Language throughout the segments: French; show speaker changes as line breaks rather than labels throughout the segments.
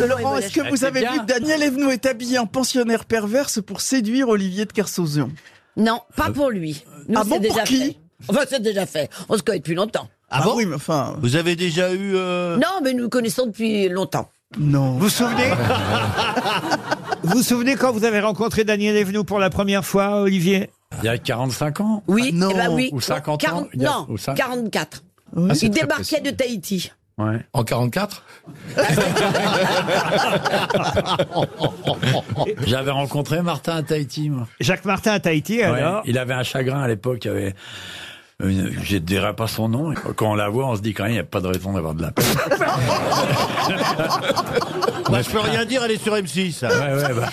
Euh, Laurent, est-ce que vous avez vu que Daniel Evenou est habillé en pensionnaire perverse pour séduire Olivier de Kersauzon
Non, pas pour lui. Nous,
Ah
c'est
bon, pour
déjà
qui
fait. Enfin, c'est déjà fait. On se connaît depuis longtemps.
Ah, oui, mais enfin,
Vous avez déjà eu... euh,
Non, mais nous nous connaissons depuis longtemps.
non.
Vous vous souvenez Vous vous souvenez quand vous avez rencontré Daniel Evenou pour la première fois, Olivier
Il y a 45 ans
Oui,
Ah non,
eh ben oui.
ou 50 ans, il y a-
Non,
ou cinq-
44.
Ah, c'est
Il
très
débarquait
précis.
de Tahiti.
Ouais.
En 44
J'avais rencontré Martin à Tahiti, moi.
Jacques Martin à Tahiti,
Ouais.
alors
Il avait un chagrin à l'époque. il avait une- Je ne dirai pas son nom. Quand on la voit, on se dit quand même, il n'y a pas de raison d'avoir de la peine.
Bah, je peux rien dire, elle est sur M6.
Ouais, ouais, bah,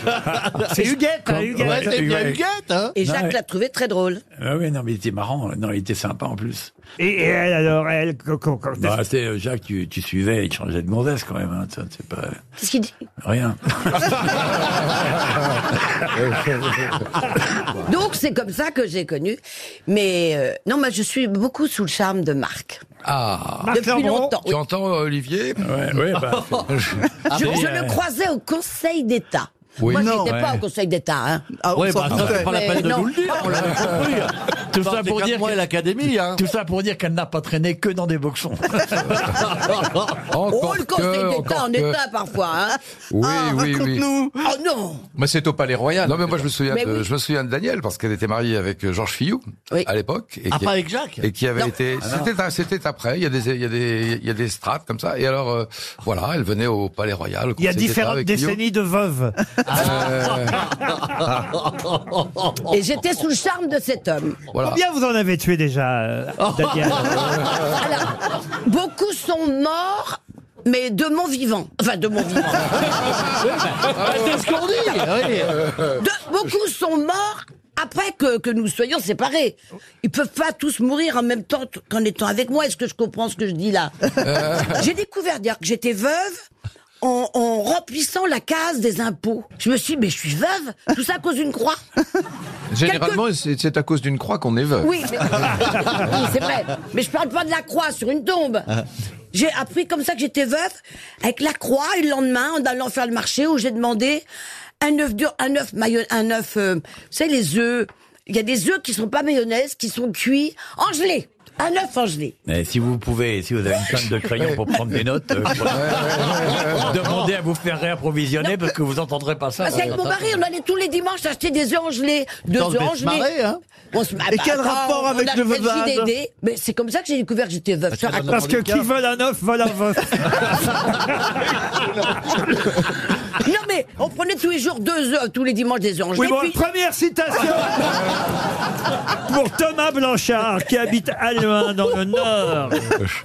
C'est Huguette, hein,
Comme-
Huguette.
Ouais,
C'est bien
ouais.
une guette, hein
Et
Non,
Jacques
mais-
l'a trouvé très drôle.
ouais, ouais, non, mais il était marrant. Non, il était sympa en plus.
Et, et elle, alors, elle, co- co- co-
Bah, c'était, euh, Jacques, tu, tu suivais, il changeait de gonzesse quand même. hein, ça, C'est pas
Qu'est-ce qu'il dit
rien.
Donc c'est comme ça que j'ai connu. Mais euh, non, moi je suis beaucoup sous le charme de Marc.
Ah
Marc
depuis
Lambron,
longtemps.
Tu entends, Olivier
Ouais, ouais, bah,
je
bon
je
Ouais.
le croisais au Conseil d'État.
Ah, Oui.
Moi,
Non.
j'étais pas
Ouais.
au Conseil d'État. Hein.
Ah, on
Ouais,
s'en
bah, ça,
foutait.
c'est pas la
Mais
peine de
non.
nous le dire, on l'a compris. hein.
Tout
Dans
ça
tes
pour
quatre
dire
mois
que-
et l'académie, hein.
Tout ça pour dire qu'elle n'a pas traîné que dans des boxons.
Oh,
Encore
le
que,
Conseil d'État
encore
en
que.
État parfois. Hein.
Oui,
Ah,
oui, oui.
raconte-nous
Oh non
Mais c'est au Palais Royal.
Non, mais moi, je me souviens,
Mais
de,
oui.
je me souviens de Daniel, parce qu'elle était mariée avec euh, Georges Fillou,
Oui.
à l'époque. et
Ah,
qui-
pas avec Jacques
et qui avait
Non.
été c'était un- c'était après il y a des il y a des il y a des strates comme ça et alors euh, voilà elle venait au Palais Royal au
Il y a
Conseil d'État
différentes
avec Euh, Guillaume.
décennies de veuves.
Et j'étais sous le charme de cet homme.
voilà Oh.
Combien vous en avez tué déjà, euh, Daniel
Alors, beaucoup sont morts, mais de mon vivant. Enfin, de mon vivant.
C'est ce qu'on dit oui.
De- beaucoup sont morts après que, que nous soyons séparés. Ils peuvent pas tous mourir en même temps t- qu'en étant avec moi. Est-ce que je comprends ce que je dis là
Euh.
J'ai découvert dire que j'étais veuve. En, en remplissant la case des impôts. Je me suis dit, mais je suis veuve, tout ça à cause d'une croix.
Généralement, c'est c'est à cause d'une croix qu'on est veuve.
Oui, mais- Oui, c'est vrai. Mais je parle pas de la croix sur une tombe.
Ah.
J'ai appris comme ça que j'étais veuve, avec la croix, et le lendemain, en allant faire le marché, où j'ai demandé un œuf dur, un œuf maillot, un œuf, euh, vous savez, les œufs. Il y a des œufs qui sont pas mayonnaise, qui sont cuits en gelée. Un œuf en gelée.
Eh, si vous pouvez, si vous avez une tonne de crayons pour prendre des notes, euh, demandez à vous faire réapprovisionner parce que vous n'entendrez pas ça. Euh,
Parce qu'avec mon mari, on allait tous les dimanches acheter des œufs en gelée. Deux
Putain, je
œufs
vais
en
se
gelée.
marrer, hein.
On se- ah
Et
bah,
quel
attends,
rapport
on
avec
achetait
le veuvage
JDD. Mais c'est comme ça que j'ai découvert que j'étais veuve. Ça raconte-
Parce que qui vole un œuf, vole un veuf.
Non mais on prenait tous les jours deux œufs, tous les dimanches des œufs en
Oui,
gelée.
bon,
puis-
première citation pour Thomas Blanchard, qui habite à Loin, dans le Nord,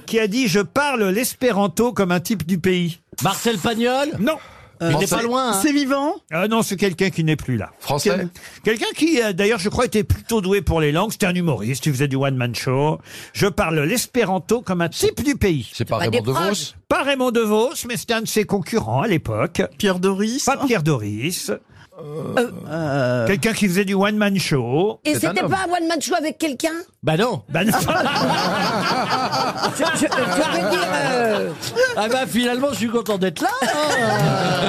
qui a dit « Je parle l'espéranto comme un type du pays
Marcel Pagnol ».
Non
Il n'est
Français.
pas loin, hein.
C'est vivant
ah non, c'est quelqu'un qui n'est plus là.
français
Quel-
Quelqu'un qui, euh, d'ailleurs, je crois, était plutôt doué pour les langues. C'était un humoriste, il faisait du one-man show. Je parle l'espéranto comme un type du pays.
c'est pas
pas des
Raymond
proches.
DeVos
Pas Raymond DeVos, mais c'était un de ses concurrents à l'époque.
Pierre Doris
Pas Pierre Doris. Quelqu'un qui faisait du one-man show.
Et
C'est un
c'était
homme.
pas un one-man show avec quelqu'un
Bah non
Ben non.
je, je- je veux dire... euh,
Ah bah finalement, je suis content d'être là hein.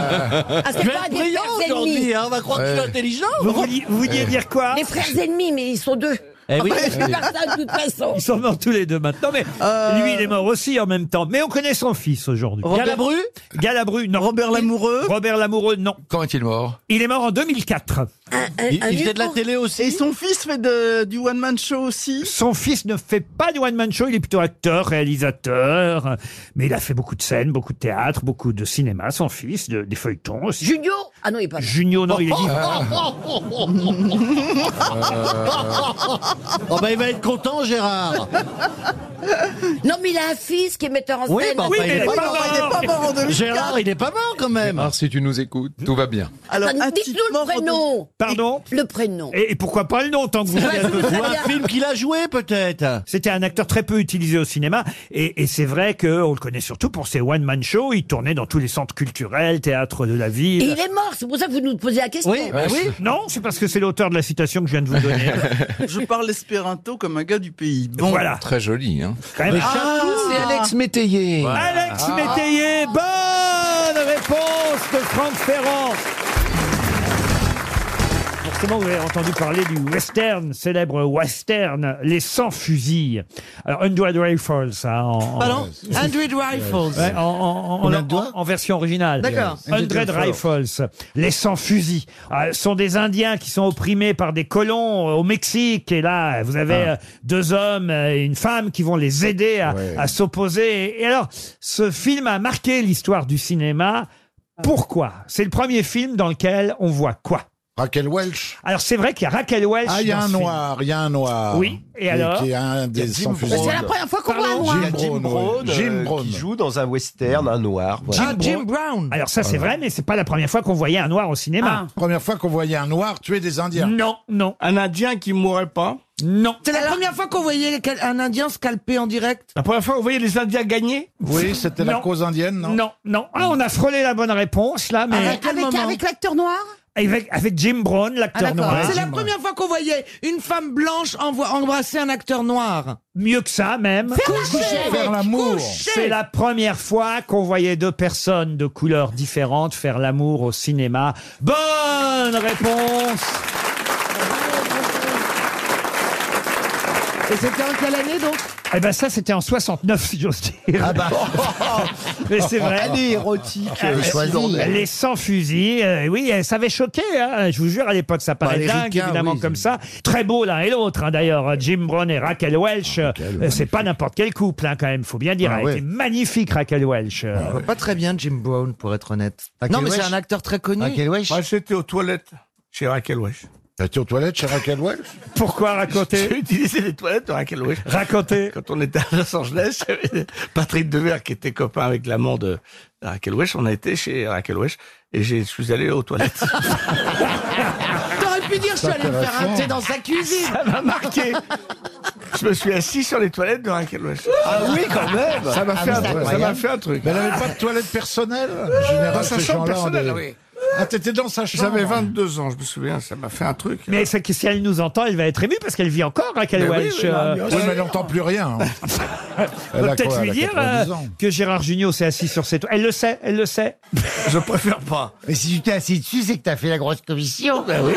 Euh,
ah, c'est
Je vais
pas
être
des
brillant
frères ennemis.
aujourd'hui, hein. on va croire que je suis intelligent
vous, vouliez, vous vouliez dire quoi
Les frères ennemis, mais ils sont deux. Ah, bah,
Eh oui.
Je vais faire ça de toute façon.
Ils sont morts tous les deux maintenant, mais
Euh.
lui, il est mort aussi en même temps. Mais on connaît son fils aujourd'hui.
Galabru
Galabru, non.
Robert Lamoureux
Robert Lamoureux, non.
quand est-il mort
Il est mort en 2004.
Un-
Il
un
il faisait de la
humour-
télé
Et
aussi
son fils fait de- du one-man show aussi
Son fils ne fait pas du one-man show, il est plutôt acteur, réalisateur, mais il a fait beaucoup de scènes, beaucoup de théâtre, beaucoup de cinéma, son fils, de- des feuilletons aussi.
Junio Ah non, il est pas...
Junio, non, il est vivant.
Euh.
Oh bah il va être content, Gérard
Ah,
Non, mais il a un fils qui est metteur en scène.
Oui, bah, enfin,
Oui,
il
mais
est
il est
pas
pas
mort.
Il est pas mort en 2004
Gérard, il est pas mort quand même
Alors, si tu nous écoutes, tout va bien.
Alors,
Attends,
un type
Dites-nous le
mort en
prénom.
Pardon
Le prénom.
et, et pourquoi pas le nom, tant que vous
Parce que vous savez,
Ou un film qu'il a joué peut-être
C'était un acteur très peu utilisé au cinéma et, et c'est vrai qu'on le connaît surtout pour ses one-man shows. Il tournait dans tous les centres culturels, théâtre de la
Et
ville.
il est mort, c'est pour ça que vous nous posez la question.
Oui, bah oui
Non, c'est parce que c'est l'auteur de la citation que je viens de vous donner.
Je parle espéranto comme un gars du pays. Bon,
voilà.
Très joli, hein.
Quand même.
Ah,
Ah.
C'est Alex Métayer.
Alex Métayer, bonne Bonne réponse de Franck Ferrand. Forcément, vous avez entendu parler du western, célèbre western, Les 100 fusils. Alors, Undoid Rifles, hein, en,
Pardon
en-
100 Rifles.
Ouais, en, en- en-
Combien de
en-
doigts
en version originale.
D'accord. Yes.
100 Rifles, les 100 fusils, Ah, ce sont des Indiens qui sont opprimés par des colons euh, au Mexique. Et là, vous avez
Ah.
euh, deux hommes euh, et une femme qui vont les aider à,
Ouais.
à s'opposer. Et alors, ce film a marqué l'histoire du cinéma. Pourquoi C'est le premier film dans lequel on voit quoi
Raquel Welch.
Alors, c'est vrai qu'il y a Raquel Welch.
Ah, il y a
dans
un
ce film.
noir, il y a un noir.
Oui, et alors
Qui est un
Il y a
des
Jim
sans
Brown.
fusil.
C'est la première fois qu'on voit un noir.
Jim
Jim
Brown.
Brown,
ouais. Jim
euh,
Brown.
qui joue dans un western, un noir. voilà.
Brown. Ah. Alors ça c'est
Voilà.
vrai, mais c'est pas la première fois qu'on voyait un noir au cinéma.
Première fois qu'on voyait un noir tuer des Indiens.
Non, non.
Un Indien qui mourrait pas
Non.
C'est la première fois qu'on voyait quel- un Indien scalpé en direct.
La première fois, vous voyez les Indiens gagner
Oui, c'était la cause indienne, non
Non, non. Ah, on a frôlé la bonne réponse là, mais
Avec- avec- avec
l'acteur noir. Avec, avec Jim Brown,
Ah,
l'acteur
d'accord.
noir.
c'est la première fois qu'on voyait une femme blanche envo- embrasser un acteur noir.
Mieux que ça, même.
Faire la Coucher fête. Faire l'amour. Coucher.
C'est la première fois qu'on voyait deux personnes de couleurs différentes faire l'amour au cinéma. Bonne réponse.
Et c'était en quelle année donc
Eh ben ça, c'était en 69, si j'ose dire. Ah bah. Mais c'est vrai.
Allez, érotique.
Euh,
Choisis.
Les sans fusils, euh, oui, euh, ça avait choqué, hein, je vous jure, à l'époque, ça paraît
les
dingue,
Ricains,
évidemment,
oui,
comme ça. Très beau l'un et l'autre, hein, d'ailleurs, euh, Jim Brown et Raquel Welch. euh, c'est pas n'importe quel couple, hein, quand même, faut bien dire.
Ah
Elle
ouais.
était magnifique, Raquel Welch. euh.
Pas très bien Jim Brown, pour être honnête.
Non, mais c'est un
acteur très connu. Raquel Welch.
Moi, j'étais aux toilettes chez Raquel Welch.
T'étais aux toilettes chez Raquel Welch
Pourquoi raconter
J'ai utilisé les toilettes de Raquel Welch.
Raconter
Quand on était à Los Angeles, j'avais Patrick Devers, qui était copain avec l'amant de Raquel Welch, on a été chez Raquel Welch et j'ai- je suis allé aux toilettes.
T'aurais pu dire je suis allé me faire un thé dans sa cuisine.
Ça m'a marqué. Je me suis assis sur les toilettes de Raquel Welch.
Ah oui, quand même.
Ça m'a
Ah,
fait,
mais c'est
un truc, ça m'a
incroyable.
fait un truc.
Mais elle n'avait pas de toilette personnelle En
Dans
général,
sa
ces
chambre
gens-là ont
personnelle,
des-
oui.
Ah, t'étais dans sa chambre
J'avais 22 ans, je me souviens, ça m'a fait un truc.
Mais c'est que si elle nous entend, elle va être émue parce qu'elle vit encore, Raquel
Mais oui,
Welch.
oui,
euh.
bien
Oui, mais elle n'entend plus rien.
On
Elle
va
a
peut-être
quoi,
lui
elle a
dire
90
euh,
ans.
que Gérard Jugnot s'est assis sur ses toits. Elle le sait, elle le sait.
Je préfère pas.
Mais si tu t'es assis dessus, c'est que t'as fait la grosse commission. bah
Ben oui.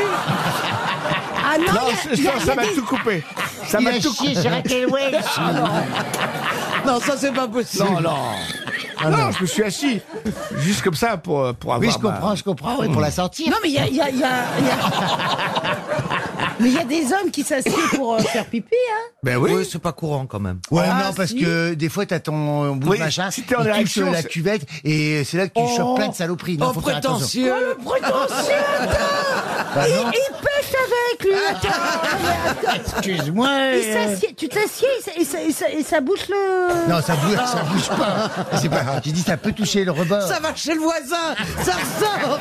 Ah non,
Non,
il y a-
c'est-
il y a-
ça
il y a
ça m'a
des-
tout coupé. Ça
Il
m'a
a
tout
chié
coupé.
chez Raquel Welch.
Ah Non, ça c'est pas possible.
Non, non. Ah non, je me suis assis juste comme ça pour, euh, pour avoir.
Oui, je
ma-
comprends, je comprends, oui, pour la sortir.
Non, mais il y a, il y a- il y a- il y a- Mais il y a des hommes qui s'assiedent pour euh, faire pipi, hein.
Ben oui.
c'est pas courant quand même. Ouais,
Ouais, Ah,
non, parce
si.
que des fois, t'as ton euh, bout
Oui,
de machin,
si
tu
t'es en
touches
érection,
la
c'est-
cuvette, et c'est là que tu chopes plein de saloperies. Non,
Oh,
faut faire attention.
prétentieux.
Oh, le prétentieux, attends
Bah
il,
non.
il pêche avec, lui, attends, mais attends.
Excuse-moi.
Il
euh,
s'assied- Tu t'assieds et ça- et ça, et ça- et ça bouche le...
Non, ça bouge, ça bouge pas. C'est pas. J'ai dit, ça peut toucher le rebord.
Ah. Ça va chez le voisin, ça ressort.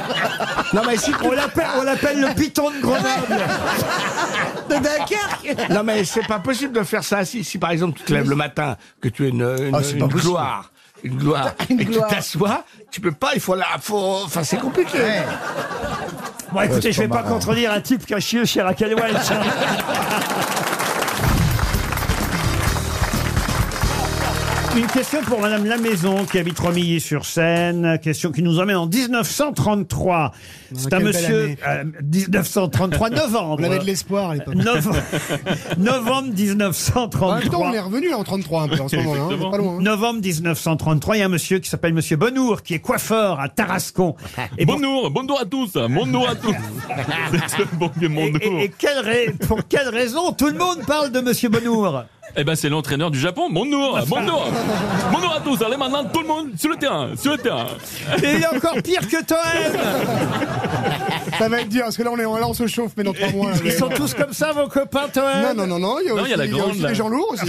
Non, mais si
On l'appelle, on l'appelle le piton de Grenoble.
De Dunkerque.
Non, mais c'est pas possible de faire ça. Si, si par exemple tu te lèves le matin, que tu es une, une,
Oh,
Ah, c'est
une
pas possible.
gloire, une gloire, et que tu t'assois, tu peux pas, il faut la. Faut, enfin, c'est compliqué.
Bon, écoutez,
c'est
je vais
pas
pas
marrant.
contredire un type qui a chié chez Raquel Welch. hein. Une question pour Madame Lamaison qui habite Romilly-sur-Seine. Question qui nous emmène en 1933. C'est un
quelle belle
monsieur.
année.
euh, 1933, novembre.
On avait de l'espoir à l'époque.
Novembre, novembre
En même temps, on
1933.
est revenu en 33 un peu en ce moment. Hein, C'est pas loin. hein.
Novembre 1933, il y a un monsieur qui s'appelle Monsieur Bonour, qui est coiffeur à Tarascon. Et pour-
Bonjour, bonjour à tous, bonjour à tous. C'est ce bon vieux
et,
bonjour.
et- et quelle rai- pour quelle raison tout le monde parle de Monsieur Bonour
Eh ben c'est l'entraîneur du Japon,
Ah,
bonjour, bonjour. Bonjour à tous, allez maintenant tout le monde sur le terrain, sur le terrain.
Et il est encore pire que Toen
Ça va être dur parce que là on, est, là, on se chauffe, mais dans trois mois. là, vous
Ils
allez
sont
voir.
tous comme ça, vos copains hein Toen
Non, non, non, non. Il y a
Non,
aussi,
il y a la
il
grande,
aussi
là.
des gens lourds. aussi.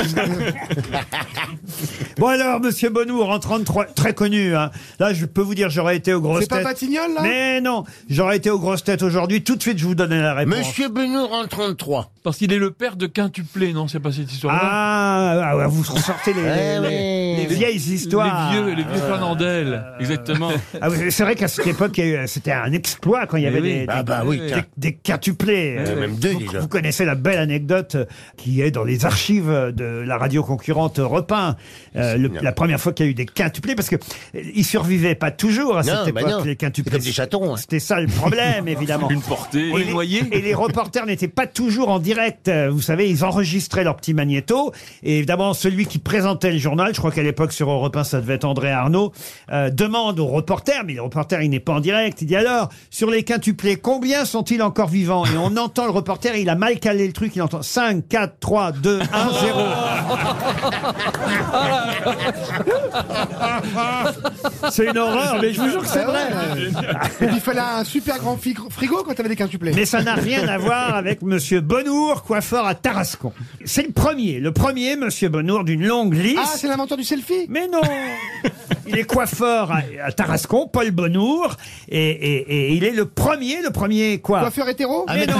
Bon alors, Monsieur Bonour, en 33, très connu. hein. Là, je peux vous dire, j'aurais été aux grosses
C'est
têtes.
pas Batignol là
Mais non, j'aurais été aux grosses têtes aujourd'hui. Tout de suite, je vous donnais la réponse.
Monsieur Benour en 33.
Parce qu'il est le père de quintuplé, non, c'est pas cette histoire-là
Ah, ah ouais, vous ressortez les, les-
Eh
les-
oui.
les vieilles histoires.
Les vieux, les vieux Fernandel, exactement.
Ah oui, c'est vrai qu'à cette époque, il y a eu- c'était un exploit quand il y avait des,
Ah
des-
bah
des- des quintuplés. Euh,
même deux,
vous,
déjà.
vous connaissez la belle anecdote euh, qui est dans les archives de la radio concurrente Europe 1. euh, le- la première fois qu'il y a eu des quintuplés, parce que euh, ils survivaient pas toujours à
Non,
cette
bah
époque,
non.
les quintuplés.
C'est comme des chatons, hein.
C'était ça le problème, évidemment.
Une portée.
Et les- Et les reporters n'étaient pas toujours en direct. Euh, Vous savez, ils enregistraient leur petit magnéto. Et évidemment, celui qui présentait le journal, je crois qu'à l'époque sur Europe 1, ça devait être André Arnaud, euh, demande au reporter, mais le reporter, il n'est pas en direct. Il dit alors, sur les quintuplés, combien sont-ils encore vivants Et on entend le reporter, il a mal calé le truc, il entend 5, 4, 3, 2, 1, 0. C'est une horreur, mais je vous jure que c'est
Ah
vrai.
ouais. Et puis, il fallait un super grand frigo frigo quand t'avais des quintuplés.
Mais ça n'a rien à voir avec Monsieur Bonour, coiffeur à Tarascon. C'est le premier, le premier Monsieur Bonour d'une longue liste.
Ah, c'est l'inventeur du selfie
Mais non
Ah,
Il est coiffeur à, à Tarascon, Paul Bonour, et, et- et il est le premier, le premier quoi Ah,
Coiffeur hétéro
Mais non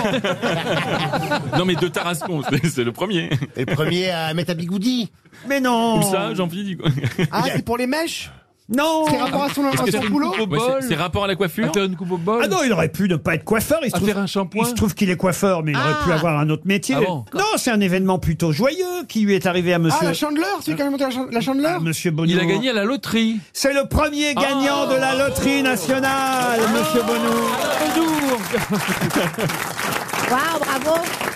Non, mais de Tarascon, c'est- c'est le premier.
Et le premier à mettre un bigoudi.
Mais non
Où ça, Jean-Philippe
Ah, c'est pour les mèches
Non
C'est rapport à son, à
Est-ce que
son
c'est une
boulot Ah,
coupe au bol Ouais, c'est- c'est rapport à la coiffure À faire une coupe au bol
Ah non, il aurait pu ne pas être coiffeur. Il se trouve, il se trouve qu'il est coiffeur, mais il aurait pu avoir un autre métier.
Ah bon
non, c'est un événement plutôt joyeux qui lui est arrivé à Monsieur.
Ah, la chandeleur Celui qui a inventé la, chan- la chandeleur
Monsieur Bonour.
Il a gagné à la loterie.
C'est le premier gagnant de la loterie nationale,
Ah.
Monsieur Bonour.
Waouh, bravo
Ah.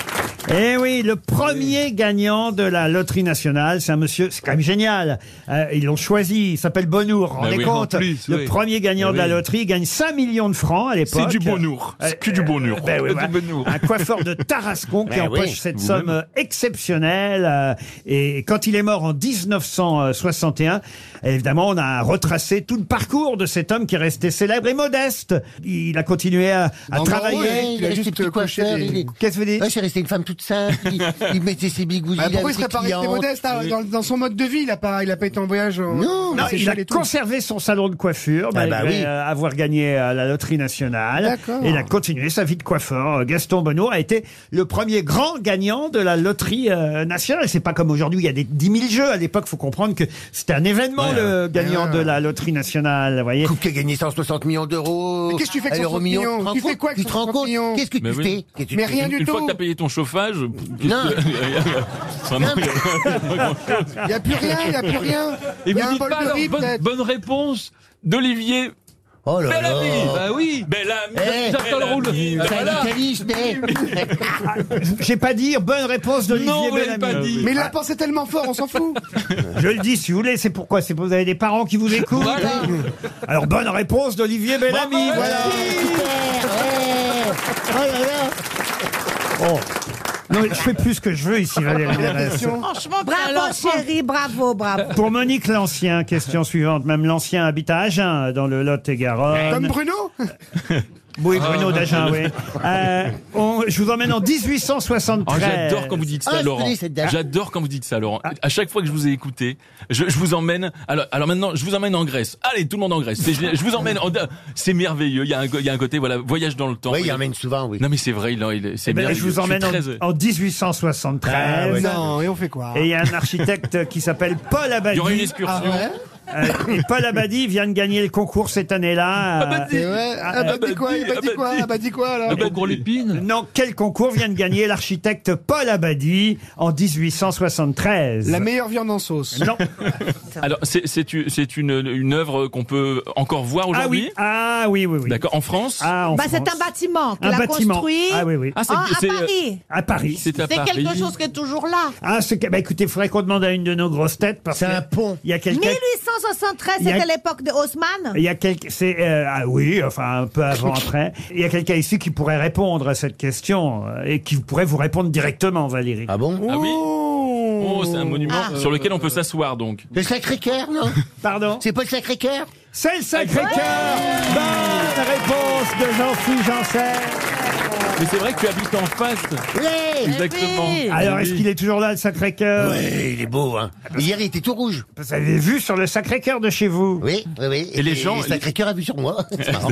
Eh oui, le premier gagnant de la loterie nationale, c'est un monsieur, c'est quand même génial. Euh, ils l'ont choisi, il s'appelle Bonour, vous vous
Bah
rendez
oui,
compte
en plus,
Le
oui.
premier gagnant
Eh
de la
oui.
loterie il gagne 5 millions de francs à l'époque.
C'est du Bonour.
Euh,
C'est que du Bonour.
ben oui,
Du
voilà.
Bonour.
Un coiffeur de Tarascon qui
Ben
empoche
oui.
cette
Vous
somme
même.
euh, exceptionnelle. euh, et quand il est mort en 1961, évidemment, on a retracé tout le parcours de cet homme qui est resté célèbre et modeste. Il a continué à, à
En
travailler.
gros, il, est resté petit coiffeur. il est-
Qu'est-ce que vous dites
Ouais, C'est resté une femme toute simple. Il, il mettait ses bigoudis.
Ah,
il avait
pourquoi il
ses
serait pas resté
clientes.
modeste hein, dans, dans son mode de vie, il a pas, il a pas été en voyage. euh, en- en
Non, il a
Seychelles et tout.
conservé son salon de coiffure
Ah bah
malgré
oui.
euh, avoir gagné euh, la loterie nationale.
D'accord.
Et il a continué sa vie de coiffeur. Euh, Gaston Bonneau a été le premier grand gagnant de la loterie euh, nationale. C'est pas comme aujourd'hui, il y a des 10 000 jeux. À l'époque, faut comprendre que c'était un événement le gagnant de la loterie nationale. Vous voyez.
Ah. Coupe qui a gagné 160 millions d'euros.
Mais qu'est-ce que tu fais avec
à
160
l'euro-million.
millions
Tu te
Tu
rends
fais quoi
compte
avec
Tu te rends
160
compte
millions
Qu'est-ce que
Mais
tu
oui.
fais Qu'est-ce que
Mais
tu
rien
fais
du
Une fois
tout.
que t'as payé ton chauffage,
Non.
Il n'y a plus rien, il n'y a plus rien.
Et
Il y
vous
a un
dites
bol
pas
de
alors
riz
bonne,
peut-être.
bonne réponse d'Olivier.
Oh là
Belle
là.
amie
Bah
oui Belle amie
Eh,
Ah,
C'est un vitaliste, eh.
J'ai pas dire bonne réponse de
Non,
Olivier
vous l'avez pas dit.
Mais il a pensé tellement fort, on s'en fout.
Je le dis si vous voulez, c'est pourquoi c'est pour vous avez des parents qui vous écoutent.
Voilà.
Alors bonne réponse d'Olivier Bellamy. voilà.
Oh là là.
Oh. Non, je fais plus ce que je veux ici, Valérie Mérès.
Franchement, bravo chérie, bravo, bravo.
Pour Monique L'Ancien, question suivante. Même L'Ancien habite à Agen, dans le
Comme
Lot-et-Garonne.
Bruno
Oui, Bruno
Ah.
d'Agen, oui. Ah. Euh, on- je vous emmène en 1873.
Oh, J'adore quand vous dites ça,
Ah, je
Laurent.
connais cette dame.
J'adore quand vous dites ça,
Ah.
Laurent. À chaque fois que je vous ai écouté, je, je vous emmène. Alors, alors maintenant, je vous emmène en Grèce. Allez, tout le monde en Grèce. C'est génial. Je vous emmène. en- C'est merveilleux. Il y, a un, go- il y a un côté, voilà, voyage dans le temps.
Oui, il emmène souvent, oui.
Non, mais c'est vrai. il- il- C'est
Eh ben,
merveilleux.
je vous emmène
suis
en,
très- Ah
en 1873.
Non, et on fait quoi hein
Et il y a un architecte qui s'appelle Paul Abadie.
Il y aurait une excursion.
Ah
Euh, et Paul Abadie vient de gagner le concours cette année-là. Euh,
Abadie.
Eh ouais, Ah bah dis quoi Ah bah dis quoi Ah bah dis quoi alors
Le concours Lépine.
Non, quel concours vient de gagner l'architecte Paul Abadie en 1873
La meilleure viande en sauce.
Non.
Alors, c'est- c'est une, c'est une- une œuvre qu'on peut encore voir
Ah
aujourd'hui.
oui, ah oui, oui, oui.
D'accord. En France.
Ah, en
Bah, c'est
France.
un bâtiment qu'il
Un
a
bâtiment.
construit
Ah oui, oui.
Ah, c'est-
en- à
c'est-
Paris.
À Paris.
C'est à
C'est
Paris.
quelque chose qui est toujours là.
Ah, c'est que- bah, écoutez, il faudrait qu'on demande à une de nos grosses têtes parce
C'est
que
un pont.
il y a quelqu'un.
1873,
Il y a-
c'était l'époque de Haussmann.
Il y a quelqu'un. C'est euh, ah oui, enfin un peu avant après. Il y a quelqu'un ici qui pourrait répondre à cette question euh, et qui pourrait vous répondre directement, Valérie.
Ah bon
Ah oui. Oh, c'est un monument
Ah.
Ah.
sur lequel on peut s'asseoir donc.
Le Sacré-Cœur, non
Pardon.
C'est pas le Sacré-Cœur
C'est le Sacré-Cœur. Bonne réponse de Jean-Philippe Janssen.
Mais c'est vrai que tu habites en face.
Ouais
Eh
Eh
Exactement.
Alors
Oui.
est-ce qu'il est toujours là le Sacré-Cœur
Eh,
Ouais, il est beau, hein. Hier, il était tout rouge.
Vous avez vu sur le Sacré-Cœur de chez vous
Oui, oui, oui.
Et les gens-
Le Sacré-Cœur a vu sur moi. C'est marrant.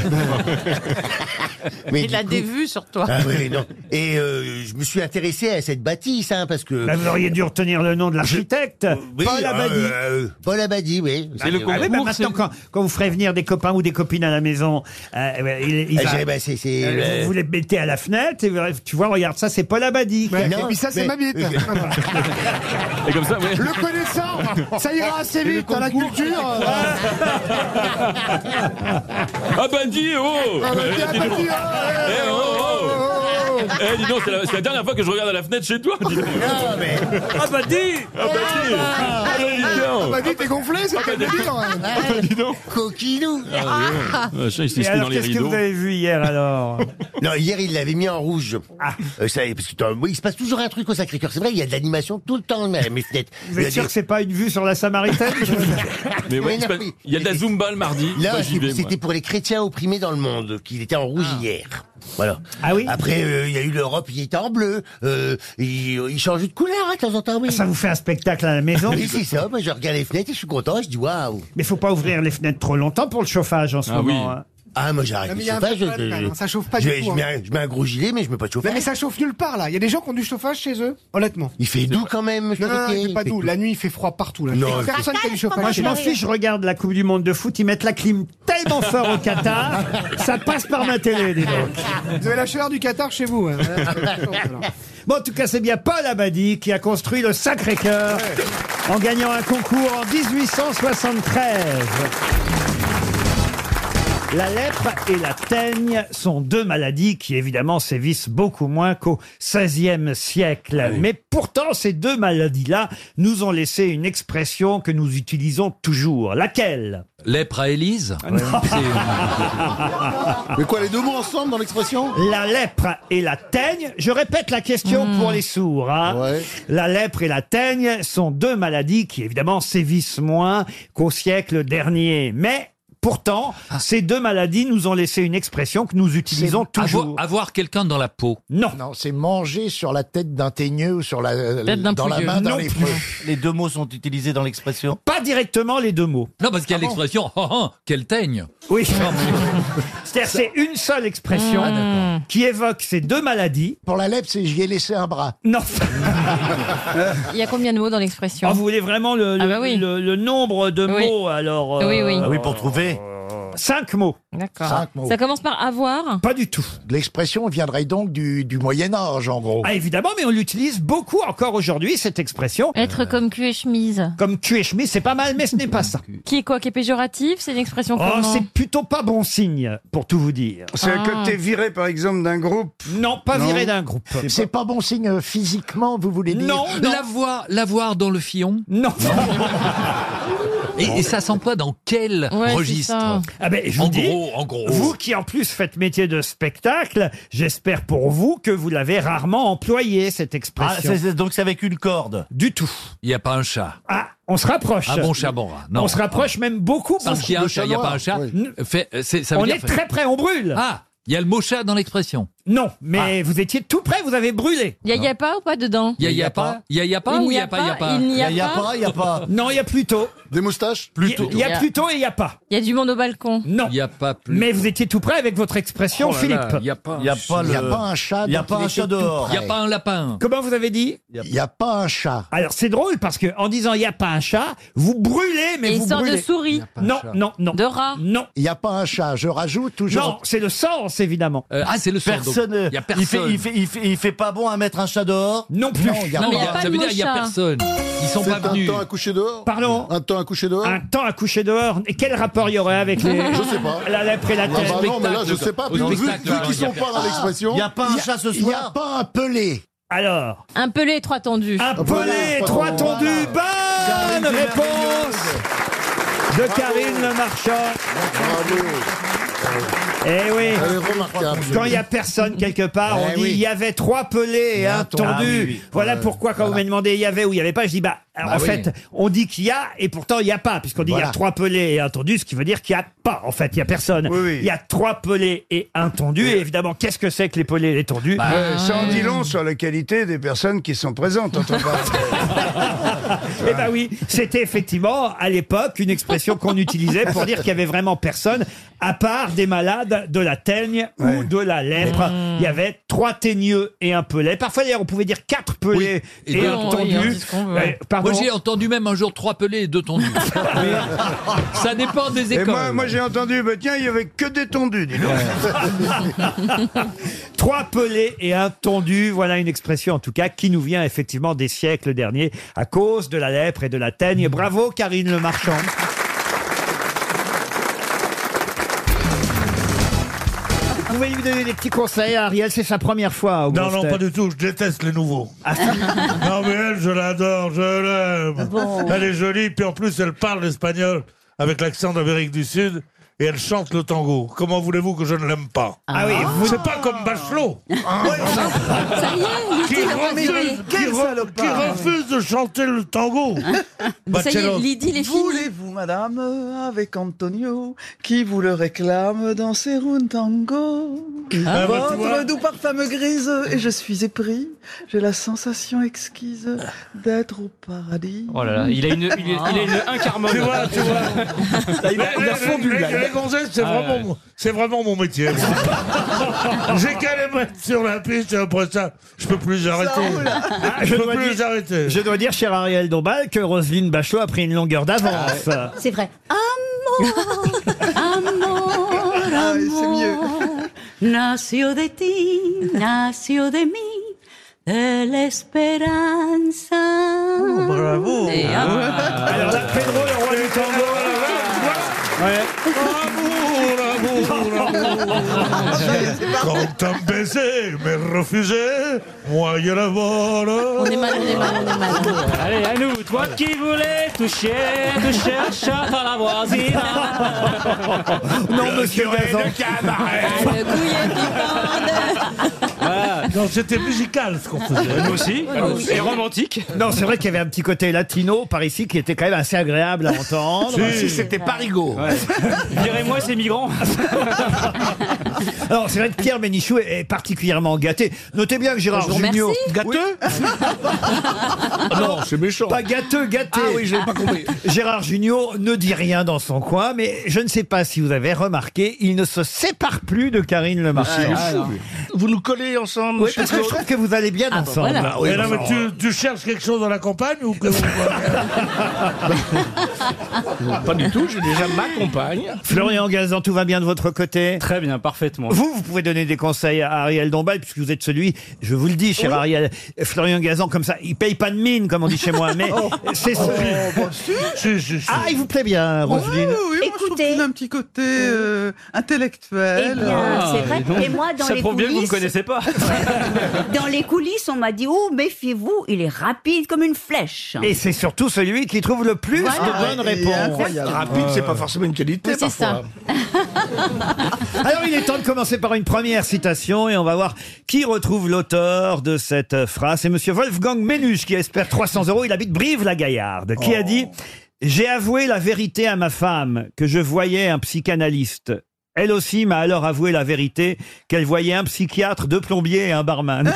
Mais
Il a
du
des vues sur toi.
Ah oui, non. Et euh, je me suis intéressé à cette bâtisse, hein, parce que.
Là, vous auriez dû retenir le nom de l'architecte.
Oui,
Paul
euh,
Abadi.
euh, Paul Abadi, oui.
Ah oui, bah maintenant, quand, quand vous ferez venir des copains ou des copines à la maison, euh, ouais, il- il
Ah,
va-
je dirais, bah, c'est- c'est
Euh,
le-
vous, vous les mettez à la fenêtre et vous- tu vois, regarde, ça c'est Paul Abadi.
Non, mais-
Et comme ça, oui.
Le connaissant, ça ira assez vite à la culture.
Ah bah dis oh
Ah bah dis,
Eh,
ah
dis
bah
donc.
dis,
Eh, oh, oh. Eh dis donc, c'est la, c'est la dernière fois que je regarde à la fenêtre chez toi. dis donc.
Ah bah dis
Ah bah dis Ah bah dis donc.
Ah bah dis, t'es gonflé, c'est pas hein. de dire.
Coquinou.
Ah, ouais. Machin, il s'est
Et
mis
alors,
dans les
qu'est-ce que
rideaux.
vous avez vu hier alors
Non, hier, il l'avait mis en rouge. Euh, ça, parce que, t'as- oui, il se passe toujours un truc au Sacré-Cœur. C'est vrai, il y a de l'animation tout le temps, mais mes fenêtres.
Vous êtes sûr que c'est pas une vue sur la Samaritaine
Mais ouais,
Mais
il se
non,
passe-
oui.
il y a de la Zumba le mardi.
Là,
Bah, j'y vais,
c'est-
moi. Ah.
c'était pour les chrétiens opprimés dans le monde, qu'il était en rouge hier. Voilà.
Ah oui
Après, euh, il y a eu l'Europe, il était en bleu. Euh, il, il change de couleur hein, de temps en temps, oui.
Ah, Ça vous fait un spectacle à la maison
Oui, c'est ça. Moi, je regarde les fenêtres et je suis content. Je dis waouh.
Mais faut pas ouvrir les fenêtres trop longtemps pour le chauffage en ce moment. hein.
Ah, moi, j'arrête
Non, mais
le
il y a un
chauffage.
problème,
je-
quand
je-
même, ça chauffe pas
je,
du tout,
je mets,
hein.
un- je mets un gros gilet, mais je mets pas de chauffage.
Non mais ça chauffe nulle part là. Il y a des gens qui ont du chauffage chez eux, honnêtement.
Il fait doux quand même.
Non, non, non, il fait pas
fait
doux.
doux.
La nuit, il fait froid partout là.
Non,
Il y a personne qui a du chauffage.
Moi, je
chez
m'en
eux.
fiche, je regarde la Coupe du Monde de foot, ils mettent la clim tellement fort au Qatar, ça passe par ma télé, dis donc.
Vous avez la chaleur du Qatar chez vous. hein.
Bon, en tout cas, c'est bien Paul Abadi qui a construit le Sacré-Cœur en gagnant un concours en 1873. La lèpre et la teigne sont deux maladies qui évidemment sévissent beaucoup moins qu'au XVIe siècle. Mais pourtant, ces deux maladies-là nous ont laissé une expression que nous utilisons toujours. Laquelle
Lèpre à Élise
Mais quoi, les deux mots ensemble dans l'expression La lèpre et la teigne. Je répète la question pour les sourds. hein. La lèpre et la teigne sont deux maladies qui, évidemment, sévissent moins qu'au siècle dernier. Mais. Pourtant, ces deux maladies nous ont laissé une expression que nous utilisons
Ah,
toujours.
Avoir, avoir quelqu'un dans la peau.
Non.
Non, c'est manger sur la tête d'un teigneux ou sur la,
Tête d'un
dans la
pouilleux.
main
Non
d'un lépreux.
Les deux mots sont utilisés dans l'expression
Pas directement les deux mots. Ah
Non, parce qu'il y a l'expression oh, oh, qu'elle teigne.
Oui. C'est-à-dire, c'est une seule expression qui évoque ces deux maladies.
Pour la lèpre, c'est j'y ai laissé un bras.
Non.
Il y a combien de mots dans l'expression
Ah, vous voulez vraiment le, le,
Ah bah oui.
le- le nombre de
Oui.
mots alors
Oui, oui. Ah oui,
pour
trouver. Cinq mots.
D'accord.
Cinq mots.
Ça commence par avoir.
Pas du tout.
L'expression viendrait donc du, du Moyen-Âge, en gros.
Ah, évidemment, mais on l'utilise beaucoup encore aujourd'hui, cette expression.
Être comme cul et chemise.
Comme cul et chemise, c'est pas mal, mais ce n'est pas ça.
Qui est quoi Qui est péjoratif C'est une expression
Oh,
comment Ah.
c'est plutôt pas bon signe, pour tout vous dire.
C'est que t'es viré, par exemple, d'un groupe.
Ah. Non, pas viré d'un groupe.
C'est pas bon signe euh, physiquement, vous voulez dire
Non, L'avoir, l'avoir dans le fillon
Non.
et, et ça s'emploie dans quel registre
Ah ben, je vous
En
dis,
gros, en gros.
Vous qui en plus faites métier de spectacle, j'espère pour vous que vous l'avez rarement employé,
Ah,
cette expression.
donc c'est avec une corde
Du tout.
Il n'y a pas un chat.
Ah, on se rapproche.
Un bon chat, bon rat. Non.
On se rapproche même beaucoup.
Parce qu'il y a un chat, il n'y a pas un chat. Fait- euh, c'est- ça veut
on
dire-
est très près, on brûle.
Ah, il y a le mot chat dans l'expression.
Non, mais vous étiez tout près, vous avez brûlé.
Y a, y a pas ou pas dedans
Il n'y a pas Il n'y a pas
Il
ou il
n'y
n'y
a
a pas Il n'y a
pas,
pas
il n'y a Y a pas.
pas, y a pas.
Non, il y a plutôt.
Des moustaches
Plutôt.
Il y a plutôt et il n'y a pas.
Y a du monde au balcon.
Non.
Il n'y a pas plus.
Mais vous étiez tout près avec votre expression,
Oh là là,
Philippe.
Il n'y a pas
Il n'y a, pas
le-
un chat.
il y a
donc
pas un
était
chat
tout
dehors. Il y a
près.
pas un lapin.
Comment vous avez dit
Il n'y a pas un chat.
Alors c'est drôle parce que en disant il n'y a pas un chat, vous brûlez, mais
Et
vous
sort de
brûlez.
souris. Y a
Non, non, non. De
rat.
Non.
Il n'y a pas un chat. Je rajoute
Non,
toujours.
c'est le sens évidemment.
Euh, ah, c'est le sort, donc.
Personne.
Il y a
Il
personne.
fait, il, fait, il, fait, il fait pas bon à mettre un chat dehors.
Non plus.
Non, il y a
Non,
pas.
il y a- ça veut dire il n'y a
chat.
personne. Ils sont pas venus.
coucher dehors
Pardon.
Un temps à coucher dehors
Un temps à coucher dehors. Et quel rapport il y aurait avec les
Je sais pas.
la lèpre et la
Ah
tête
bah non, mais là, je
spectacle,
sais pas.
quoi.
Vu,
Au
vu-
spectacle,
vu qu'ils
il y a
sont pas dans
personne.
l'expression.
Il y a pas un
y
chat ce
Il n'y a
soir.
pas un pelé.
Alors,
Un pelé trois tendus.
un
Ah,
Voilà,
pelé, trois
voilà.
tondus. Bonne
Karine
réponse de Karine Le Marchand.
Bravo.
Eh oui.
Elle est remarquable.
Quand il n'y a personne quelque part,
Eh
on dit
oui.
il y avait trois pelés hein, et un
Ah
tondu.
oui, oui.
Voilà pourquoi quand vous me demandez il y avait ou il n'y avait pas, je dis bah Alors,
Bah
en
oui.
fait, on dit qu'il y a, et pourtant il n'y a pas, puisqu'on dit il y a
Voilà.
trois pelés et un tondu, ce qui veut dire qu'il n'y a pas, en fait, il n'y a personne. Il y a trois pelés et un tondu, et évidemment, qu'est-ce que c'est que les pelés et les tondus
Bah,
Euh, ça en dit long sur la qualité des personnes qui sont présentes. Quand on parle.
Eh ben oui, c'était effectivement à l'époque une expression qu'on utilisait pour dire qu'il y avait vraiment personne à part des malades de la teigne ou de la lèpre. Il y avait trois teigneux et un pelé. Parfois d'ailleurs, on pouvait dire quatre pelés et, un tondu. Euh, pardon.
Moi, j'ai entendu même un jour trois pelés et deux tondus. ça dépend des
Et
écoles.
moi, moi j'ai entendu, bah, tiens, il y avait que des tondus, dis donc.
Trois pelés et un tondu, voilà une expression en tout cas qui nous vient effectivement des siècles derniers à cause de la lèpre et de la teigne. Bravo Karine Le Marchand. Vous pouvez lui donner des petits conseils à Ariel, c'est sa première fois.
Non, non, pas du tout, je déteste les nouveaux.
Ah,
non, mais elle, je l'adore, je l'aime.
Bon.
Elle est jolie, puis en plus, elle parle l'espagnol avec l'accent d'Amérique du Sud et elle chante le tango. Comment voulez-vous que je ne l'aime pas
Ah oui,
vous... C'est pas comme Bachelot.
Ah. Ça y est, il
qui,
était
refuse,
rassuré.
qui
Quel
re-
salopard.
qui refuse de chanter le tango. Bachelot.
Bah, est Voulez-vous, madame, avec Antonio, qui vous le réclame dans ses runes tango
Ah, bah, tu vois.
Votre doux parfum me grise, et je suis épris, j'ai la sensation exquise d'être au paradis.
Oh là là, il a une, il,
Ah.
a- il a une un quart
Tu vois, tu vois.
il a- il a fondu,
Les-
là.
les- les gonzesses, c'est
Ah,
vraiment,
ouais.
mon- c'est vraiment mon métier.
Ah.
moi. J'ai qu'à les mettre sur la piste et après ça, je peux plus les arrêter.
roule.
Ah, Je peux plus les arrêter.
Je dois dire, cher Ariel Dombal, que Roselyne Bachelot a pris une longueur d'avance.
Ah
C'est vrai. Amor, amor, amor. Nació de ti, nació de mí, de la esperanza. bravo.
Ah, hein.
Alors là, Pedro, le roi du tango.
Ah, Quand un baiser m'est refusé, moi je la vole.
On est mal, on est mal, on est mal. Allez, à nous, toi qui voulais toucher, tu cherches à la voisine.
non, monsieur Bazin.
Ah, Non, c'était musical ce qu'on faisait.
Nous aussi, nous aussi. Et romantique.
Non, c'est vrai qu'il y avait un petit côté latino par ici qui était quand même assez agréable à entendre.
Si, c'était
Parigo.
Virez-moi ces migrants.
Alors, c'est vrai que Pierre Bénichou est est particulièrement gâté. Notez bien que
Je
Gérard
vous remercie.
Junior...
Gâteux
Ah Non, c'est méchant. Pas gâteux, gâté.
Ah oui, j'ai pas compris.
Gérard Junior ne dit rien dans son coin, mais je ne sais pas si vous avez remarqué, il ne se sépare plus de Karine Le Marchand.
Ah, Vous nous collez ensemble
Ah, Oui, parce que je trouve que vous allez bien ensemble. Ah oui,
Et là, mais
ensemble.
tu, tu cherches quelque chose dans la campagne ou que...
Ah,
Pas du tout, j'ai déjà ma compagne.
Florian Gazan, tout va bien de votre côté
Très bien, parfaitement.
Vous, vous pouvez donner des conseils à Ariel Dombal, puisque vous êtes celui, je vous le dis, cher Ariel, Florian Gazan, comme ça, il paye pas de mine, comme on dit chez moi, mais
Oh.
c'est celui... Ah, il vous plaît bien, Roselyne
bah, Oui, oui, moi, je trouve qu'il a un petit côté euh, intellectuel.
Eh bien, Ah, c'est vrai. dis donc. Et moi, dans Ça les prouve bien que vous me coulisses- connaissez
pas.
Dans les coulisses, on m'a dit Oh, méfiez-vous, il est rapide comme une flèche.
Et c'est surtout celui qui trouve le plus
Voilà.
de bonnes
Ah, il est
réponses.
incroyable.
Rapide, c'est pas forcément une qualité.
Oui, c'est
parfois.
Alors il est temps de commencer par une première citation et on va voir qui retrouve l'auteur de cette euh, phrase. C'est Monsieur Wolfgang Ménuche qui espère 300 euros. Il habite Brive-la-Gaillarde qui a dit J'ai avoué la vérité à ma femme que je voyais un psychanalyste. Elle aussi m'a alors avoué la vérité qu'elle voyait un psychiatre, deux plombiers et un barman.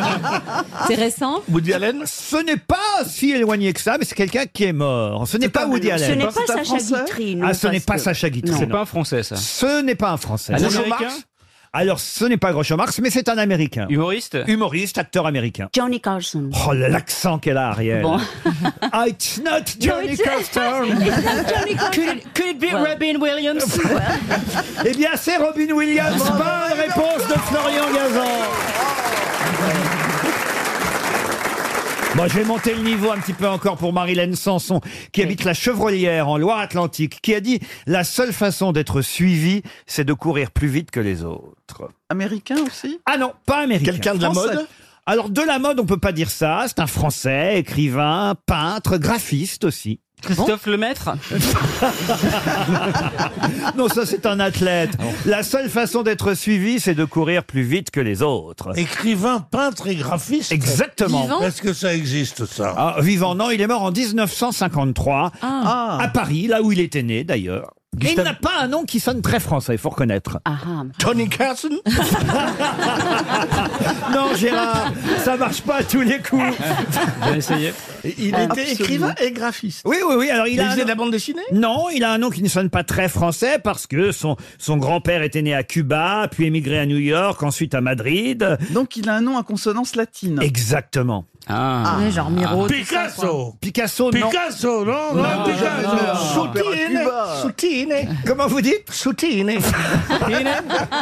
C'est récent
Woody Allen Ce n'est pas si éloigné que ça, mais c'est quelqu'un qui est mort. Ce n'est pas Woody Allen.
Ce n'est pas Sacha Guitry. non,
Ah, ce n'est
parce
pas
que-
Sacha Guitry.
C'est
non.
pas un français, ça.
Ce n'est pas un Français.
Un
Groucho
Américain
Marx Alors, ce n'est pas Groucho Marx, mais c'est un Américain.
Humoriste
Humoriste, acteur américain.
Johnny Carson.
Oh, l'accent qu'elle a, Ariel.
Bon.
Ah, it's not Johnny
it's-
Carson.
It's not Johnny
Could, could it be
Well.
Robin Williams
eh bien, c'est Robin Williams. Bonne réponse de Florian Gazan. Bon, je vais monter le niveau un petit peu encore pour Marilène Sanson, qui habite la Chevrolière en Loire-Atlantique, qui a dit La seule façon d'être suivi, c'est de courir plus vite que les autres.
Américain aussi
Ah non, pas américain.
Quelqu'un de la
Français.
mode
Alors, de la mode, on peut pas dire ça. C'est un Français, écrivain, peintre, graphiste aussi.
Christophe Lemaître
Non, ça c'est un athlète. La seule façon d'être suivi, c'est de courir plus vite que les autres.
Écrivain, peintre et graphiste.
Exactement. Vivant
Est-ce que ça existe, ça
Ah, vivant, non, il est mort en 1953,
Ah.
à Paris, là où il était né d'ailleurs. Et il n'a pas un nom qui sonne très français, il faut reconnaître.
Tony Carson
Non, Gérard, ça marche pas à tous les coups.
Il était écrivain et graphiste.
Oui, oui, oui. Alors, il,
Il
a un
faisait
nom-
de la bande dessinée
Non, il a un nom qui ne sonne pas très français parce que son, son grand-père était né à Cuba, puis émigré à New York, ensuite à Madrid.
Donc il a un nom à consonance latine.
Exactement.
Ah. Ouais, genre Miro, tout ça,
Picasso.
Picasso, non.
Picasso, non, non,
Non,
Picasso.
non, non.
Soutine.
Soutine.
Comment vous dites
Soutine.
Ah,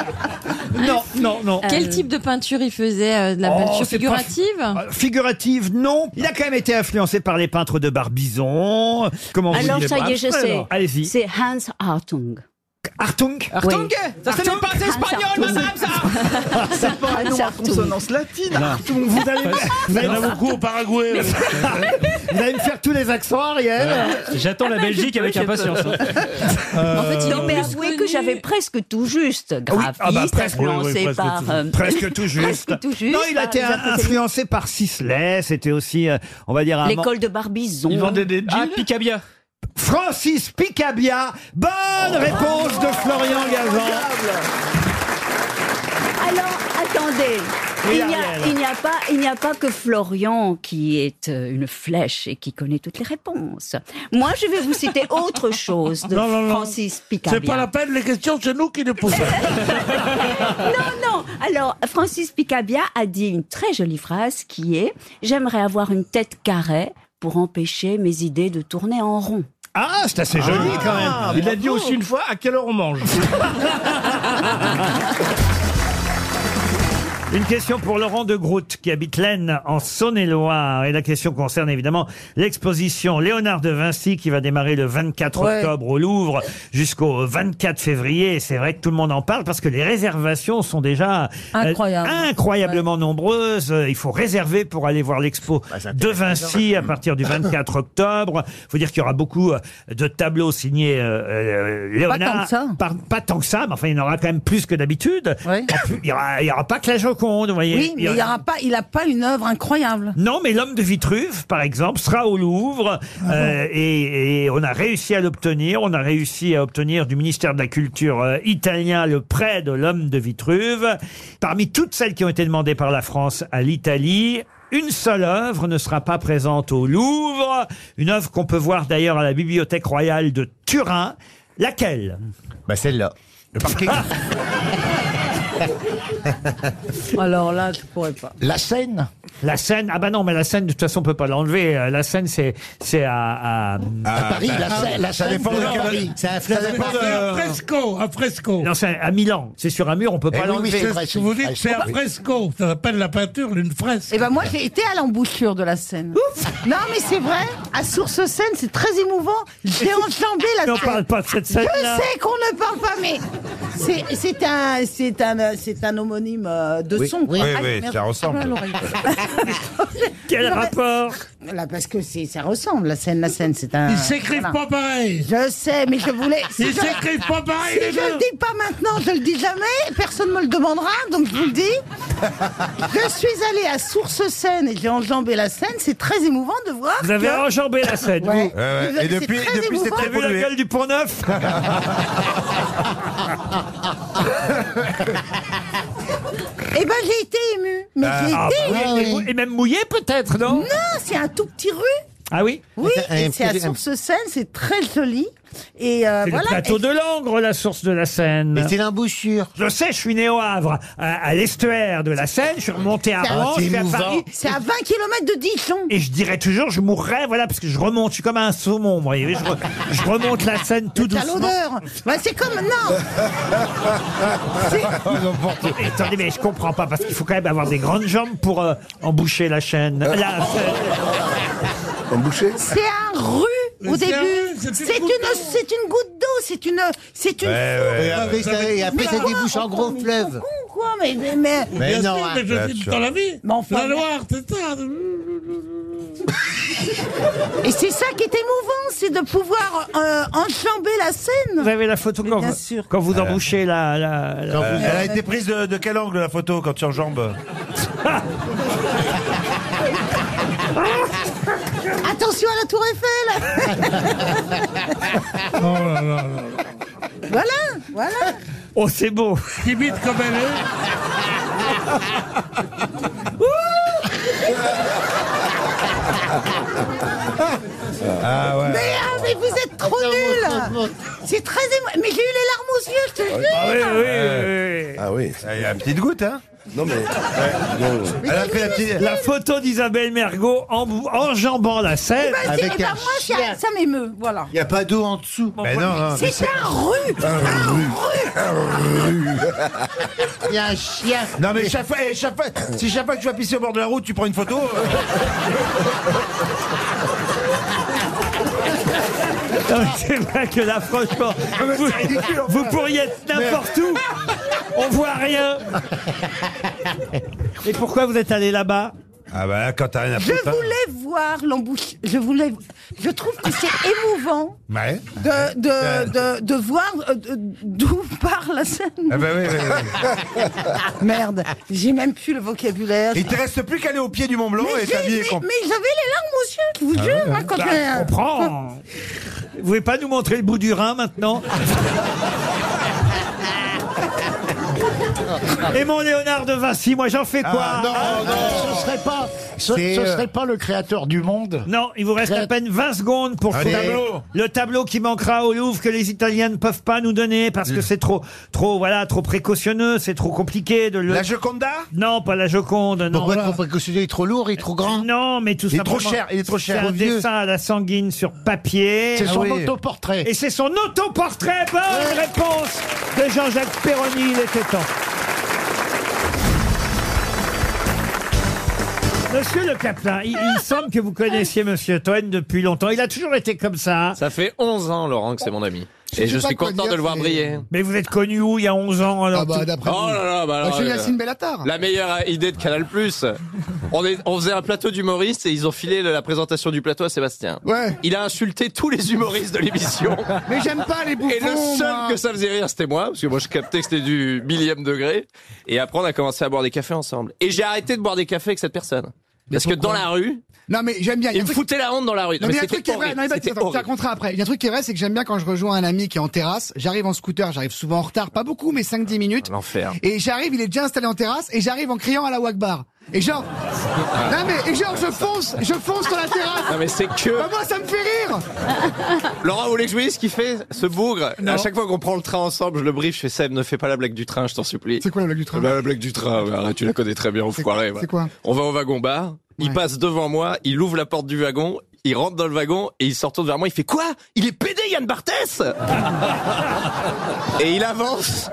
Non, non, non.
Quel type de peinture il faisait euh, De la
Oh,
peinture
c'est pas-
figurative
Euh, Figurative, non. Il a quand même été influencé par les peintres de Barbizon. Comment vous
Alors
dites
ça y est, je
Ah,
sais.
non. Allez-y.
C'est Hans Hartung.
Hartung
Hartung
Ça, ce n'est pas espagnol, madame,
ça
C'est pas un nom à consonance latine. Artung.
Vous allez, vous allez-
Il y en a beaucoup au Paraguay.
vous allez me faire tous les accents, Ariel.
J'attends
Ah,
la Belgique avec impatience.
hein.
Euh,
En fait, non, mais avouez Euh, que j'avais presque tout juste. Graphiste,
Ah bah, presque, oui, oui,
influencé
presque
par.
tout.
euh,
Presque tout juste.
presque tout juste
Non, il
par
a été
les
un-
Apostoliques.
influencé par Sisley. C'était aussi, euh, on va
Ah,
dire, un
L'école de Barbizon.
Ah, Picabia. Oh. Francis Picabia. Bonne réponse de Florian Gazan.
Alors, attendez.
Oui,
Il n'y
Ariel.
a, il n'y a pas, il n'y a pas que Florian qui est euh, une flèche et qui connaît toutes les réponses. Moi, je vais vous citer autre chose de
Non, non, non.
Francis Picabia.
C'est pas la peine, les questions, c'est nous qui les posons.
non, non. Alors, Francis Picabia a dit une très jolie phrase qui est J'aimerais avoir une tête carrée pour empêcher mes idées de tourner en rond.
Ah, c'est assez joli quand même.
Ah,
Il a dit aussi une fois à quelle heure on mange.
Une question pour Laurent de Groot qui habite l'Aisne en Saône-et-Loire. Et la question concerne évidemment l'exposition Léonard de Vinci qui va démarrer le 24
Ouais.
octobre au Louvre jusqu'au 24 février. Et C'est vrai que tout le monde en parle parce que les réservations sont déjà euh,
Incroyable.
incroyablement nombreuses. Euh, Il faut réserver pour aller voir l'expo de Vinci à partir du 24 octobre. Il faut dire qu'il y aura beaucoup euh, de tableaux signés euh, euh, Léonard.
tant que ça.
Par- pas tant que ça, mais enfin il y en aura quand même plus que d'habitude. En plus, Il n'y aura, il y aura pas que la Joconde, vous voyez.
Oui, mais il
y
y aura pas, il a pas une œuvre incroyable.
Non, mais l'homme de Vitruve, par exemple, sera au Louvre euh, et, et on a réussi à l'obtenir. On a réussi à obtenir du ministère de la Culture euh, italien le prêt de l'homme de Vitruve. Parmi toutes celles qui ont été demandées par la France à l'Italie, une seule œuvre ne sera pas présente au Louvre, une œuvre qu'on peut voir d'ailleurs à la Bibliothèque royale de Turin. Laquelle Ah,
Bah celle-là. Le parking.
Alors là, je pourrais pas.
La Seine La Seine, ah bah non, mais la Seine, de toute façon, on peut pas l'enlever. Euh, La Seine, c'est c'est à, à,
Ah,
À Paris, la
Ah.
bah, Seine- la ça Seine, dépend c'est de à quel- Paris. c'est un fleuve Ça dépend de-
Ah,
Un fresco, un fresco.
Non, c'est à Milan. C'est sur un mur, on peut
Eh
pas
oui,
l'enlever.
oui, c'est vrai, c'est une Vous dites fresque. c'est un fresco. Ça s'appelle la peinture d'une fresque.
Eh ben moi, j'ai été à l'embouchure de la Seine. Non, mais c'est vrai. À Source Seine, c'est très émouvant. J'ai enjambé la
Mais on
Seine.
parle pas de cette Seine-là.
Je sais qu'on ne parle pas, mais c'est- c'est un, c'est un, euh, c'est un homonyme euh, de
Oui.
son.
Oui,
Ah,
oui,
merde.
ça ressemble.
Ah, l'oreille.
Quel rapport
Là, parce que c'est, ça ressemble. La Seine, la Seine, c'est un.
Ils s'écrivent pas pareil.
Je sais, mais je voulais.
Ils
je-
s'écrivent pas pareil, les
Si je
deux.
le dis pas maintenant, je le dis jamais. Personne me le demandera, donc je vous le dis. Je suis allée à Source Seine et j'ai enjambé la Seine. C'est très émouvant de voir.
Vous avez
que-
enjambé la Seine,
Ouais.
vous.
Ouais, ouais. Et C'est depuis- très depuis, c'est émouvant. très
T'as vu la
pollué.
gueule du Pont Neuf
Eh ben, j'ai été émue. Mais
Ah,
j'ai
bah
été
oui,
émue.
et mou- Et même mouillé, peut-être, non
Non, c'est un tout petit rue.
Ah oui
Oui,
Un
et
petit-
c'est à Source Seine, c'est très joli. Et euh,
C'est
voilà.
le plateau
Et-
de Langres, la source de la Seine.
Mais c'est
l'embouchure. Je sais, je suis né au Havre, à, à l'estuaire de la Seine. Je suis remonté à
C'est à-
Rouen, je suis à Paris.
C'est à 20 km de Dijon.
Et je dirais toujours, je mourrais, voilà, parce que je remonte, je suis comme un saumon, vous voyez. Je, re- je remonte la Seine tout
T'as
doucement.
l'odeur. Ouais, c'est comme. Non
Mais Attendez, mais je comprends pas, parce qu'il faut quand même avoir des grandes jambes pour euh, emboucher la chaîne. La
Embouché
C'est un rue
Mais
au
c'est un
début.
rue, c'est une
C'est
goutte
une,
d'eau.
c'est une goutte d'eau. c'est une, c'est une.
Ouais,
fourche.
ouais, Et
Ah,
après, ouais. ça- et après,
Mais
ça
quoi,
débouche en
Oh,
gros
mais ils
fleuve.
sont cons, quoi, mais, mais, mais-
Mais
Bien
non,
sûr,
hein.
mais je
Bien
filme
sûr.
dans la vie.
Mais enfin,
la
mais-
Loire, c'est ça.
Et c'est ça qui est émouvant, c'est de pouvoir euh, enjamber la scène.
Vous avez la photo quand,
bien
vous-
sûr.
quand vous
Voilà.
embouchez la. la- la-
Euh, elle a été prise de, de quel angle la photo quand tu enjambes
Attention à la Tour Eiffel.
Oh
voilà, voilà.
Oh, c'est beau.
Timide comme elle est.
Ah ouais.
Mais, ah, mais vous êtes trop nuls. C'est très émo- Mais j'ai eu les larmes aux yeux, je te jure.
Ah oui. Il y a une petite goutte, hein Non mais. Elle a fait la petite.
La photo d'Isabelle Mergot enjambant la
Eh
scène.
ben, c'est- eh ben, moi, ça, ça m'émeut, voilà.
n'y a pas d'eau en dessous.
Mais non, non, mais
C'est un rue.
Il y a un chien.
Non mais chaque fois, eh, chaque fois- si chaque fois que tu vas pisser au bord de la route, tu prends une photo. euh,
Non, mais C'est vrai que là, franchement, vous, vous pourriez être n'importe où. On voit rien. Et pourquoi vous êtes allé là-bas
Ah bah quand t'as rien à
Je
foutre. hein.
voulais voir l'embouche. Je voulais. Je trouve que c'est émouvant
Ouais.
de, de, de, de voir euh, de- d'où part la scène.
Ah bah oui, oui,
Merde, j'ai même plus le vocabulaire.
Il te reste plus qu'à aller au pied du Mont Blanc
mais
et
j'ai-
ta vie est
mais-
complète.
mais j'avais les larmes aux yeux, je vous
Ah
jure.
ouais,
hein, quand
Bah,
j'ai-
je comprends. Vous pouvez pas nous montrer le bout du rein maintenant Et mon Léonard de Vinci, moi j'en fais quoi
non, non. Ce serait pas, ce,
Ah, C'est,
ce
euh,
serait pas le créateur du monde.
Non, il vous reste à peine 20 secondes pour
Allez.
faire
Tableau.
le tableau qui manquera au Louvre que les Italiens ne peuvent pas nous donner parce que c'est trop, trop, voilà, trop précautionneux, c'est trop compliqué de le.
La Joconda
Non, pas la Joconde. Non,
Pourquoi
trop précautionneux Il est trop lourd, il est trop grand. Non, mais tout
Il est
simplement.
trop cher, il est trop cher.
C'est un
Trop vieux.
dessin à la sanguine sur papier. Ah
C'est son autoportrait.
Et c'est son autoportrait. Bonne réponse de Jean-Jacques Perroni. Il était temps. Monsieur Le Caplin, il, il semble que vous connaissiez Monsieur Toen depuis longtemps. Il a toujours été comme ça. hein.
Ça fait 11 ans, Laurent, que c'est mon ami.
Je
Et
sais
je
pas
suis
quoi
content
dire,
de le voir
mais-
briller.
Mais vous êtes connu où il y a 11 ans
Ah,
alors
bah,
tout-
Oh là là, bah alors,
Chez
euh,
Yacine Bellatar.
La meilleure idée de Canal on, est- on faisait un plateau d'humoristes et ils ont filé la présentation du plateau à Sébastien.
Ouais.
Il a insulté tous les humoristes de l'émission.
Mais j'aime pas les bouffons.
Et le seul
moi.
que ça faisait rire, c'était moi, parce que moi je captais que c'était du millième degré. Et après, on a commencé à boire des cafés ensemble. Et j'ai arrêté de boire des cafés avec cette personne. Parce que dans la rue,
Non mais j'aime bien. Il y a
il
un
me
truc-
foutait la honte dans la rue.
Non, mais il y a un
c'était
truc qui est vrai.
horrible,
Non, mais vas-y,
c'était
attends, je te
horrible.
raconterai après. Il y a un truc qui est vrai, c'est que j'aime bien quand je rejoins un ami qui est en terrasse. J'arrive en scooter, j'arrive souvent en retard, pas beaucoup, mais 5-10 minutes.
L'enfer.
Et j'arrive, il est déjà installé en terrasse, et j'arrive en criant à la Wagbar. Et genre, non mais, et genre, je fonce, je fonce sur la terrasse.
Non, mais c'est que-
Ah, moi, ça me fait rire.
Laurent, vous voulez que je vous dise ce qu'il fait, ce bougre À chaque fois qu'on prend le train ensemble, je le brief, je fais Seb, ne fais pas la blague du train, je t'en supplie. C'est
quoi la blague du train
La blague du train, bah, arrête, tu la connais très bien, enfoiré. va.
c'est quoi
On va au wagon-bar, il passe devant moi, il ouvre la porte du wagon, il rentre dans le wagon et il se retourne vers moi, il fait Quoi Il est pédé, Yann Barthès Et il avance,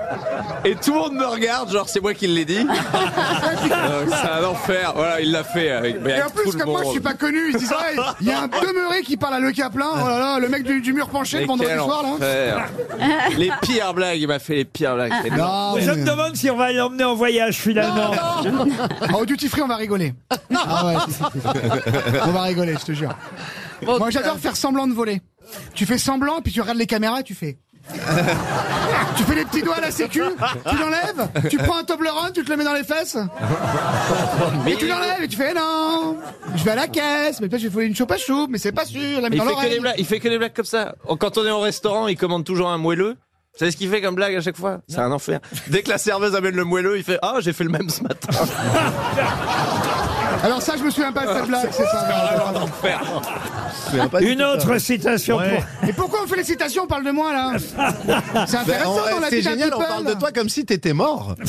et tout le monde me regarde, genre c'est moi qui l'ai dit. Donc, c'est un enfer, voilà, il l'a fait. Avec, mais
Et en
avec tout
plus,
le
comme moi,
monde.
je suis pas connu, ils se disent, Ouais, il y a un demeuré qui parle à Le Caplin. Oh là là, le mec du, du mur penché
Mais
le vendredi
quel
soir, là.
enfer. Les pires blagues, il m'a fait les pires blagues. C'est énorme.
Je me demande si on va l'emmener en voyage finalement.
Ah, Au duty free, on va rigoler. Ah ouais, si, si, si. on va rigoler, je te jure. Moi, j'adore faire semblant de voler. Tu fais semblant, puis tu regardes les caméras et tu fais. tu fais les petits doigts à la sécu, tu l'enlèves, tu prends un Toblerone, tu te le mets dans les fesses, et tu l'enlèves et tu fais non, je vais à la caisse, mais peut-être je vais voler une choupe à choupe, mais c'est pas sûr, je la mets
Il
dans
fait, que
l'oreille.
des blagues, il fait que des blagues comme ça. Quand on est au restaurant, il commande toujours un moelleux. Vous savez ce qu'il fait comme blague à chaque fois C'est un enfer. Dès que la serveuse amène le moelleux, il fait Ah, j'ai fait le même ce matin.
Alors ça, je me souviens pas de
Ah.
cette blague, c'est ça.
Une autre citation pour.
Et pourquoi on fait les citations On parle de moi là. C'est intéressant
Ben, on-
dans la
c'est
vie d'un
génial, on
people.
parle de toi comme si t'étais mort.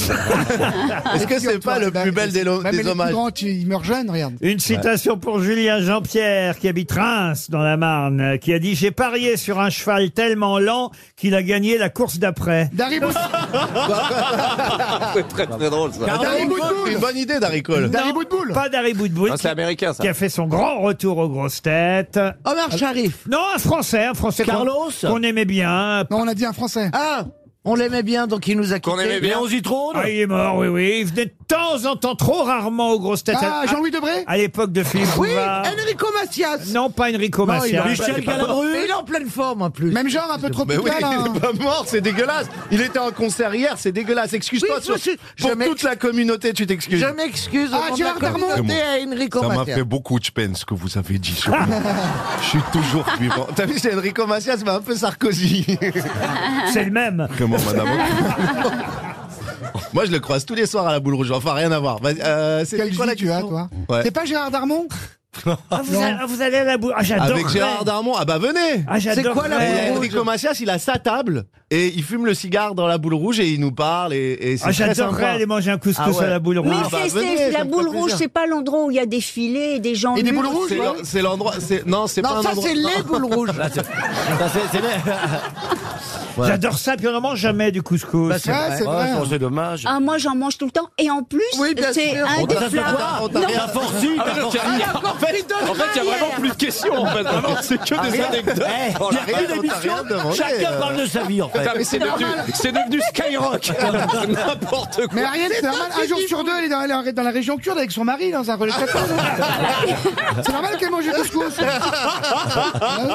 Est-ce que c'est pas le plus bel des, lo-
Même
des
les plus
hommages
grands, tu- ils meurent jeunes, regarde.
Une citation pour Julien Jean-Pierre, qui habite Reims, dans la Marne, euh, qui a dit « J'ai parié sur un cheval tellement lent qu'il a gagné la course d'après.
Dari Boussoul.
c'est très très drôle ça.
Darry Boudboul. C'est une bonne idée, Darry Cole.
Dari Boudboul.
Pas Dari Boudboul
Ah, c'est
qui-
américain, ça.
qui a fait son grand retour aux grosses têtes.
Omar Sharif.
Non, un Français, un Français. qu'on-
Carlos.
Qu'on aimait bien.
Non, on a dit un Français. Ah, on l'aimait bien, donc il nous a quittés.
Ah, il est mort, oui, oui. Il venait de temps en temps, trop rarement aux grosses têtes.
Ah,
À-
Jean-Louis Debré
À l'époque de Philippe
Oui,
Bouvard.
Enrico Macias.
Non, pas Enrico Macias.
Mais il est en pleine forme en plus.
Même genre un peu
Mais oui,
tropical. hein.
il est pas mort, c'est dégueulasse. Il était en concert hier, c'est dégueulasse. Excuse-toi
Oui,
sur-
je suis-
pour
je m'ex-
toute la communauté, tu t'excuses.
Je m'excuse. au
Ah,
nom de
Gérard
la
Darmon.
communauté
C'est
à
moi.
Enrico
Ça m'a
Macias.
fait beaucoup de peine ce que vous avez dit sur moi. Je suis toujours vivant.
T'as vu, c'est Enrico Macias, mais un peu Sarkozy.
C'est le même.
Comment, madame Moi, je le croise tous les soirs à la boule rouge. Enfin, rien à voir. Vas-y, euh, C'était
Quelle
quoi la
vie tu as,
question
toi
Ouais.
C'est pas Gérard Darmon
Ah, vous,
Non.
allez- vous allez à la boule. Ah, j'adore.
Avec Gérard Darmon, ah bah venez
Ah, j'adorerais. C'est quoi la boule
Et
rouge
Enrico Macias, il a sa table et il fume le cigare dans la boule rouge et il nous parle et, et c'est
Ah,
très
j'adorerais
sympa.
aller manger un couscous à la boule
Ah
rouge.
ouais.
Mais
Ah bah
C'est- c'est-
venez, ça
la
me
boule
fait
rouge,
plaisir.
c'est pas l'endroit où il y a des filets et des gens nus.
C'est l'en- C'est l'endroit. c'est- Non, c'est
Non,
pas un
ça,
endroit.
c'est les boules rouges.
J'adore ça, puis on n'en mange jamais du couscous.
Bah, c'est Ouais, vrai. c'est vrai. Ouais, c'est
dommage. Ah, moi, j'en mange tout le temps. Et en plus, c'est un des plats. Non.
Ah, mais non, tiens, il y a- En fait, en fait, il y a vraiment plus de questions. En fait, vraiment, c'est
Ah,
que des
Arrête.
anecdotes.
Eh,
Oh,
il y a
la
une
reine,
émission,
on t'a rien demandé,
chacun
euh.
parle de sa vie, en fait.
Putain, mais c'est
C'est
devenu,
normal.
c'est devenu Skyrock. N'importe quoi.
Mais Ariel, c'est normal, un jour sur deux, elle est dans, elle est dans la région kurde avec son mari dans un relais de plateforme. C'est normal qu'elle mange du couscous. Ah oui.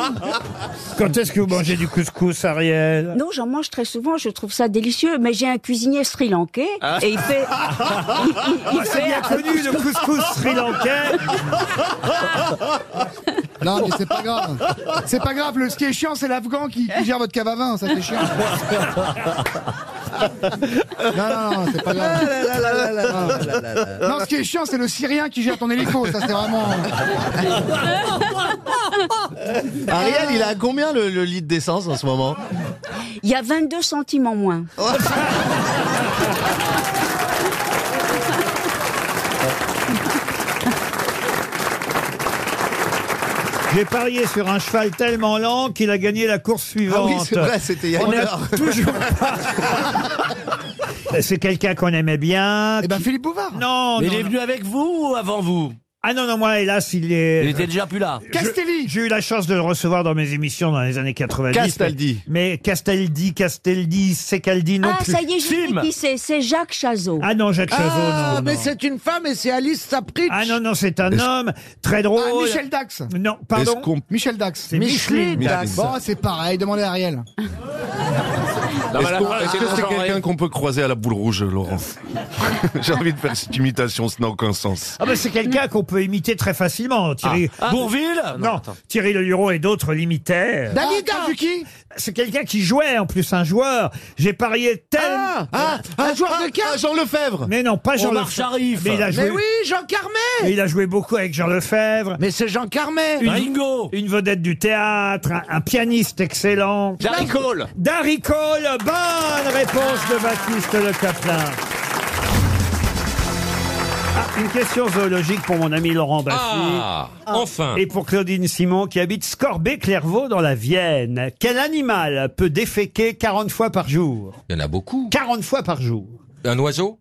Quand est-ce que vous mangez du couscous, Ariel
Non, j'en mange très souvent, je trouve ça délicieux, mais j'ai un cuisinier sri-lankais
Ah.
et il fait. il- il- il
Ah,
fait
c'est bien
un
connu, le couscous sri-lankais.
Non, mais c'est pas grave. C'est pas grave, le, ce qui est chiant, c'est l'Afghan qui, qui gère votre cave à vin, ça c'est chiant. Non, non, non, c'est pas
Ah
grave.
Oh
Non, ce qui est chiant, c'est le Syrien qui gère ton hélico, ça c'est vraiment.
Ariel, il a combien le, le litre d'essence en ce moment
Il y a 22 centimes en moins.
Oh.
Ah,
J'ai parié sur un cheval tellement lent qu'il a gagné la course
Ah
suivante.
oui, c'est vrai, c'était il y a
On
une
a
heure.
toujours C'est quelqu'un qu'on aimait bien. Eh
ben, Philippe Bouvard.
Non,
Mais
non,
il est
non.
venu avec vous ou avant vous
Ah non, non, moi, hélas, il est.
Il était déjà plus là.
Je- J'ai eu la chance de le recevoir dans mes émissions dans les années 90.
Castaldi.
Mais, mais Castaldi, Castaldi, Secaldi, non
ah,
plus.
ça y est, je sais qui c'est, c'est Jacques Chazot.
Ah non, Jacques Chazot,
Ah,
non,
mais
non.
c'est une femme et c'est Alice Sapritch.
Ah non, non, c'est un homme très drôle.
Ah, Michel Dax.
Non, pardon.
Est-ce qu'on- Michel Dax.
C'est Micheline Micheline Dax. Dax.
Bon, c'est pareil, demandez à Ariel.
Est-ce
mais là,
qu'on-
ah,
est-ce que
ah,
c'est
ah,
quelqu'un qu'on peut croiser à la boule rouge, Laurent J'ai envie de faire cette imitation, ça n'a aucun sens.
Ah ben c'est quelqu'un qu'on peut imiter très facilement. Thierry
Ah. Ah. Bourvil
Non,
Non,
Thierry Leluron et d'autres l'imitaient.
Dalida
C'est quelqu'un qui jouait en plus un joueur. J'ai parié tel.
ah, un joueur de cartes
Jean Lefebvre
Mais non, pas Jean
Omar
Lefebvre.
Sharif.
Mais il a joué.
oui, Jean Carmet
Et il a joué beaucoup avec Jean Lefebvre.
Mais c'est Jean Carmet
Une, une vedette du théâtre, un, un pianiste excellent.
Darry Cole.
Darry Cole, bonne réponse de Baptiste Le Caplin. Ah, une question zoologique pour mon ami Laurent Baffy.
Ah, enfin.
Et pour Claudine Simon qui habite Scorbé-Clairvaux dans la Vienne. Quel animal peut déféquer 40 fois par jour
Il y en a beaucoup.
40 fois par jour.
Un oiseau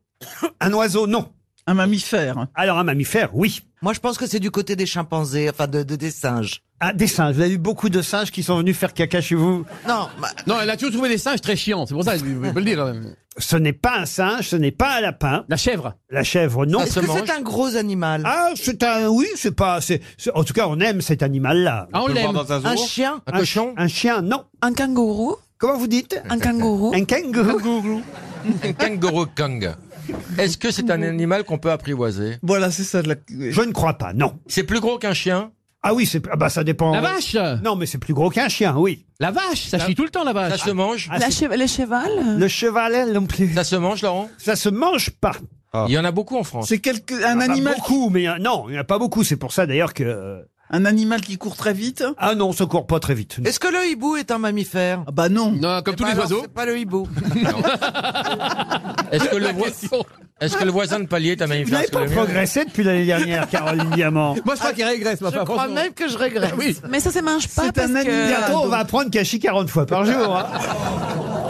Un oiseau, non.
Un mammifère.
Alors un mammifère, oui.
Moi, je pense que c'est du côté des chimpanzés, enfin de, de- des singes.
Ah, des singes. Vous avez eu beaucoup de singes qui sont venus faire caca chez vous
Non,
Non, elle a toujours trouvé des singes très chiants, c'est pour ça, je peux le dire. hein. quand même.
Ce n'est pas un singe, ce n'est pas un lapin.
La chèvre
La chèvre, non.
Est-ce Ça se que c'est mange. un
gros animal
Ah, c'est un... Oui, c'est pas... c'est- c'est- En tout cas, on aime cet animal-là.
Ah, on On peut le voir l'aime. dans un zoo Un chien Un
cochon Un chien, non. Un kangourou Comment vous dites Un kangourou. Un kangourou.
Un kangourou kang. Est-ce que c'est un animal qu'on peut apprivoiser
Voilà, c'est ça. Je ne crois pas, non.
C'est plus gros qu'un chien
Ah oui, c'est... Ah bah ça dépend...
La vache
Non, mais c'est plus gros qu'un chien, oui.
La vache,
ça chie tout le temps, la vache.
Ça se mange
Ah, La c'est-
Le cheval
Le chevalet non plus.
Ça se mange, Laurent
Ça se mange pas.
Il y en a beaucoup en France.
Ah. C'est un animal beaucoup, mais un- non, il n'y en a pas beaucoup. C'est pour ça d'ailleurs que. Un animal qui court très vite Ah non, ça court pas très vite.
Est-ce que le hibou est un mammifère
Bah non.
Non,
comme tous les oiseaux.
C'est pas le hibou.
Est-ce que, le voi- Est-ce que le voisin de palier est un
Vous
mammifère
n'avez
Est-ce que
pas
le mien-
progressé depuis l'année dernière, Caroline Diamant.
Moi, je crois qu'il régresse, ma
Je crois même que je régresse.
Ah
Mais ça, ça mange pas
Ah, C'est
parce
un âne.
que...
Bientôt, on va apprendre qu'elle chie 40 fois par jour. hein.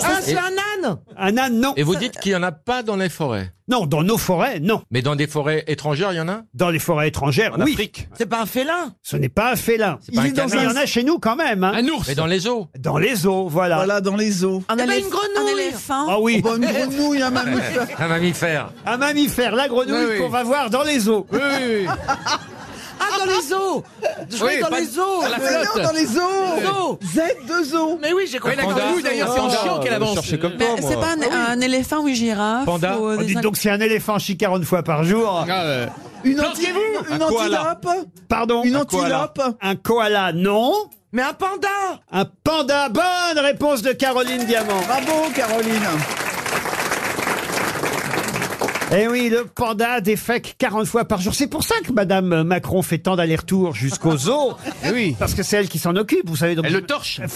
Ah, c'est un âne
âne
Un âne, non.
Et vous dites qu'il n'y en a pas dans les forêts
Non, dans nos forêts, non.
Mais dans des forêts étrangères, il y en a
Dans les forêts étrangères,
En
oui.
Afrique
C'est pas un félin
Ce n'est pas un félin.
pas un
est dans
canard.
il y en a chez nous quand même. hein.
Un ours. Eh ben, Mais dans les eaux.
Dans les eaux, voilà. Voilà,
dans les eaux.
Un
éléph-
grenouille. Ah oui.
ben, Oh, bah, une grenouille, un mammifère.
Un mammifère.
Un mammifère, la grenouille
Oui, oui.
qu'on va voir dans les eaux.
Oui, oui, oui.
Ah, dans les eaux Jouer
Oui,
dans
pas-
les eaux
à la Mais flotte. non, dans les eaux.
Z2O Mais oui, j'ai compris.
la grenouille, d'ailleurs, c'est en chiant qu'elle avance.
Mais c'est pas un, un éléphant ou une girafe
Ah Panda.
ou, euh,
Oh,
des
dites
in-
donc, si un éléphant chie 40 fois par jour.
Une antilope Une antilope
Pardon
Une
Un koala.
antilope
Un koala, non.
Mais un panda
Un panda, bonne réponse de Caroline Diamant.
Bravo, Caroline.
Eh oui, le panda défèque 40 fois par jour. C'est pour ça que Madame Macron fait tant d'allers-retours jusqu'aux zoo. oui. Parce que c'est elle qui s'en occupe, vous savez. Donc... Elle le torche.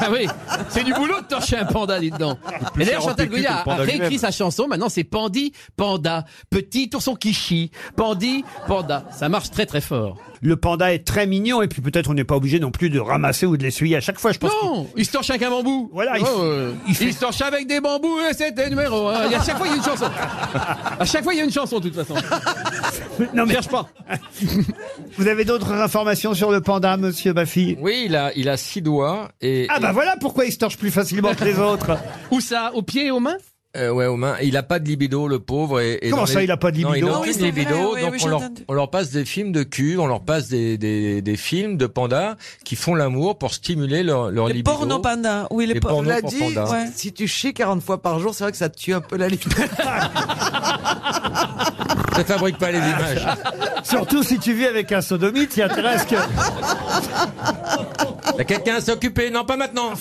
Ah oui, c'est du boulot de torcher un panda, dites donc. plus Et d'ailleurs, charpenté Chantal que Goya le a panda réécrit lui-même. sa chanson. Maintenant, c'est Pandi, Panda, petit ourson qui chie, Pandi, Panda. Ça marche très très fort.
Le panda est très mignon et puis peut-être on n'est pas obligé non plus de ramasser ou de l'essuyer à chaque fois. Je pense
Non, il se torche avec un bambou.
Voilà, il-
Oh, euh, il, se torche avec des bambous et c'était numéro. un. Il y a- à chaque fois, il y a une chanson. À chaque fois, il y a une chanson, de toute façon.
Non, mais
cherche pas.
Vous avez d'autres informations sur le panda, monsieur Baffy
Oui, il a, il a six doigts et.
Ah
et-
bah voilà pourquoi il se torche plus facilement que les autres.
Où ça Aux pieds et aux mains
Euh, ouais, aux mains. Il a pas de libido, le pauvre. Et, et
Comment
dans
ça,
les-
il a pas de libido
Non, il a
Ah oui,
aucune
c'est vrai,
libido.
oui,
donc
oui,
on,
j'ai
leur,
entendu.
on leur passe des films de cul, on leur passe des, des, des films de pandas qui font l'amour pour stimuler leur, leur
Les
libido.
porno pandas. Oui, les,
Les
por-
pornos
l'a
pour
dit,
pandas.
ouais.
Si tu chies 40 fois par jour, c'est vrai que ça te tue un peu la libido.
Ça fabrique pas les images.
Surtout si tu vis avec un sodomite, il intéresse que...
Il y a quelqu'un à s'occuper. Non, pas maintenant.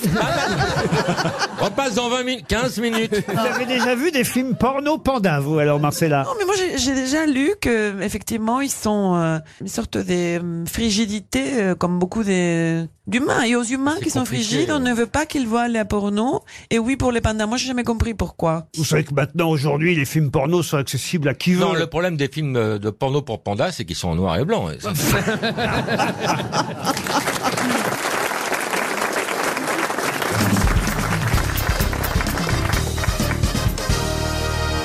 Repasse dans 20 minutes, 15 minutes.
Vous avez déjà vu des films porno panda, vous alors Marcella
Non, mais moi j'ai j'ai déjà lu que effectivement ils sont euh, une sorte des euh, frigidités euh, comme beaucoup des d'humains et aux humains qui sont
compliqué,
frigides, on ne veut pas qu'ils voient les porno et oui pour les pandas. Moi j'ai jamais compris pourquoi.
Vous savez que maintenant, aujourd'hui, les films porno sont accessibles à qui veut.
Non, le problème des films euh, de porno pour pandas, c'est qu'ils sont en noir et blanc. Et ça-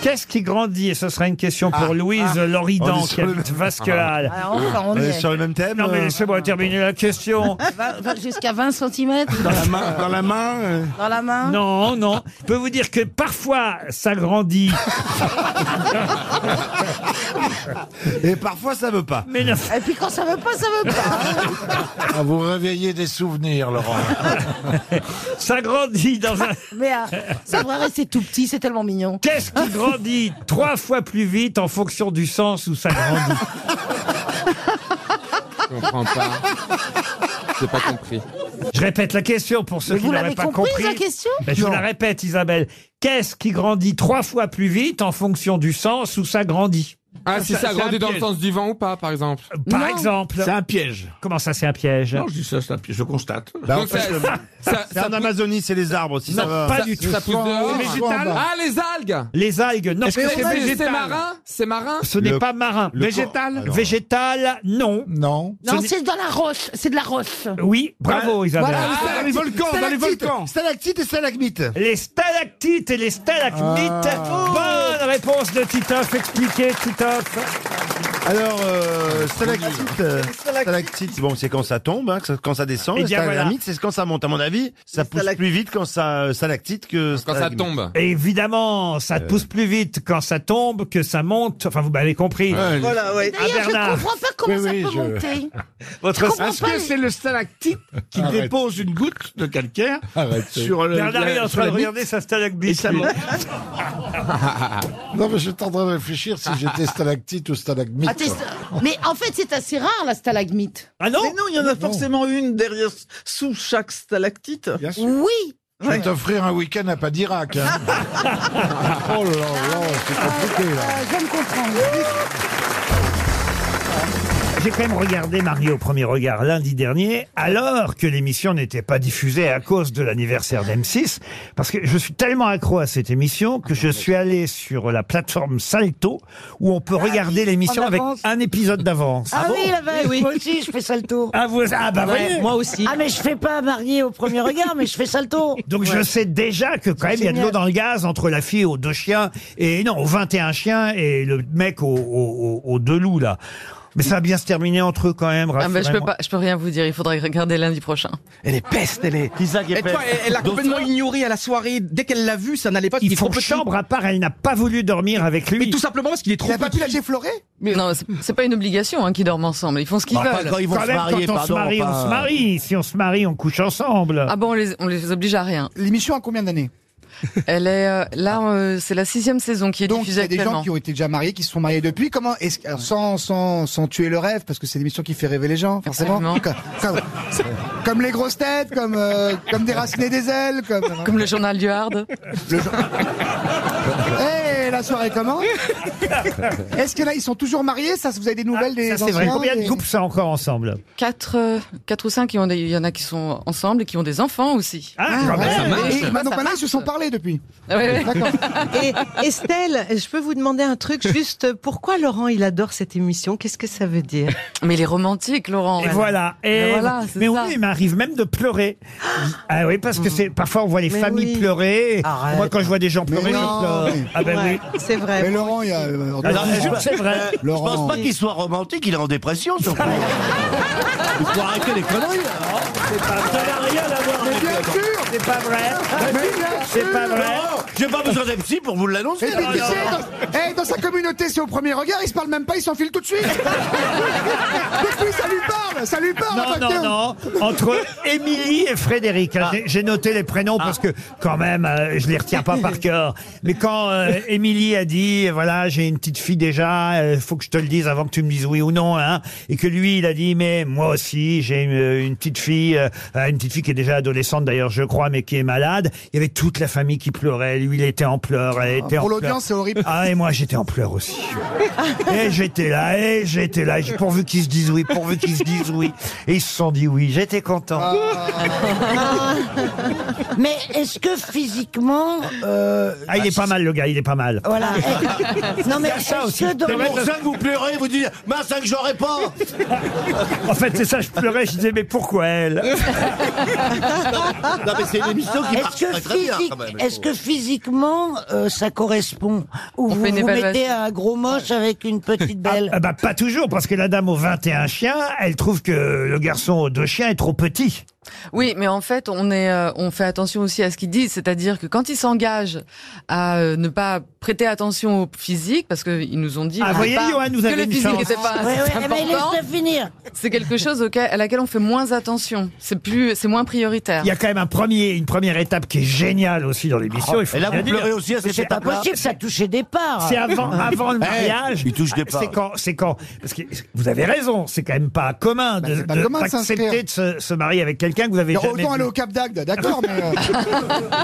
Qu'est-ce qui grandit Et ce sera une question pour Louise Loridan, qui habite Vasquelade.
Ah, enfin, on y On est est. sur le euh.
même thème Non, mais laissez-moi terminer la question.
Vingt- vingt- Jusqu'à 20 cm. Dans la main. euh.
Dans la main
Dans la main.
Non, non. Je peux vous dire que parfois, ça grandit.
Et parfois, ça veut pas.
Mais non.
Et puis quand ça veut pas, hein. ça veut pas.
Ah, vous réveillez des souvenirs, Laurent.
Ça grandit dans un...
Mais ah, ça devrait rester tout petit, c'est tellement mignon.
Qu'est-ce qui grandit trois fois plus vite en fonction du sens où ça grandit
Je comprends pas. J'ai pas compris.
Je répète la question pour ceux
Mais
qui
vous
n'auraient
l'avez
pas
comprise,
compris.
la question
Ben, je vous
Non.
la répète, Isabelle. Qu'est-ce qui grandit trois fois plus vite en fonction du sens où ça grandit
Ah, si ça grandit dans le sens du vent ou pas, par exemple
Par exemple.
C'est un
piège. Comment ça, c'est un piège
Non,
Je dis ça, c'est un piège, je constate.
Donc ça- ça- ça-
C'est en Amazonie, c'est les arbres aussi.
Non,
ça va.
pas du tout.
Ça pousse dehors. Ah, les algues
Les algues, non.
Est-ce que
Mais
c'est
on a-
végétal marin C'est marin
Ce n'est
Le-
pas marin.
le Végétal corps, alors.
Végétal, non.
Non.
Non, c'est dans la roche, c'est de la roche.
Oui, bravo Isabelle.
Voilà,
Ah, dans les volcans, dans les
Stalactites.
volcans.
Stalactites et stalagmites. Les stalactites et les stalagmites.
Ah.
Bonne réponse de Titoff. Expliquez, Titoff.
Alors, euh, stalactite, euh, stalactite, bon, c'est quand ça tombe, hein, que ça- quand ça descend.
Eh
Et
bien,
stalagmite,
voilà.
c'est quand ça monte. À mon avis, ça pousse plus vite quand ça stalactite que
Quand ça
stalagmite.
tombe. Euh.
Évidemment, ça te pousse plus vite quand ça tombe que ça monte. Enfin, vous m'avez compris.
Voilà, ouais.
Ah,
D'ailleurs, je
Bernard.
comprends pas comment
Oui,
ça
oui,
peut
je-
monter.
Votre
Est-ce que c'est le stalactite qui
Arrête.
dépose une goutte de calcaire
Arrête.
sur le.
Bernard il est en
sur la
train de
bite
regarder sa
et
stalagmite.
ça monte.
non, mais je suis en train de réfléchir si j'étais stalactite ou stalagmite.
Ah, t'es- Mais en fait, c'est assez rare la stalagmite.
Ah non
Mais non, il y en a forcément une derrière, sous chaque stalactite.
Oui.
Je vais t'offrir un week-end à Padirac. hein. oh là là, là, c'est compliqué. Là.
Euh, je me comprends.
j'ai quand même regardé Mario au premier regard lundi dernier, alors que l'émission n'était pas diffusée à cause de l'anniversaire d'M6, parce que je suis tellement accro à cette émission que je suis allé sur la plateforme Salto, où on peut regarder l'émission
en
avec
avance.
un épisode d'avance.
Ah, oui, la vache,
Eh oui.
moi aussi, je fais ça le tour.
Ah, vous- ah, bah, voyez. Moi aussi.
Ah, mais je fais pas marier au premier regard, mais je fais ça le tour.
Donc je
Ouais.
sais déjà que quand même
C'est
il y a de
génial.
l'eau dans le gaz entre la fille aux deux chiens et non aux 21 chiens et le mec aux, aux- aux- aux deux loups là. Mais ça va bien se terminer entre eux quand même.
Ah bah, je peux
rassurez-moi.
pas, je peux rien vous dire. Il faudra regarder lundi prochain.
Elle est peste, elle est.
est
Et toi,
peste.
elle, elle a
Dauphin.
complètement ignoré à la soirée. Dès qu'elle l'a vu, ça n'allait pas.
Ils font chambre à part. Elle n'a pas voulu dormir avec lui.
Mais tout simplement parce qu'il est trop.
pas pu la déflorer Non, c'est- c'est pas une obligation hein, qu'ils dorment ensemble. Ils font ce qu'ils
Bah,
veulent.
quand même, quand on se marie, on se marie. Si on se marie, on couche ensemble.
Ah bon, on les, on les oblige à rien. L'émission a combien d'années Elle est euh, là, euh, c'est la sixième saison qui est
Donc, il y
diffusée
a des gens
actuellement.
qui ont été déjà mariés, qui se sont mariés depuis. Comment est-ce que- alors, sans, sans, sans tuer le rêve, parce que c'est l'émission qui fait rêver les gens, forcément. Comme, comme- comme les grosses têtes, comme, euh, comme déraciner des ailes, comme. euh,
Comme le journal du Hard.
Eh, la soirée commence. Est-ce que là, ils sont toujours mariés Ça, vous avez des nouvelles des
Ah, Ça, c'est vrai.
anciens,
Combien de
des-
couples sont encore ensemble
Quatre, euh, quatre ou cinq, qui ont des- il y en a qui sont ensemble et qui ont des enfants aussi.
Ah,
quand même.
ça marche.
Et maintenant,
Ça
maintenant, ils
marche.
se sont parlé depuis.
Ah Ouais, ouais.
D'accord.
Et Estelle, je peux vous demander un truc juste pourquoi Laurent il adore cette émission Qu'est-ce que ça veut dire
Mais il est romantique, Laurent.
Et voilà. Et
Mais voilà, c'est
mais oui,
ça.
il m'arrive même de pleurer. Ah oui, parce que c'est parfois on voit les
Mm. Mais
familles
oui.
pleurer. Moi, quand je vois des gens
Mais
pleurer, je
non.
pleure. Ah ben oui.
C'est vrai.
Mais Laurent, il y a.
Alors, je- c'est vrai.
Euh,
Je pense
Laurent.
pas qu'il
soit romantique, il est en dépression, surtout. Il faut arrêter les conneries.
hein.
C'est pas vrai. Ça n'a rien à voir
avec
bien sûr C'est pas vrai. C'est pas vrai.
J'ai pas besoin d'un psy pour vous l'annoncer.
Et puis, tu sais, dans, eh, dans sa communauté, c'est au premier regard, il se parle même pas, il s'enfile tout de suite. Depuis, ça lui parle, ça lui parle.
Non,
enfin,
non,
Théo.
non. Entre Émilie et Frédéric. hein. J'ai- J'ai noté les prénoms parce que, quand même, euh, je les retiens pas par cœur. Mais quand euh, Émilie a dit, voilà, j'ai une petite fille déjà, euh, faut que je te le dise avant que tu me dises oui ou non, hein, et que lui, il a dit, mais moi aussi, j'ai une, une petite fille, euh, euh, une petite fille qui est déjà adolescente d'ailleurs, je crois, mais qui est malade. Il y avait toute la famille qui pleurait. Lui, il était en pleurs. Elle était
Ah, pour
en pleurs.
l'audience, c'est horrible.
Ah, et moi, j'étais en pleurs aussi. Et Eh, j'étais là, et j'étais là, et j'ai- pourvu qu'ils se disent oui, pourvu qu'ils se disent oui. Et ils se sont dit oui, j'étais content.
Ah.
Mais est-ce que physiquement, euh,
Ah, il est pas mal, le gars, il est pas mal.
voilà. non mais est-ce que dans
C'est pour ça que vous pleurez, vous dites,
ah,
mince, ça que j'aurais pas.
En fait, c'est ça, je pleurais, je disais, mais pourquoi elle
Non, mais c'est une émission qui marche
Est-ce que,
très, très bien,
physique-
quand même.
est-ce que physiquement euh, ça correspond Ou vous,
fait une
vous mettez
évaluation.
un gros moche avec une petite belle
Ah bah, pas toujours, parce que la dame aux 21 chiens, elle trouve que le garçon aux deux chiens est trop petit.
Oui, mais en fait, on est, euh, on fait attention aussi à ce qu'ils disent, c'est-à-dire que quand ils s'engagent à euh, ne pas prêter attention au physique, parce qu'ils nous ont dit
Ah,
au
voyez,
départ
Johan, nous
que
avez
le
une
physique
chance.
n'était pas
Ouais, eh ben, ouais, mais
important,
laisse-le finir.
c'est quelque chose auquel, à laquelle on fait moins attention. C'est plus, c'est moins
Ah.
prioritaire.
Il y a quand même un premier, une première étape qui est géniale aussi dans l'émission. il faut bien dire.
C'est pas possible, ça touchait des parts.
C'est avant,
Hein
avant le
Eh,
mariage. Ah,
il touche des parts.
C'est quand, c'est quand. Parce que vous avez raison, c'est quand même pas commun de,
Bah, c'est pas
de-
commun de
d'accepter
s'inscrire.
de se, se marier avec quelqu'un que vous avez
Alors,
jamais
autant
vu.
aller au Cap d'Agde, d'accord, mais. euh,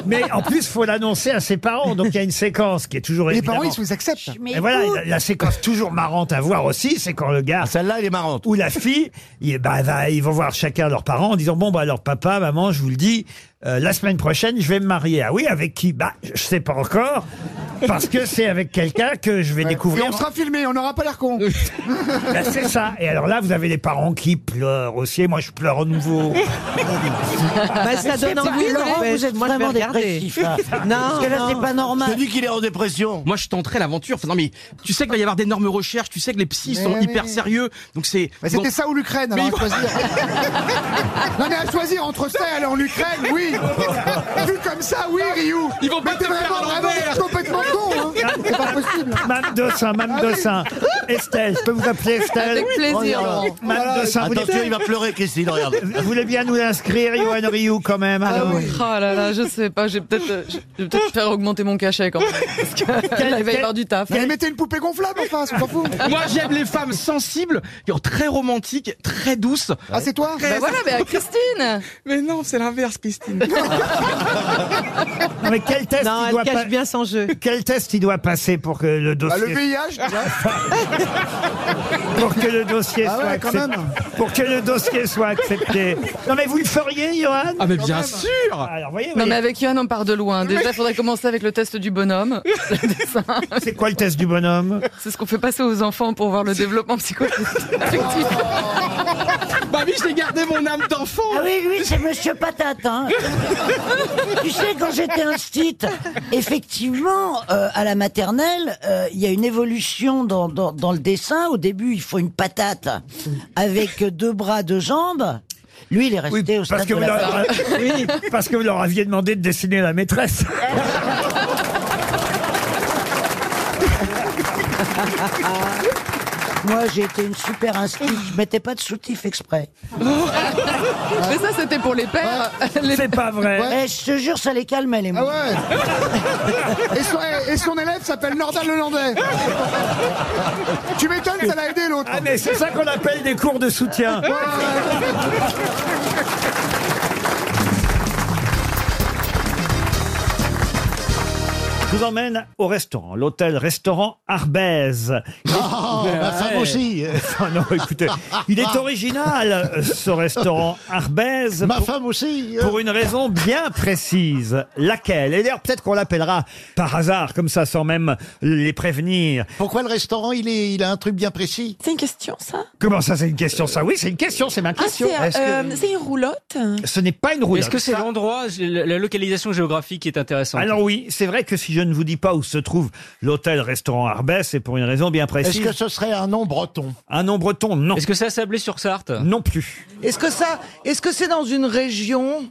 Mais en plus, faut l'annoncer à ses parents. Donc il y a une séquence qui est toujours
les
évidemment-
parents, ils vous acceptent.
Et voilà, la, la séquence toujours marrante à voir aussi, c'est quand le gars. Celle-là, elle est marrante. Ou la fille, il, bah, va- ils vont voir chacun leurs parents en disant Bon, bah alors, papa, maman, je vous le dis, euh, la semaine prochaine, je vais me marier. Ah oui, avec qui Bah, je sais pas encore, parce que c'est avec quelqu'un que je vais
Et
découvrir.
on sera filmé, on n'aura pas l'air con.
Bah, c'est ça. Et alors là, vous avez les parents qui pleurent aussi. Et moi, je pleure à nouveau.
Bah, ça
C'est
donne
pas
envie,
vrai,
Laurent,
mais
vous êtes
moi, je vais
vraiment
regarder.
dépressif. hein. Parce que là, c'est pas normal.
qu'il est en dépression. Moi, je tenterai l'aventure. Enfin, non, mais tu sais qu'il va y avoir d'énormes recherches. Tu sais que les psys
Mais
sont
oui.
hyper sérieux. Donc c'est.
Mais c'était
Bon.
ça ou l'Ukraine, alors,
Mais
à choisir. non, mais à choisir entre ça et aller en Ukraine, oui. Vu comme ça, oui, Ryu.
Ils vont
mais
pas
t'es
te faire
vraiment,
à
vraiment
l'envers.
complètement con, hein. C'est pas possible. Ah
Mme de Saint, Mme de Saint. Estelle, je peux vous appeler Estelle
Avec plaisir,
Oh là là.
Laurent.
Mme de Saint, vous
Attention,
voulez-
il va pleurer, Christine, regarde.
vous voulez bien nous inscrire, Yoann Ryu, quand même hein.
Ah
alors
oui. Oh là là, je sais pas, je vais peut-être, euh, je je vais peut-être faire augmenter mon cachet quand même. Parce que là, il va y avoir du taf.
Mais mettez une poupée gonflable, enfin, on s'en fout.
Moi, j'aime les femmes sensibles, qui sont très romantiques, très douces.
Ah, c'est toi
Bah voilà, mais à Christine
Mais non, c'est l'inverse, Christine.
Non, mais quel test
Non,
il
elle
doit
cache
pas-
bien son jeu.
Quel test il doit passer pour que le
Ah,
dossier.
Bah, le VIH, déjà.
pour que le dossier
Ah
soit
ouais, quand
accep-
même.
pour que le dossier soit accepté. Non mais vous le feriez, Johan
Ah mais bien sûr.
Alors voyez,
Non
voyez.
mais avec Yohan on part de loin. Déjà il faudrait commencer avec le test du bonhomme.
C'est quoi le test du bonhomme
C'est ce qu'on fait passer aux enfants pour voir le développement psychologique.
Bah oui, j'ai gardé mon âme d'enfant.
Ah oui, oui, c'est Monsieur Patate. hein. tu sais, quand j'étais un site, effectivement, euh, à la maternelle, euh, il y a une évolution dans, dans, dans le dessin. Au début, il faut une patate avec deux bras, deux jambes. Lui, il est resté au stade
parce que,
de
vous
la
leur, oui, parce que vous leur aviez demandé de dessiner la maîtresse.
Moi, j'ai été une super instite. Je mettais pas de soutif exprès.
Mais ça c'était pour les pères. Les-
Eh, je te jure, ça les calmait, les mots.
Ah Et son, et son élève s'appelle Nordal Lelandais. tu m'étonnes, ça l'a aidé l'autre.
Ah mais c'est ça qu'on appelle des cours de soutien. Je vous emmène au restaurant, l'hôtel-restaurant Arbez.
Ah,
Oh, la femme aussi.
Ah non, écoutez, il est original, euh, ce restaurant Arbez. Ma femme aussi. Pour une raison bien précise. Laquelle Et d'ailleurs, peut-être qu'on l'appellera par hasard, comme ça, sans même les prévenir.
Pourquoi le restaurant, il, est, il a un truc bien précis
C'est une question, ça
Comment ça, c'est une question Ça, Bah oui, c'est une question, c'est ma
Ah,
question.
c'est euh, c'est une roulotte
Ce n'est pas une roulette.
Est-ce que c'est l'endroit, la la localisation géographique qui est intéressante
Alors oui, c'est vrai que si je ne vous dis pas où se trouve l'hôtel-restaurant Arbès, c'est pour une raison bien précise.
Est-ce que ce serait un nom breton
Un nom breton, non.
Est-ce que c'est à Sablé-sur-Sarthe
Non plus.
Est-ce que ça, est-ce que c'est dans une région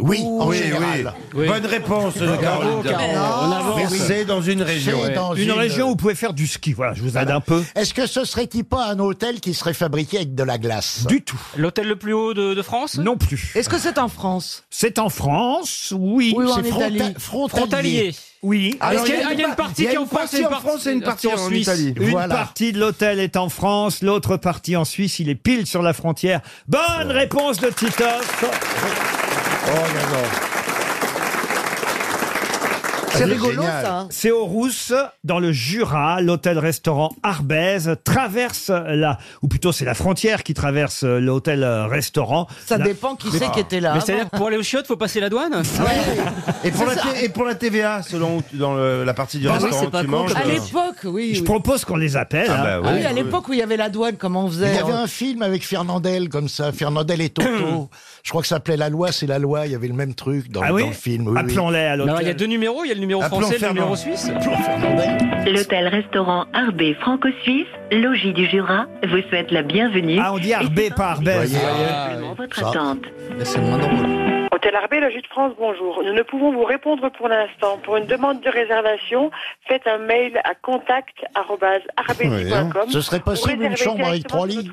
Oui,
Ou-
en général. Bonne réponse de
Bravo,
Caroline.
Caroline. On avance.
Mais C'est dans une région.
C'est dans
Une région où vous pouvez faire du ski, voilà, je vous aide un peu.
Est-ce que ce serait-il pas un hôtel qui serait fabriqué avec de la glace
Du tout.
L'hôtel le plus haut de, de France
Non plus.
Est-ce que c'est en France
C'est en France, oui.
Oui, ou en
c'est fronta-
Italie.
frontalier.
Frontalier. Ah,
Oui.
Alors, Est-ce qu'il y a- il y a une partie qui est en France et une partie- en Suisse
Une
Voilà.
partie de l'hôtel est en France, l'autre partie en Suisse. Il est pile sur la frontière. Bonne réponse de Titoff.
Oh,
C'est rigolo, ça, hein.
C'est au Rousse, dans le Jura, l'hôtel-restaurant Arbez traverse la, ou plutôt c'est la frontière qui traverse euh, l'hôtel-restaurant.
Ça
La- Ah.
dépend qui c'est qui était là
Mais
avant. Ah
c'est-à-dire que pour aller aux chiottes, faut passer la douane
Et pour, la, T- et pour la TVA, selon où tu- dans le- la partie du
Bah
Ah oui,
restaurant
c'est
où
pas
tu
con,
manges.
quand
À
euh,
l'époque, oui.
Je
oui.
propose qu'on les appelle.
Ah
hein.
bah
Ah oui, à l'époque où il y avait la douane, comment on faisait
Il y avait
hein
un film avec Fernandel comme ça, Fernandel et Toto. Je crois que ça s'appelait La loi, c'est la loi. Il y avait le même truc dans,
Ah oui
dans le film. oui, oui.
Appelons-les à
Mais alors,
l'hôtel.
il y a deux numéros, il y a le numéro
Appelons
français et le
Fernand.
numéro suisse.
L'hôtel-restaurant Arbé Franco-Suisse, logis du Jura, vous souhaite la bienvenue.
Ah, on dit Arbé, pas Arbès.
Voyez,
Ah,
votre
Ça.
hein.
attente.
euh, C'est moins drôle.
Hôtel Arbé, Logis de France, bonjour. Nous ne pouvons vous répondre pour l'instant. Pour une demande de réservation, faites un mail à
Voyons.
contact.arbézy.com.
Ce serait possible une chambre avec trois lits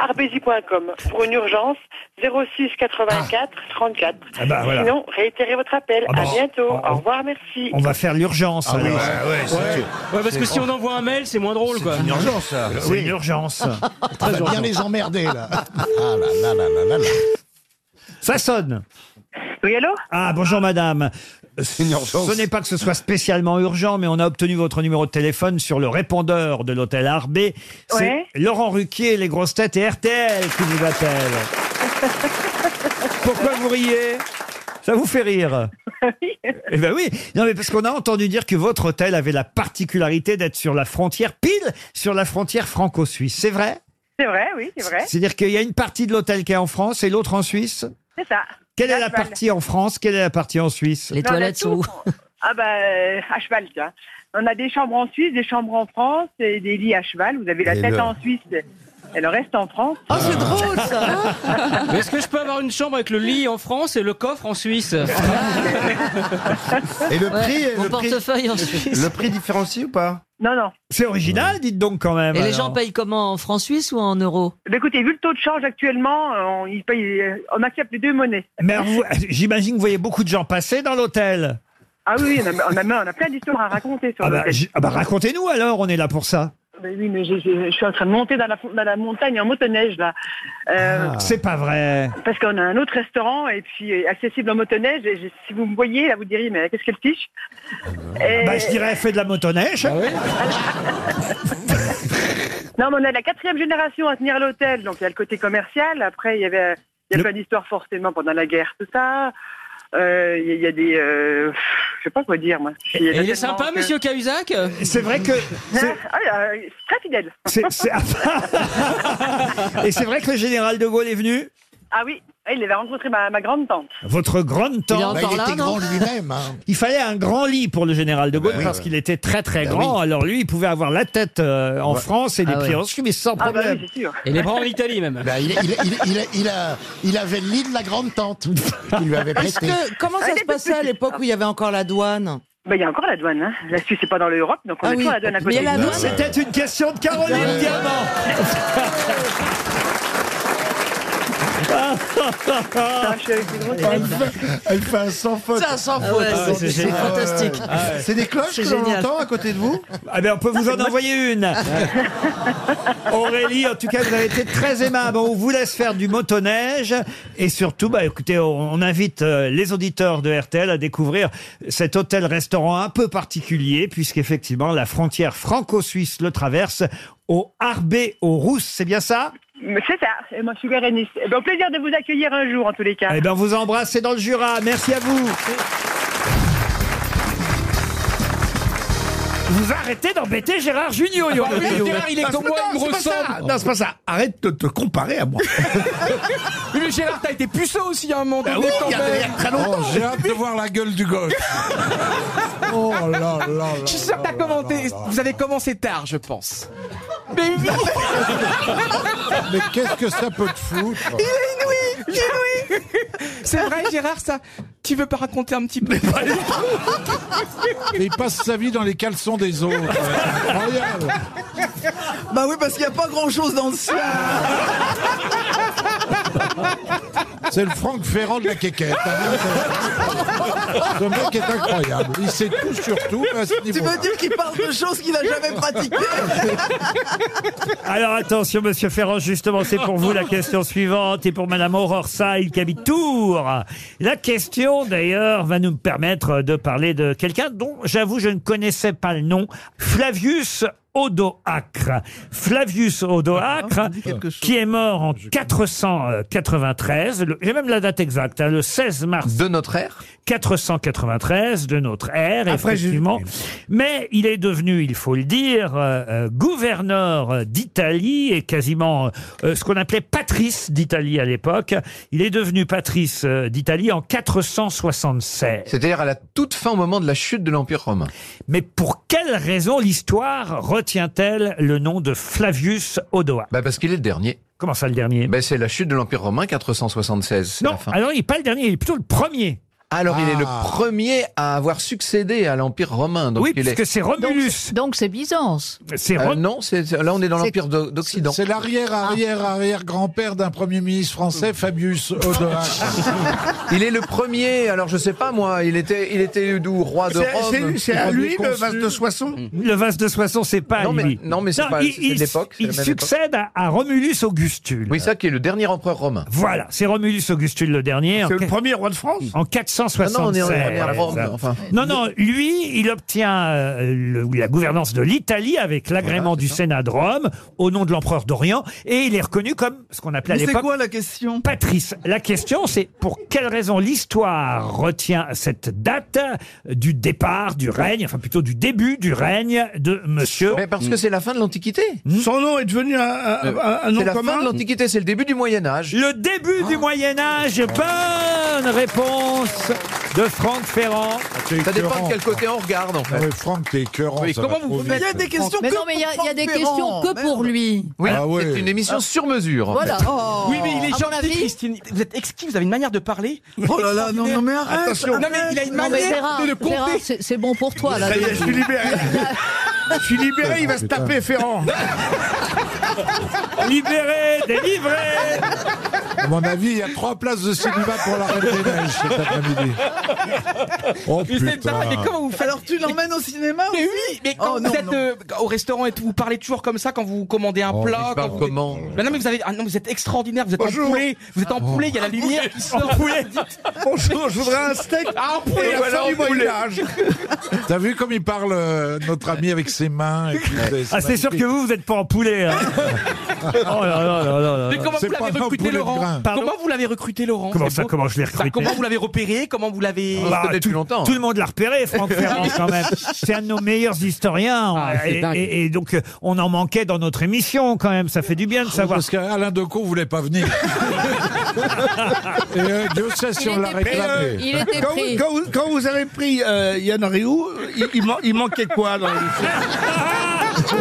arbézy.com. Pour une urgence, 06 84 34.
Ah bah, voilà.
Sinon, réitérez votre appel.
Ah bah,
à bientôt.
on- on-
Au revoir, merci.
On va faire l'urgence.
Ah oui,
alors.
ouais, ouais, c'est- Ouais. Ouais, parce que si on envoie un mail, c'est moins drôle, quoi.
une urgence, ça.
C'est une urgence.
On va bien
urgent.
les emmerder là. Ah là là là là là là.
Ça sonne.
Oui, allô
Ah, bonjour madame. Ce n'est pas que ce soit spécialement urgent, mais on a obtenu votre numéro de téléphone sur le répondeur de l'hôtel Arbé. C'est
Ouais.
Laurent Ruquier, les grosses têtes et RTL qui vous appellent. Pourquoi vous riez ça vous fait rire Eh ben oui. Non mais parce qu'on a entendu dire que votre hôtel avait la particularité d'être sur la frontière, pile sur la frontière franco-suisse. C'est vrai
C'est vrai, oui, c'est vrai.
C'est-à-dire qu'il y a une partie de l'hôtel qui est en France et l'autre en Suisse
C'est ça.
Quelle est
À
la
cheval.
partie en France Quelle est la partie en Suisse
Non, on a tout. Ah bah, euh, à cheval, tu vois. On a des chambres en Suisse, des chambres en France et des lits à cheval. Vous avez la
Et
tête
le-
en Suisse et le reste en France.
Oh, C'est drôle, ça
Mais est-ce que je peux avoir une chambre avec le lit en France et le coffre en Suisse
Et le prix,
mon
le prix-
portefeuille en Suisse.
Le prix différencié ou pas
Non, non.
C'est original, dites donc quand même.
Et les
alors.
gens payent comment En francs suisses ou en euros
Bah, écoutez, vu le taux de change actuellement, on, il paye- on accepte les deux monnaies.
Mais alors, vous- j'imagine que vous voyez beaucoup de gens passer dans l'hôtel.
Ah oui, on a, on a- on a plein d'histoires à raconter sur
Ah bah,
l'hôtel.
j- ah bah, racontez-nous alors, on est là pour ça.
Mais oui, mais j'ai- j'ai- je suis en train de monter dans la, fon- dans la montagne en motoneige, là. Euh,
Ah. C'est pas vrai.
Parce qu'on a un autre restaurant, et puis euh, accessible en motoneige. Et j'ai- si vous me voyez, là, vous diriez, mais qu'est-ce qu'elle fiche Et-
Bah, je dirais, fais de la motoneige.
Bah
Non, mais on est la quatrième génération à tenir l'hôtel. Donc, il y a le côté commercial. Après, il y avait, il y a plein d'histoires, forcément, pendant la guerre, tout ça. Euh, Il y, a- il y a des... euh, je sais pas quoi dire, moi.
Et il
tellement
est sympa,
que-
monsieur Cahuzac
euh.
C'est vrai que.
Ah, euh, très fidèle.
C'est- c'est- Et c'est vrai que le général de Gaulle est venu
Ah oui, il avait rencontré ma, ma grande-tante.
Votre grande tante.
Il est encore Bah, il là, était non grand lui-même,
Il fallait un grand lit pour le général de Gaulle
Bah hein. oui.
parce qu'il était très très
Bah
grand.
oui.
Alors lui, il pouvait avoir la tête euh, en
Ouais.
France et les
Ah
pieds
ouais.
en Suisse, mais sans
Ah bah oui,
problème.
c'est sûr. Et les bras en Italie,
même.
Bah, il, il- il- il- il a, il avait le lit de la grande tante qu'il lui avait
Est-ce
prêté.
que, comment
Ah,
ça se passait à l'époque où il y avait encore la douane
Bah, il y a encore la douane. Hein. La Suisse n'est pas dans l'Europe, donc on
Ah
est
oui.
toujours à la douane à
Mais
côté.
la douane-
Bah, C'était une question de Caroline
Ouais.
Diamant.
Elle fait un sans faute.
C'est un sans faute. Ah ouais, c'est
C'est
génial.
fantastique.
Ah ouais.
C'est des cloches
C'est
que l'on
génial.
entend à côté de vous
Ah ben on peut vous en envoyer une. Aurélie, en tout cas, vous avez été très aimable. On vous laisse faire du motoneige. Et surtout, bah, écoutez, on on invite euh, les auditeurs de RTL à découvrir cet hôtel-restaurant un peu particulier, puisqu'effectivement, la frontière franco-suisse le traverse au Harbé, au Rousse. C'est bien ça
Mais C'est ça, et moi je suis Guaraniste. Eh ben, au plaisir de vous accueillir un jour en tous les cas.
Eh bien, on vous embrasse et dans le Jura. Merci à vous. Vous arrêtez d'embêter Gérard Junior.
Bah oui, Gérard, il est comme moi, il me
ça.
ressemble. Non, c'est pas ça. Arrête de te comparer à moi.
Mais le Gérard, t'as été puceau aussi à un moment
Bah
donné
oui,
quand
il y a- il y a
même.
très longtemps.
Oh,
hâte de voir la gueule du gauche.
Oh là là là. Je suis sûr que t'as commenté. Vous avez commencé tard, je pense. Mais oui.
Mais qu'est-ce que ça peut te foutre
Il est inouï, inouï. C'est vrai, Gérard, ça. Tu veux pas raconter un petit peu
Il passe sa vie dans les caleçons des autres. Royal.
Bah oui, parce qu'il n'y a pas grand-chose dans le ciel.
C'est le Franck Ferrand de la quéquette. hein. Ce mec est incroyable. Il sait tout sur tout. mais à ce
Tu
niveau-là.
veux dire qu'il parle de choses qu'il n'a jamais pratiquées
Alors attention, Monsieur Ferrand, justement, c'est pour vous la question suivante et pour Madame Aurore Saïd qui habite Tours. La question, d'ailleurs, va nous permettre de parler de quelqu'un dont, j'avoue, je ne connaissais pas le nom, Flavius Odoacre. Flavius Odoacre, qui est mort en 493, le- j'ai même la date exacte, hein, le 16 mars. De notre ère 493, de notre ère,
Après Jésus.
effectivement. Mais il est devenu, il faut le dire, euh, euh, gouverneur euh, d'Italie et quasiment euh, ce qu'on appelait patrice d'Italie à l'époque. Il est devenu patrice euh, d'Italie en 476.
C'est-à-dire à la toute fin au moment de la chute de l'Empire romain.
Mais pour quelle raison l'histoire retient-elle le nom de Flavius Odoa
Bah, Parce qu'il est le dernier.
Comment ça, le dernier
ben, C'est la chute de l'Empire romain, 476. c'est la fin.
Alors, il n'est pas le dernier, il est plutôt le premier.
Alors, il est
Ah.
le premier à avoir succédé à l'Empire romain. Donc
Oui,
il
puisque
est...
c'est Romulus.
Donc c'est Byzance.
C'est
Euh,
Rom-
non, c'est- là on est dans l'Empire d'O- d'Occident.
C'est l'arrière,
Ah.
arrière, arrière grand-père d'un premier ministre français, Fabius Odoac.
Il est le premier, alors je sais pas moi, il était, il était d'où Roi de
C'est- c'est
Rome
lui- c'est à lui, le vase de
Soissons
Le vase de Soissons, c'est pas
non, mais,
lui.
Non, mais c'est
Non,
pas.
il-
c'est
il-
de l'époque. c'est
Il
la même
succède à, à Romulus Augustule.
Oui, ça qui est le dernier empereur romain.
Voilà, c'est Romulus Augustule le dernier.
C'est le
premier roi de France En 476.
Non, non, on est en- on est à Rome, enfin.
Non, non, lui, il obtient euh, le- la gouvernance de l'Italie avec l'agrément du Sénat de Rome au nom de l'empereur d'Orient et il est reconnu comme ce qu'on appelait à
Mais c'est
l'époque.
quoi la question
Patrice, la question c'est pour quelle raison l'histoire retient cette date du départ du règne, enfin plutôt du début du règne de monsieur. Hmm
Mais parce que c'est la fin de l'Antiquité.
Son nom est devenu un,
Euh, C'est la fin de l'Antiquité, c'est le début du Moyen Âge.
Le début du Moyen Âge. Bonne réponse de Franck Ferrand.
Ça dépend de quel côté on regarde en fait.
Mais Ah Franck, t'es écœurant.
Oui,
ça
comment
va
vous
trop
pouvez-
vite.
Il y a des questions
Mais non, mais il y a, il y a des questions que pour lui.
Oui,
Ah ouais.
c'est une émission sur mesure. en
Voilà.
fait.
Oh.
Oui, mais il est
À mon
gentil,
avis-
Christine. Vous êtes exquis, vous avez une manière de parler.
Oh là là, non, non, mais arrête,
Attention. Non, mais il a une
Non, mais
manière
Gérard,
de le
Gérard,
compter.
c'est c'est bon pour toi là.
Ça y est, je suis
libéré.
Ah,
Ah, Je suis libéré, il va se taper Ferrand.
Libéré, délivré
À mon avis, il y a trois places de cinéma pour la Reine des Neiges cet après-midi. Oh putain.
vous faites Alors tu l'emmènes au cinéma
Mais oui, mais quand
Oh,
vous
non,
êtes
non.
euh, au restaurant et tout, vous parlez toujours comme ça quand vous commandez un
Oh,
plat.
je parle
quand vous-
comment
Mais non, mais vous avez, ah non, vous êtes extraordinaire. Vous êtes
Bonjour.
en poulet. Vous êtes en
Ah,
poulet. Il y a la
en
lumière
poulet.
qui sort.
En poulet.
Bonjour,
je voudrais un steak.
Ah, en poulet.
Et
voilà, en
absolument
poulet.
image. T'as vu comme il parle, euh, notre ami, avec ses mains et tout,
Ah, c'est sûr que vous, vous n'êtes pas en poulet. hein. Oh là là là là là
Mais
là.
comment vous l'avez recruté, Laurent
Pardon
Comment vous l'avez recruté, Laurent
Comment
C'est
ça,
beau.
comment je l'ai
Ça,
recruté
Comment vous l'avez repéré Comment vous l'avez
Bah, tout, tout
hein.
le monde l'a repéré, Franck Ferrand, quand même. C'est un de nos meilleurs historiens. hein.
Ah, c'est
et,
dingue.
et- et donc, euh, on en manquait dans notre émission, quand même. Ça fait du bien de savoir. Parce
qu'Alain Decaux voulait pas venir.
Et Dieu sait
si Il on l'a était pris. réclamé. Il était
quand,
pris.
Vous, quand, vous, quand vous avez pris euh, Yann Rioux, il, il man- il manquait quoi dans l'émission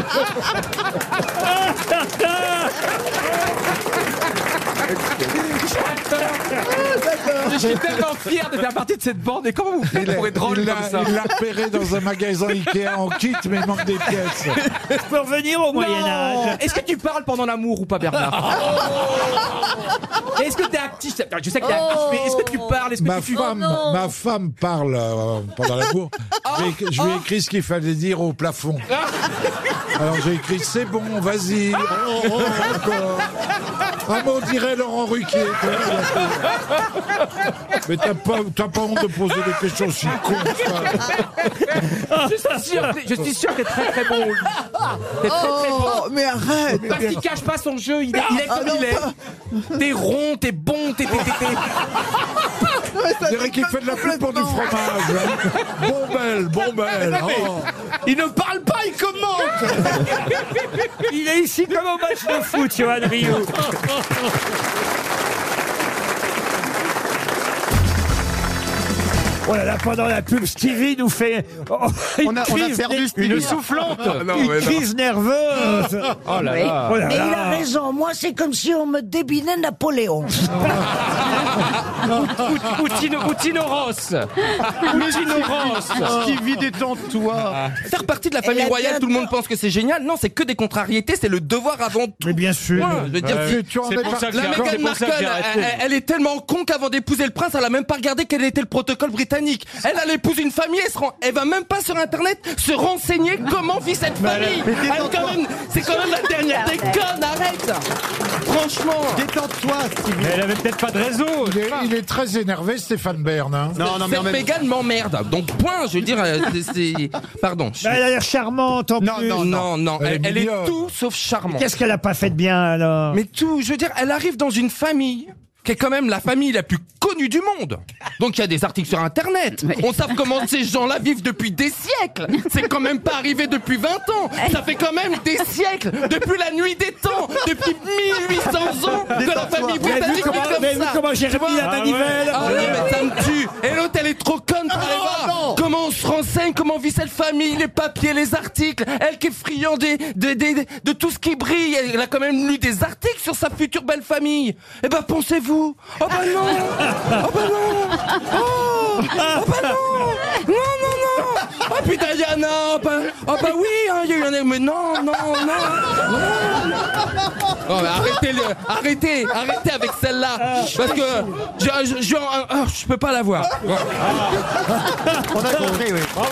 Je suis tellement fier de faire partie de cette bande. Et comment vous faites
Il
pour être
l'a-
drôle
il
comme ça
l'a il l'a repéré dans un magasin Ikea en kit, mais il manque des pièces.
Je peux revenir au
Non. Est-ce que tu parles pendant l'amour ou pas, Bernard Est-ce que t'es actif Je sais que t'es actif, mais est-ce que tu parles Est-ce que
Ma
tu
femme, ma femme parle euh, pendant la cour.
Oh.
Je lui ai- je lui ai écrit ce qu'il fallait dire au plafond. Alors j'ai écrit c'est bon, vas-y. Oh, oh, encore. Ah, mais on dirait Laurent Ruquier. quoi. Mais t'as pas, t'as pas honte de poser des questions si cons.
Je suis sûr, que- je suis sûr que t'es très très bon. Oli. T'es très très bon.
Oh, mais arrête
Parce qu'il cache pas son jeu, il est, il est
Ah,
comme
non,
il est. T'es rond, t'es bon, t'es. t'es- t'es- t'es-
On dirait qu'il fait de la pub pour du fromage. hein. Bombelle, bombelle. oh.
Il ne parle pas, il commente
Il est ici comme au match de foot, Johan
Ah,
Rioux. Oh là là, pendant la pub, Stevie nous fait oh, une,
On a- on a
crise,
perdu
ner-
Stevie.
une soufflante,
Ah non,
une
mais non.
crise nerveuse.
Oh là
Oui.
là.
Oh là
Mais il a
là.
raison. Moi, c'est comme si on me débinait Napoléon.
Ou- ou- ou Tino- ou Tino Ross. Ou Tino Ross. Ah.
Stevie, détends-toi
Faire partie de la famille
Elle a
royale,
bien
tout le monde pense que c'est génial. Non, c'est que des contrariétés, c'est le devoir avant tout.
Mais bien sûr.
je veux dire,
Ouais.
si-
Tu- tu en
c'est
es
pour
pas-
ça que
la
j'ai-
Meghan
c'est pour ça que
Markle,
j'ai arrêté.
elle-
elle est tellement con qu'avant d'épouser le prince, elle a même pas regardé quel était le protocole britannique. Elle, elle épouse une famille, elle, se rend- elle va même pas sur internet se renseigner comment vit cette
Mais elle a-
famille.
mais
Elle,
détends-toi.
quand même- C'est quand même la dernière des connes, arrête Franchement
Détends-toi, Stevie.
Mais elle avait peut-être pas de réseau.
Il est, il est très énervé, Stéphane Bern. hein.
Cette Mégane m'emmerde. Donc point, je veux dire, euh, c'est- c'est- pardon. je suis-
Bah, Elle a l'air charmante en
Non,
plus.
non, non, non. Elle, elle est, tout sauf charmante.
Qu'est-ce qu'elle a pas fait de bien alors
Mais tout, je veux dire, elle arrive dans une famille qui est quand même la famille la plus connue du monde. Donc il y a des articles sur Internet. On sait comment ces gens-là vivent depuis des siècles. C'est quand même pas arrivé depuis 20 ans. Ça fait quand même des siècles, depuis la nuit des temps, depuis 1800 ans que la famille
Vous avez vu
britannique
comment-
est
vous avez
comme
vu
ça.
comment j'ai
Tu
remis
vois
la manivelle Ah
Ah oui, mais ça me tue. Et l'autre, elle est trop conne pour aller voir comment on se renseigne, comment vit cette famille, les papiers, les articles. Elle qui est friande des- des- des- de, tout ce qui brille. Elle a quand même lu des articles sur sa future belle famille. Eh ben, pensez-vous. Oh bah non Oh bah non Oh, oh bah non Non, non, non Oh putain, Yana Oh bah, oh bah oui, hein, il y a eu un... Mais non, non, non, non. Oh, mais arrêtez, le- arrêtez, arrêtez avec celle-là, parce que je, je, je- ah, je peux pas la voir.
On a compris, oui.
Bravo.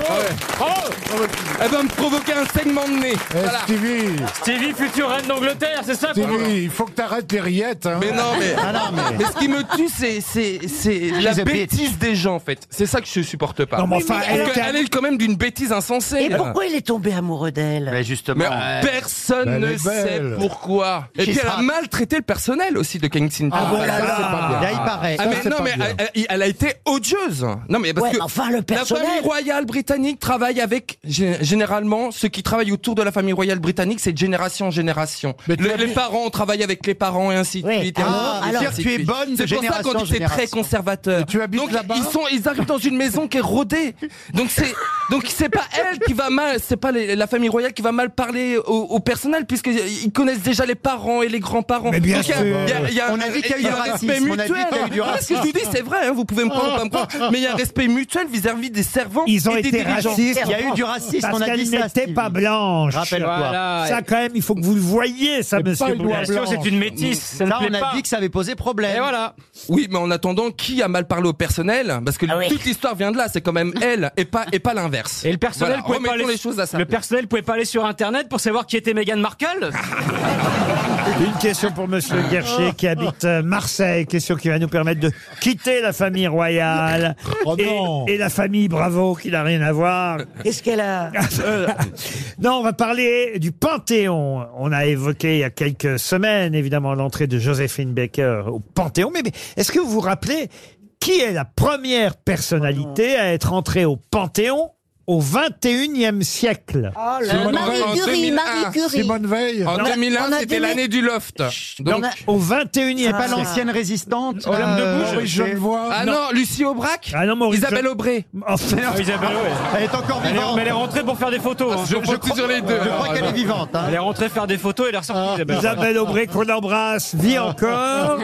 Elle va me provoquer un segment de nez.
Eh, Stevie,
Stevie, future reine d'Angleterre, c'est ça
Stevie, il faut que t'arrêtes les rillettes. hein.
mais non, mais,
Ah,
mais... ce qui me tue, c'est, c'est, c'est la
She's a bitch.
bêtise des gens, en fait. C'est ça que je supporte pas.
Non, mais enfin,
Parce
elle
que
était-
elle est quand même d'une bêtise insensée.
Et pourquoi il est tombé amoureux d'elle
Mais justement,
Ouais.
personne
Mais elle
ne
est
sait
belle.
pourquoi. Et
Qui
puis elle a
sera-
maltraité le personnel aussi de Kensington.
Ah bon, là,
Ça,
là.
c'est pas bien.
Là, il paraît.
Ah,
Ça,
mais
c'est
non,
pas
mais
bien.
elle, elle- elle a été odieuse. Non, mais parce
Ouais,
que
enfin, le personnel-
la famille royale britannique travaille avec gé- généralement ceux qui travaillent autour de la famille royale britannique, c'est de génération en génération.
tu
Le-
as
les
vu-
parents travaillent avec les parents et ainsi de suite. et
alors,
ainsi de
alors,
suite.
tu es bonne de
C'est pour ça qu'on
génération en
dit que c'est très
génération.
conservateur.
Tu habites
Donc
là-bas
ils sont, ils arrivent dans une maison qui est rodée. Donc c'est, Donc c'est pas elle qui va mal, c'est pas les- la famille royale qui va mal parler au, au personnel puisqu'ils connaissent déjà les parents et les grands-parents.
Mais bien
Donc, il y a-
sûr.
il y a- il y a
On a
un-
dit qu'il y a eu
il y a
du
un
racisme,
respect
on a dit
mutuel.
qu'il y a eu du
Voilà ce que je vous dis,
racisme.
c'est vrai, hein, vous pouvez me prendre pas me croire, mais il y a un respect mutuel vis-à-vis des servants.
Ils ont
et des
été
dirigeants.
racistes. Parce qu'elle n'était pas blanche.
Rappelle-toi. Voilà.
Ça, quand même, il faut que vous le voyez, ça, monsieur. Blanc.
Là, on a dit que ça avait posé problème.
Oui, mais en attendant, qui a mal parlé au personnel Parce que toute l'histoire vient de là, c'est quand même elle et pas, et pas l'inverse. Et le
personnel pouvait pas aller-
les choses à ça.
Le personnel pouvait pas aller sur internet pour savoir qui était Meghan Markle
Une question pour Monsieur Guercher qui habite euh, Marseille, question qui va nous permettre de quitter la famille royale et, et la famille Bravo qui n'a rien à voir.
Qu'est-ce qu'elle a
non, on va parler du Panthéon. On a évoqué il y a quelques semaines, évidemment, l'entrée de Joséphine Baker au Panthéon. Mais, mais est-ce que vous vous rappelez qui est la première personnalité à être entrée au Panthéon au 21e siècle
Ah,
Oh
Simone
Veil.
En
Non.
2001,
On a
c'était
donné-
l'année du loft.
Donc, au 21e
C'est pas
siècle.
l'ancienne résistante
Olympe de
euh,
Gouges,
Maurice
c'est-
Genevois.
Ah non,
Lucie Aubrac
Ah non, Maurice
Isabelle
Genevois.
Aubray.
Oh,
Ah, Isabelle, ouais.
Elle est encore
Elle est-
vivante.
mais elle est rentrée
pour faire des
Ah,
photos.
hein. Je crois- je crois qu'elle est vivante, hein.
Elle est rentrée faire des photos et elle est Ah. ressortie.
Ah.
Isabelle,
Isabelle Aubray qu'on embrasse vit encore.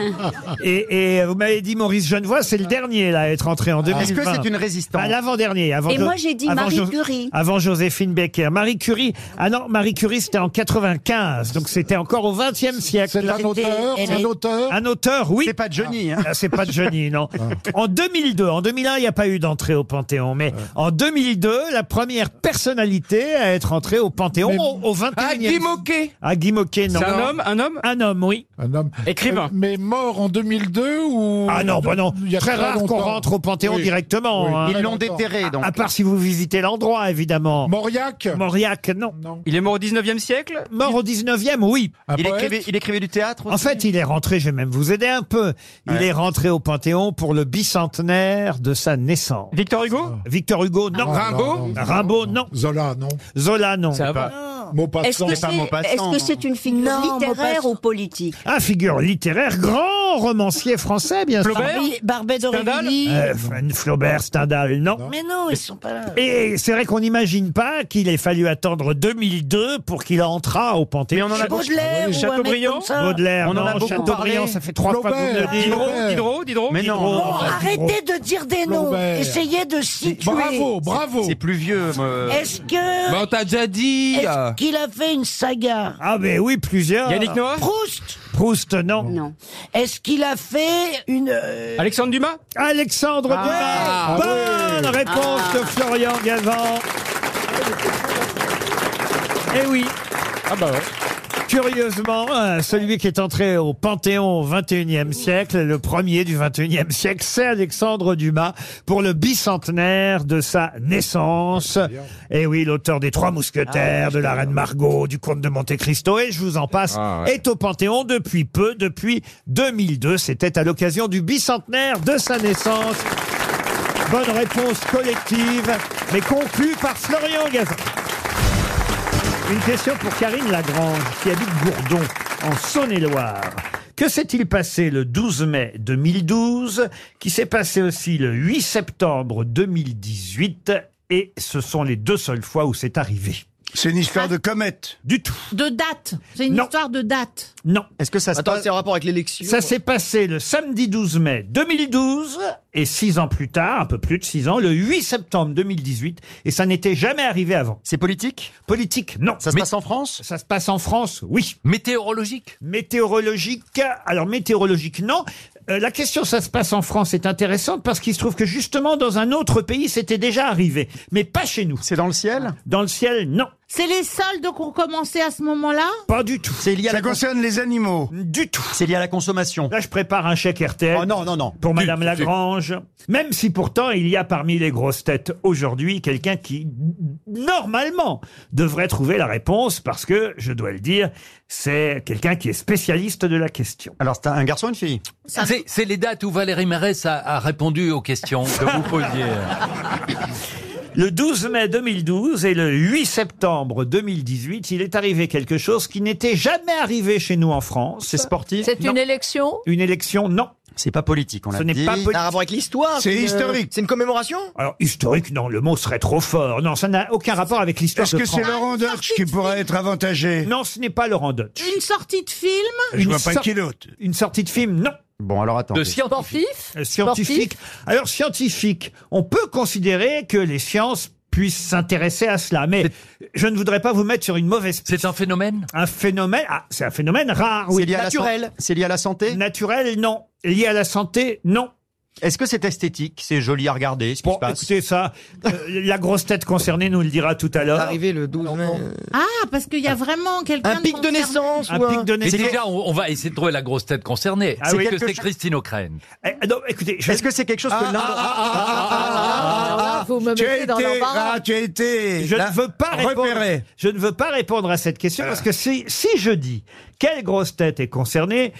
Et, et vous m'avez dit Maurice Genevois, c'est le dernier là à être entré en 2020.
Ah. Est-ce que c'est une résistante
Ah, L'avant-dernier. Avant
Et
Jo-
moi, j'ai dit
avant
Marie
Jo-
Curie.
Avant Joséphine Baker. Marie Curie. Ah non, Marie Curie c'était en 95, donc c'était encore au 20e siècle. C'est
un auteur, c'est un
auteur. Un auteur, oui.
C'est pas Johnny, hein.
Ah, c'est pas Johnny, non. En 2002, en 2001, il n'y a pas eu d'entrée au Panthéon, mais en 2002, la première personnalité à être entrée au Panthéon au, au 21e.
Ah, Guy Moquet.
Ah, Guy Moquet, non.
C'est un homme, un homme
Un homme, oui.
Un homme. Euh,
Écrivain.
Mais mort en 2002 ou.
Ah non, bah non.
Il y a
Très rare qu'on
longtemps.
rentre au Panthéon
Oui.
directement.
Oui,
hein.
très longtemps.
Ah,
À part si vous visitez l'endroit, évidemment.
Mauriac
Mauriac, non.
Il est mort au 19e siècle
Mort au 19e, oui.
il, écrivait, il écrivait du théâtre
En fait, il est rentré, je vais même vous aider un peu, il est rentré au Panthéon pour le bicentenaire de sa naissance.
Victor Hugo
Victor Hugo, non.
Ah, Rimbaud non, non, non,
Rimbaud, non.
Zola, non.
Zola, non.
C'est pas-
Est-ce
Maupassant.
que c'est est-ce que c'est une figure
Non,
littéraire
Maupassant.
ou politique
Ah, figure littéraire, grand romancier français, bien sûr.
Barbet- Barbet d'Aurevilly.
Euh, F- Flaubert, Stendhal, non.
Mais non, ils sont pas là.
Et c'est vrai qu'on n'imagine pas qu'il ait fallu attendre 2002 pour qu'il entra au Panthéon.
Mais on en a beaucoup- Baudelaire ou un mec Chateaubriand comme ça
Baudelaire,
On en a
non,
beaucoup
Chateaubriand,
parlé.
ça fait trois fois que vous
Flaubert,
le dites.
Flaubert. Diderot,
Diderot,
Mais non,
Diderot,
non,
Diderot.
Arrêtez de dire des noms.
Flaubert.
Essayez de situer.
C'est plus vieux. moi.
Est-ce que.
Bah, on t'a déjà dit.
Est-ce qu'il a fait une saga
Ah ben oui, plusieurs.
Yannick Noah
Proust
Proust, non.
Est-ce qu'il a fait une. euh,
Alexandre Dumas
Alexandre
Ah
Dumas.
ouais.
Bonne réponse de Florian Gavant. Eh oui. Ah bah Curieusement, euh, celui qui est entré au Panthéon au XXIe siècle, le premier du XXIe siècle, c'est Alexandre Dumas pour le bicentenaire de sa
Ah,
naissance. Et oui, l'auteur des Trois Mousquetaires, de la Reine Margot, du Comte de Monte Cristo, et je vous en passe,
Ah ouais.
est au Panthéon depuis peu, depuis 2002. C'était à l'occasion du bicentenaire de sa naissance. Bonne réponse collective, mais conclue par Florian Gazan. Une question pour Karine Lagrange, qui habite Gourdon, en Saône-et-Loire. Que s'est-il passé le 12 mai 2012, qui s'est passé aussi le 8 septembre 2018, et ce sont les deux seules fois où c'est arrivé C'est une histoire de comète Du tout.
De date. C'est une histoire de date.
Non. Est-ce que ça
Attends, c'est en
rapport avec l'élection Ça s'est passé le samedi 12 mai 2012 et six ans plus tard, un peu plus de six ans, le 8 septembre 2018 et ça n'était jamais arrivé avant. C'est politique Politique, non. Ça se passe en France Ça se passe en France, oui. Météorologique Météorologique, alors météorologique, non. Euh, la question ça se passe en France est intéressante parce qu'il se trouve que justement dans un autre pays c'était déjà arrivé, mais pas chez nous. C'est dans le ciel Dans le ciel, non.
C'est les soldes qui ont commencé à ce moment-là
Pas du tout. C'est
lié à Ça la cons- concerne
les animaux. Du tout. C'est lié à la consommation. Là, je prépare un chèque RTL. Oh non, non, non. Pour Madame Lagrange. Même si pourtant, il y a parmi les grosses têtes aujourd'hui quelqu'un qui, normalement, devrait trouver la réponse parce que, je dois le dire, c'est quelqu'un qui est spécialiste de la question. Alors, c'est un garçon ou une fille
C'est c'est les dates où Valérie Mérès a, a répondu aux questions que vous posiez.
Le 12 mai 2012 et le 8 septembre 2018, il est arrivé quelque chose qui n'était jamais arrivé chez nous en France. C'est sportif
C'est une élection
Une élection, non.
C'est pas politique, on
Ce
l'a
n'est
dit.
pas politique.
Ça a un rapport avec l'histoire
C'est
une-
historique.
C'est une commémoration
Alors, historique, non, le mot serait trop fort. Non, ça n'a aucun rapport avec l'histoire
Est-ce
de
que c'est
France.
Laurent Deutsch qui pourrait être avantagé
Non, ce n'est pas Laurent Deutsch.
Une sortie de film
Une sor- Une sortie de film, non.
Bon, alors attends.
De
Sportif
Euh, Scientifique. Alors, scientifique, on peut considérer que les sciences puissent s'intéresser à cela, mais je ne voudrais pas vous mettre sur une mauvaise piste. C'est un phénomène Un phénomène, ah, c'est un phénomène rare, oui.
C'est lié à la san- C'est lié à la santé
Naturel, non. Lié à la santé, non.
Est-ce que c'est esthétique C'est joli à regarder, ce qui se passe
Écoutez ça, euh, la grosse tête concernée nous le dira tout à l'heure. Arrivé le 12 mai. euh.
Ah, parce qu'il y a vraiment quelqu'un
Un pic de
concerné.
naissance
Un pic de
Mais
naissance.
déjà, on, on va essayer de trouver la grosse tête concernée.
Ah
c'est
oui.
que
Quelque
c'est
chose-
Christine O'Crane.
Eh, non, écoutez, Ah,
Est-ce que c'est quelque chose que l'un Ah,
Vous me mettez dans l'embarras. Tu as été
Je
là,
ne veux pas répondre.
repéré.
Je ne veux pas répondre à cette question
Ah.
parce que si, si je dis quelle grosse tête est concernée,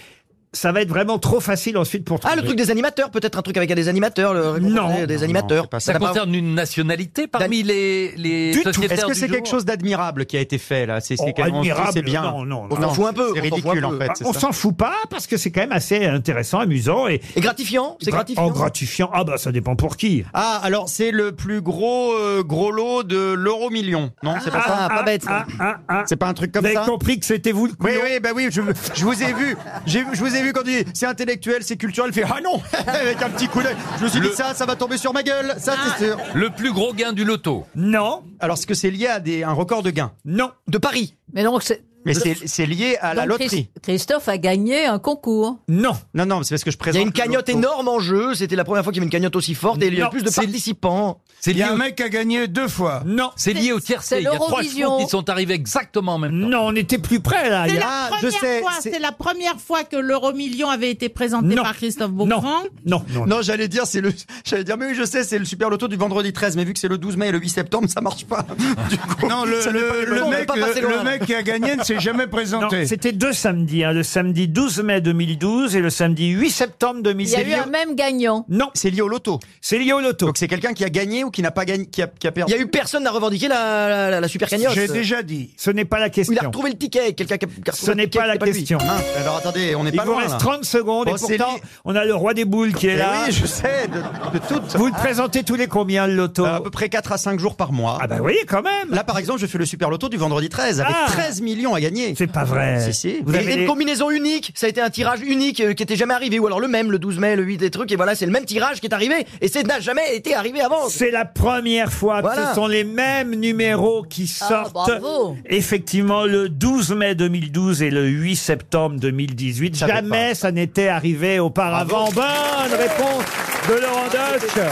ça va être vraiment trop facile ensuite pour trouver.
Ah, le truc des animateurs, peut-être un truc avec des animateurs, le non, des animateurs.
Ça
n'a pas-
concerne une nationalité parmi les, les
Du tout.
sociétaires
Est-ce que
du
c'est
jour
quelque chose d'admirable qui a été fait là C'est
Oh,
c'est quelque- on se dit,
admirable,
c'est bien.
non, non,
on
non.
s'en fout un peu.
C'est
on s'en fout
ridicule,
un peu.
Ah, on s'en fout pas parce que c'est quand même assez intéressant, amusant et,
Et gratifiant, c'est
Gra-
gratifiant.
Oh, gratifiant. Ah bah ça dépend pour qui.
Ah, alors c'est le plus gros euh, gros lot de l'euro million. Non, c'est pas ça.
ah, ah, ah, ah.
C'est pas un truc comme
Vous avez
ça.
compris que c'était vous le
Oui,
couillon
oui, bah oui, je, je vous ai vu. J'ai- Je vous ai vu quand il dit c'est intellectuel, c'est culturel. Il fait ah non avec un petit coup d'œil. Je me suis
Le-
dit ça, ça va tomber sur ma gueule. Ça, c'est sûr.
Le plus gros gain du loto.
Non.
Alors, est-ce que c'est lié à des, un record de gain
Non.
De Paris
Mais donc, c'est.
Mais c'est c'est lié à la
donc,
loterie.
Chris- Christophe a gagné un concours.
Non.
Non, non, c'est parce que je Il présente. y a une cagnotte énorme en jeu. C'était la première fois qu'il y avait une cagnotte aussi forte et il y a plus de participants.
C'est
Il y
lié,
a un
au...
mec qui a gagné deux fois.
Non.
c'est lié au tiercé.
c'est
Il y a trois
l'Eurovision.
chevaux qui sont arrivés exactement en même temps.
Non, on était plus près là.
C'est
Il y a-
la
Ah,
première
je sais.
fois,
c'est-
c'est-
C'est la première fois que l'euro million avait été présenté
Non.
par Christophe Beaugrand.
Non, non,
Non, j'allais dire, c'est le, j'allais dire, mais oui, je sais, c'est le super loto du vendredi 13, mais vu que c'est le 12 mai et le 8 septembre, ça marche pas. Du coup,
Non, le,
ça n'est pas
le,
les
le
bonnes-
mec, le, le mec qui a gagné ne s'est jamais
Non,
présenté.
c'était deux samedis, hein, le samedi 12 mai 2012 et le samedi 8 septembre
Il y a
2012.
eu un même gagnant.
Non,
C'est lié au loto.
c'est lié au loto.
Donc c'est quelqu'un qui a gagné ou qui n'a pas gagné, qui a, qui a perdu. perdu. eu personne à revendiquer la, super
J'ai déjà dit.
Ce n'est pas la
Il a
question.
retrouvé le ticket, quelqu'un qui a- qui a retrouvé
Ce
le
n'est
ticket,
pas la
c'est lui.
question.
Mince, alors attendez, on n'est
Il
pas
vous
loin.
reste
là.
30 secondes
Bon,
et
c'est
pourtant,
lié.
on a le roi des boules qui est
Eh
là.
oui, je sais, de, de toutes. Euh,
Vous le présentez tous les combien le loto
À peu près 4 à 5 jours par mois.
Ah bah oui, quand même.
Là, par exemple, je fais le super loto du vendredi 13 avec
Ah.
13 millions à gagner.
C'est pas vrai.
Si, si.
Vous
Et-
avez
et
les-
une combinaison unique, ça a été un tirage unique euh, qui était jamais arrivé, ou alors le même, le 12 mai, le 8 des trucs, et voilà, c'est le même tirage qui est arrivé, et ça n'a jamais été arrivé avant.
C'est la première fois que
Voilà.
ce sont les mêmes numéros qui
Ah,
sortent.
bravo.
Effectivement, le 12 mai 2012 et le 8 septembre 2018. Jamais ça n'était arrivé auparavant. Bonne réponse de Laurent Deutsch.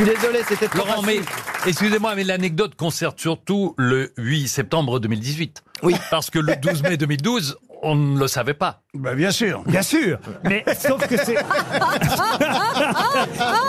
Je suis désolé, c'était trop
Laurent, mais
facile.
excusez-moi, mais l'anecdote concerne surtout le 8 septembre 2018.
Oui.
Parce que le 12 mai 2012, on ne le savait pas.
Bah, bien sûr.
Bien sûr, mais sauf que c'est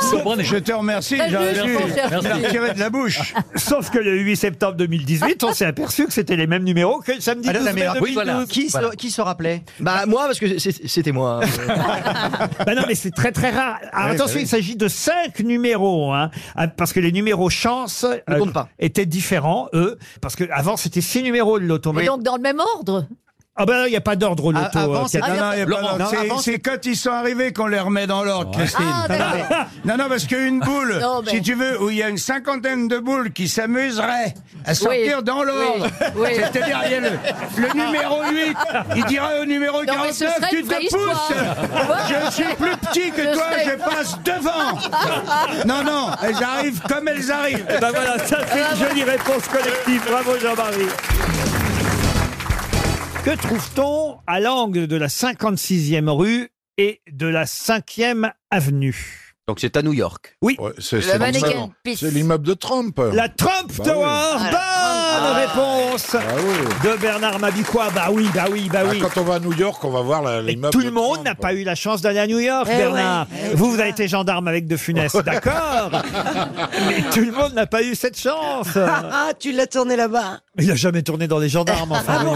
Vous comprenez
Je te remercie,
Très
j'aurais
juste,
dû
mon cher
me la tirer de la bouche.
sauf que le 8 septembre 2018, on s'est aperçu que c'était les mêmes numéros que le samedi 12
Alors,
mai
mais alors,
2012.
oui, voilà.
Qui, se-
Voilà.
qui se rappelait Bah, moi, parce que c'est- c'était moi. euh.
Bah non, mais c'est très très rare.
Ah
Alors,
Ouais,
attention,
bah oui.
il s'agit de cinq numéros, hein, Ah, parce que les numéros chance euh,
Ne comptent pas.
étaient différents, eux, parce que avant c'était six numéros le loto.
Et
Mais-
donc, dans le même ordre.
Ah ben il n'y a pas d'ordre au
Ah,
loto.
avant,
euh,
c'était-
Pierre.
Non, non,
Ah,
il y a pas
Laurent,
d'ordre.
non,
C'est-
avant,
c'est quand ils sont arrivés qu'on les remet dans l'ordre, Christine.
Ah, d'accord.
Non, non, parce qu'une boule,
Non, mais-
si tu veux, où il y a une cinquantaine de boules qui s'amuseraient à sortir
Oui.
dans l'ordre.
Oui. Oui.
C'est-à-dire, il y a le, le numéro 8, il dirait au numéro
Non, mais ce
49,
serait
tu
une
te
vraie
pousses
histoire.
Je suis plus petit que
Je
toi,
sais.
je passe devant Non, non, elles arrivent comme elles arrivent
Eh ben voilà, ça c'est une jolie réponse collective. Bravo Jean-Marie. Que trouve-t-on à l'angle de la 56e rue et de la 5e avenue
Donc, c'est à New York.
Ouais, c'est
La
c'est l'immeuble-
Vatican Peace.
c'est l'immeuble de Trump.
La Trump
Bah oui.
Tower.
Ah, la
Bonne réponse
Ah oui.
de Bernard Mabicois. Bah oui, bah oui, bah
Ah,
oui.
quand on va à New York, on va voir la-
Mais
l'immeuble.
tout le
de
monde
Trump.
n'a pas eu la chance d'aller à New York,
Eh
Bernard.
ouais, eh
vous, vous avez été gendarme avec De Funès, d'accord Mais tout le monde n'a pas eu cette chance.
Ah, tu l'as tourné là-bas. Ah,
Il n'a jamais tourné dans les gendarmes,
Ah
enfin. bon.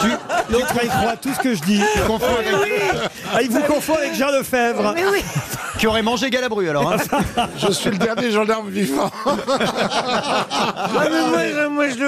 Tu- L'autre, il croit à tout ce que je dis. Ah, Il vous confond avec Jean Lefebvre.
Mais oui.
Qui aurait mangé Galabru alors. hein.
Je suis le dernier gendarme vivant.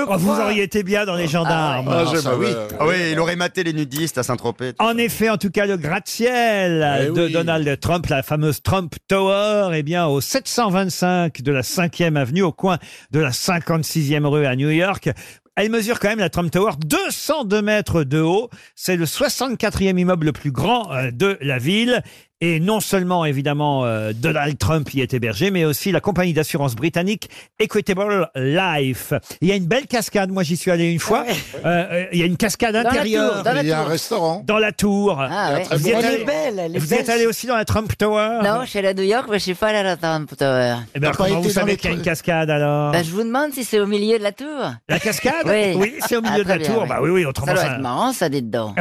Oh, vous auriez été bien dans les gendarmes.
Ah oui. Ah oui, il aurait maté les nudistes à Saint-Tropez.
En effet, en tout cas, le gratte-ciel
Eh
de
oui.
Donald Trump, la fameuse Trump Tower, eh bien, au 725 de la 5e avenue, au coin de la 56e rue à New York. Elle mesure quand même, la Trump Tower, 202 mètres de haut. C'est le 64e immeuble le plus grand euh, de la ville. Et non seulement, évidemment, euh, Donald Trump y est hébergé, mais aussi la compagnie d'assurance britannique Equitable Life. Il y a une belle cascade, moi j'y suis allé une fois. Euh, euh, il y a une cascade
Dans la
intérieure.
tour, dans la Il y a un tour. restaurant.
Dans la tour.
Ah, ouais.
Vous y êtes
Elle est
allé-
belle, elle est
Vous y
belle.
êtes allé aussi dans la Trump Tower
Non, je suis allée à New York, mais je suis pas allée à la Trump Tower.
Eh bien, comment vous savez qu'il y a une cascade alors
Bah, je vous demande si c'est au milieu de la tour.
Ah. La cascade
Oui, Ah,
Oui, c'est au milieu de la
très bien,
tour. Bah oui, oui, autrement,
ça doit
ça- Ah,
être marrant, ça, dit dedans.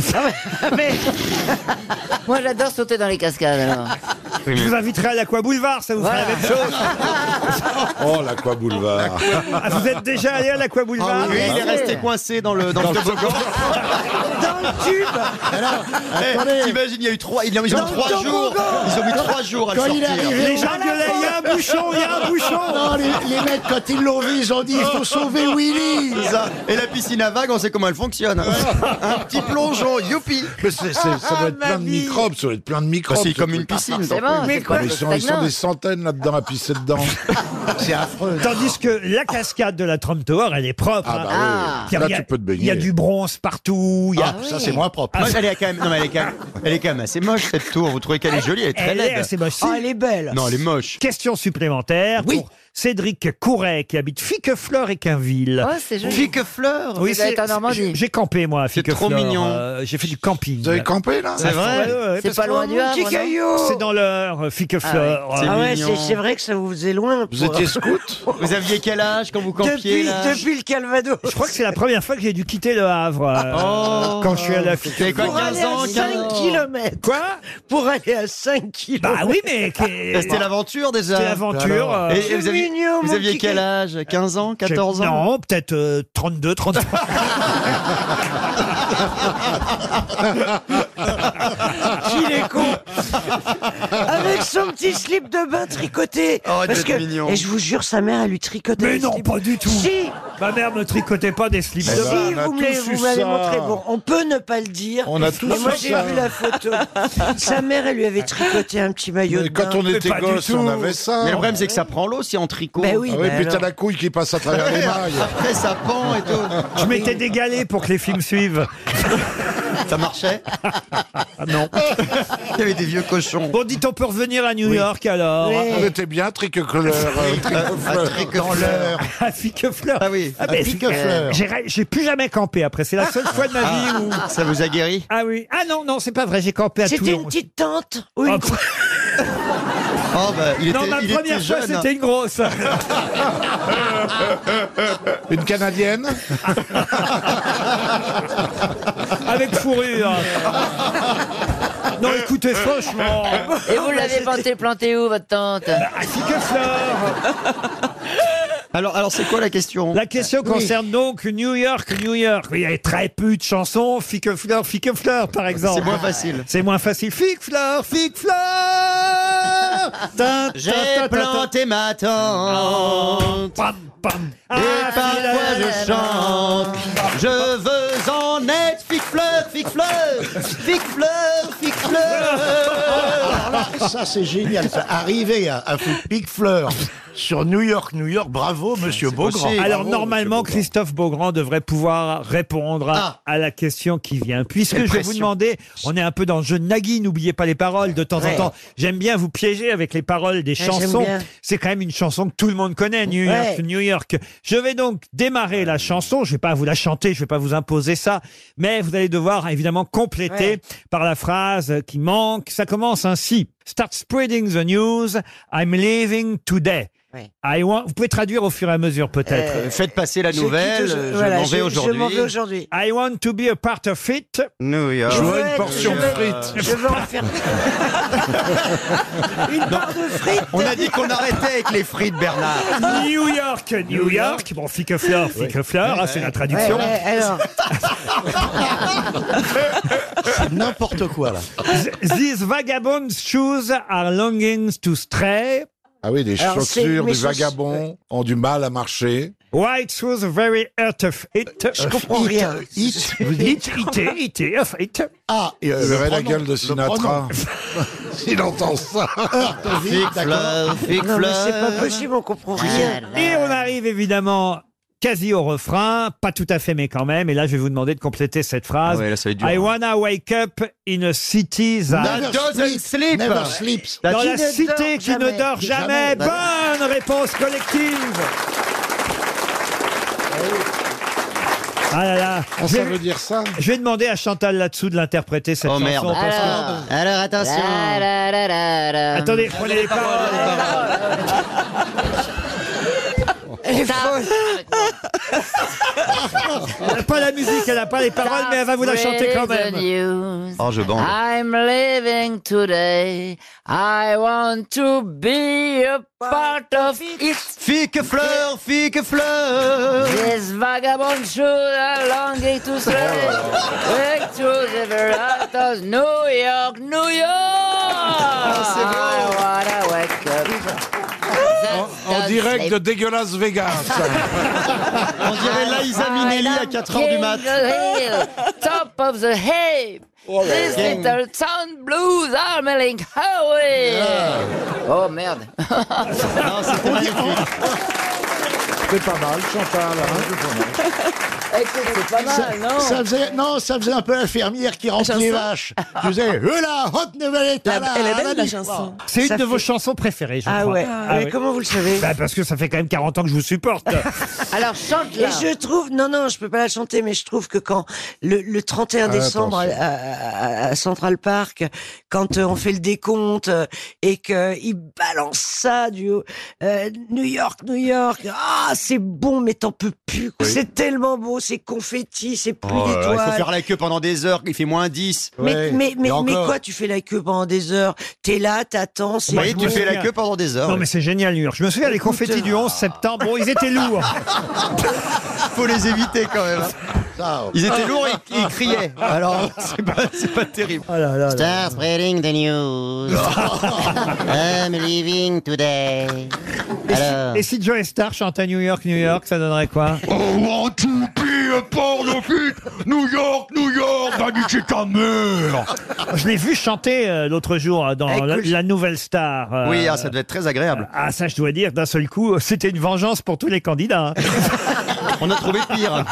mais... Ah Moi, j'adore sauter dans les cascades, alors.
Je vous inviterai à l'Aqua Boulevard, ça vous fera la même chose.
Oh, l'Aqua Boulevard.
Ah, vous êtes déjà allé à l'Aqua Boulevard
Lui, Ah il est resté coincé dans le dans, le toboggan.
dans le tube.
Alors,
Eh.
Eh, T'imagines, il y a eu trois, ils ont mis
Dans le
trois jours. Ils ont mis trois jours à le
Quand il est
sortir.
arrivé, Les gens gueulaient, il y a un bouchon, il y a un
Ah.
bouchon.
Non, les, les mecs, quand ils l'ont vu, ils ont dit il faut sauver Willy
C'est ça. Et la piscine à vagues, on sait comment elle fonctionne. Un petit plongeon, youpi
Mais c'est- c'est- ça doit être plein de microbes, ça doit être plein de microbes.
Bah, c'est
ça doit
comme une
être-
piscine, Mais forcément, t'en prie. c'est quoi,
Ils
c'est
sont, ils sont
stagnant.
des centaines là-dedans à pisser dedans. c'est affreux.
Tandis que la cascade de la Trump Tower, elle est propre.
Ah bah
hein.
oui.
Il y a-
Là,
il y a-
tu peux te baigner.
Il y a du bronze partout.
Ah
il y a- Ah,
Moi, elle est quand même, non, mais elle est quand même, elle est quand même assez moche cette tour. Vous trouvez qu'elle est jolie Elle est très
Elle est
laide. Ah,
assez moche. Si.
elle est belle. Non, elle est moche.
Question supplémentaire pour Cédric Couret qui habite Fiquefleur et Quinville.
Oh, c'est joli.
Fiquefleur
Vous allez être en Normandie.
j'ai- J'ai campé moi à Fiquefleur.
trop mignon.
Euh, j'ai fait du camping.
Vous avez campé, là
C'est vrai
Ouais, ouais, ouais,
C'est
parce
pas
que-
loin du Havre, non
C'est dans l'heure, euh, Fiquefleur.
C'est
hein. Ah ouais,
mignon.
c'est c'est vrai que ça vous faisait loin. pour-
scout
Vous aviez quel âge quand vous campiez
depuis,
là
depuis le Calvados.
Je crois que c'est la première fois que j'ai dû quitter le Havre euh, quand je suis allé à
Ah. Oh. T'avais
Fiquefleur.
quoi,
Pour
15
aller
ans
à 5 km. Quoi Pour aller à 5 km.
Bah oui, mais
Ah, C'était l'aventure déjà.
C'était l'aventure, euh,
Et- et vous
C'est
aviez,
mignon,
vous
mon
aviez
petit
quel âge 15 ans 14 ans
Non, peut-être euh, 32, 33.
Il est con. Avec son petit slip de bain tricoté.
Oh, il doit
Parce
être
que,
mignon.
et je vous jure, sa mère, elle lui tricotait.
Mais
les
non,
slips.
pas du tout.
Si,
Ma mère me tricotait pas des slips de
si,
bain.
Eh on ben, a
vous me l'avez-
tous eu
vous m'avez
ça.
montré. Bon, on peut ne pas le dire.
On a
mais
tous
moi,
eu
j'ai
ça.
vu la photo. sa mère, elle lui avait tricoté un petit maillot
Mais
de
quand
bain.
on était
pas du
gosse, on
tout.
avait ça.
Mais le problème, c'est que ça prend l'eau si en tricot.
Ben oui,
Ah oui,
ben
puis t'as
alors.
la couille qui passe à travers les mailles.
Après, ça pend et tout.
Je m'étais dégalé pour que les films suivent.
Ça marchait
Ah non.
Il y avait des vieux cochons.
Bon, dites, on peut revenir à New York alors.
Oui.
On était bien tricolore, euh,
Un
tricolore.
tric-
dans l'heure.
À Fiquefleur.
Ah oui,
ben,
à Fiquefleur.
J'ai ra- J'ai plus jamais campé après. C'est la seule fois de ma vie où.
Ah. Ça vous a guéri
Ah oui. Ah non, non, c'est pas vrai. J'ai campé à
C'était
Toulon.
une petite tente. ou une
Oh,
grosse-
Oh, bah, il
non,
était,
ma
il
première
était
fois,
jeune.
c'était une grosse.
Une canadienne
Avec fourrure. non, écoutez, franchement.
Et vous
Ah,
l'avez planté, planté où, votre tante
À Fiquefleur.
Alors, alors c'est quoi la question Euh,
La question concerne donc New York, New York. Il y a très peu de chansons. Fique fleur, fique fleur, par exemple.
C'est moins facile.
C'est moins facile. Fique fleur, fique fleur. Tin,
J'ai
tin, tin, tin,
planté ma
Ah,
tin. Ah,
tente.
Pam, pam.
Et
Ah,
parfois
Philadelphie.
je chante. Je veux en être fic fleur, fic fleur, fic fleur, fic fleur.
Alors là, ça c'est génial. Ça. Arriver à, à foutre Big Fleur sur New York, New York, bravo
Ah,
Monsieur Beaugrand.
possible.
Alors
Bravo,
normalement,
monsieur Beaugrand.
Christophe Beaugrand devrait pouvoir répondre à, à la question qui vient. Puisque
Quelle
je vais vous
Ah. pression.
demander, on est un peu dans le jeu de Nagui, n'oubliez pas les paroles de temps en
Ouais.
temps. J'aime bien vous piéger avec les paroles des
j'aime
chansons.
bien.
C'est quand même une chanson que tout le monde connaît, New
Ouais.
York, New York. Je vais donc démarrer la chanson, je vais pas vous la chanter, je vais pas vous imposer ça, mais vous allez devoir évidemment compléter par la phrase qui manque. Ça commence ainsi. Start spreading the news, I'm leaving today. I want. Vous pouvez traduire au fur et à mesure, peut-être.
Euh, faites passer la Je nouvelle, quitte- je- je voilà, m'en vais je- je aujourd'hui. m'en vais aujourd'hui.
I want to be a part of it.
New York.
Je veux une portion
New York.
frite.
Je veux en faire une part de frites. On a dit qu'on arrêtait avec les frites, Bernard.
New York, New York. Bon, fique fleur, fique fleur, hein, c'est la traduction.
Ouais, ouais, alors.
N'importe quoi, là. These vagabond shoes are longings to stray.
Ah oui, des
Alors, c'est-
chaussures
mes
des
chaussures,
vagabonds ont du mal à marcher.
White shoes very out of it. Je
comprends rien.
It, it, it, it, of it.
Ah, et, euh,
Vous verrez
le
la
pronom,
gueule de
le
Sinatra.
S'il entend ça.
Fig Fleur, Fig
Non, mais c'est
Fleur.
pas possible,
on comprend
rien.
Et on arrive évidemment quasi au refrain, pas tout à fait mais quand même. Et là, je vais vous demander de compléter cette phrase.
Ah ouais, là, ça va être dur,
I
hein.
wanna wake up in a city that,
That doesn't sleep.
Never
sleeps.
dans la cité qui ne dort jamais. Bah. Bonne réponse collective. Ah là là.
Ah,
Je
ça
vais-
veut dire ça
Je vais demander à Chantal là-dessous de l'interpréter cette chanson. parce que-
Oh, alors attention.
Attendez, prenez les paroles.
Elle est
Elle n'a pas la musique, elle n'a pas les paroles, mais elle va vous la chanter quand même.
Oh, je bande.
I'm living today. I want to be a part of it.
Fique fleur, fique fleur.
This vagabond should are longing to stray. Back to the verandas, New York, New York.
Ah, hein.
I wanna wake up.
En direct de Dégueulasse Vegas.
On dirait Liza Minnelli à 4 heures du mat.
Top of the heap.
là
This
là.
little town blues are melting away.
Ah.
Ah.
Eh.
Oh merde.
C'est pas mal, Chantal.
Écoute, c'est pas mal, non
ça faisait, non, ça faisait un peu l'infirmière qui rentre les vaches. Tu faisais, Hula, hot nouvelle
elle est belle, la chanson. C'est une de vos chansons préférées, je
Ah
crois.
ouais. Mais comment
vous le savez Parce que ça fait quand même 40 ans que je vous supporte.
Alors chante
là.
Et je trouve, non, non, je peux pas la chanter, mais je trouve que quand le, le 31
Ah,
décembre à,
attention.
à- à Central Park, quand euh, on fait le décompte euh, et qu'ils balancent ça du haut, euh, New York, New York, ah, c'est bon, mais t'en peux plus. quoi. C'est tellement beau, c'est confetti, c'est plus
Oh là là,
d'étoiles.
il faut faire la queue pendant des heures, il fait moins 10.
Mais, mais, mais,
Et
mais
encore.
quoi, tu fais la queue pendant des heures T'es là, t'attends, c'est
Vous voyez,
bon.
tu fais la queue pendant des heures. euh,
Non, mais c'est génial, New York. Je me souviens, les confettis du 11 septembre, bon, ils étaient lourds.
Faut les éviter quand même. Ils étaient lourds et ils criaient. Alors, c'est pas, c'est pas terrible.
Ah
Start spreading the news. I'm leaving today.
Et si- Euh. Et si Joe Star chantait New York, New York, ça donnerait quoi
Oh,
want to be a part of it. New York, New York,
Ah.
va niquer ta mère.
Je l'ai vu chanter euh, l'autre jour euh, dans la, la Nouvelle Star. euh,
Eh, Oui, ah, ça devait être très agréable.
Ah, ça, je dois dire, d'un seul coup, euh, c'était une vengeance pour tous les candidats. hein.
On a trouvé pire.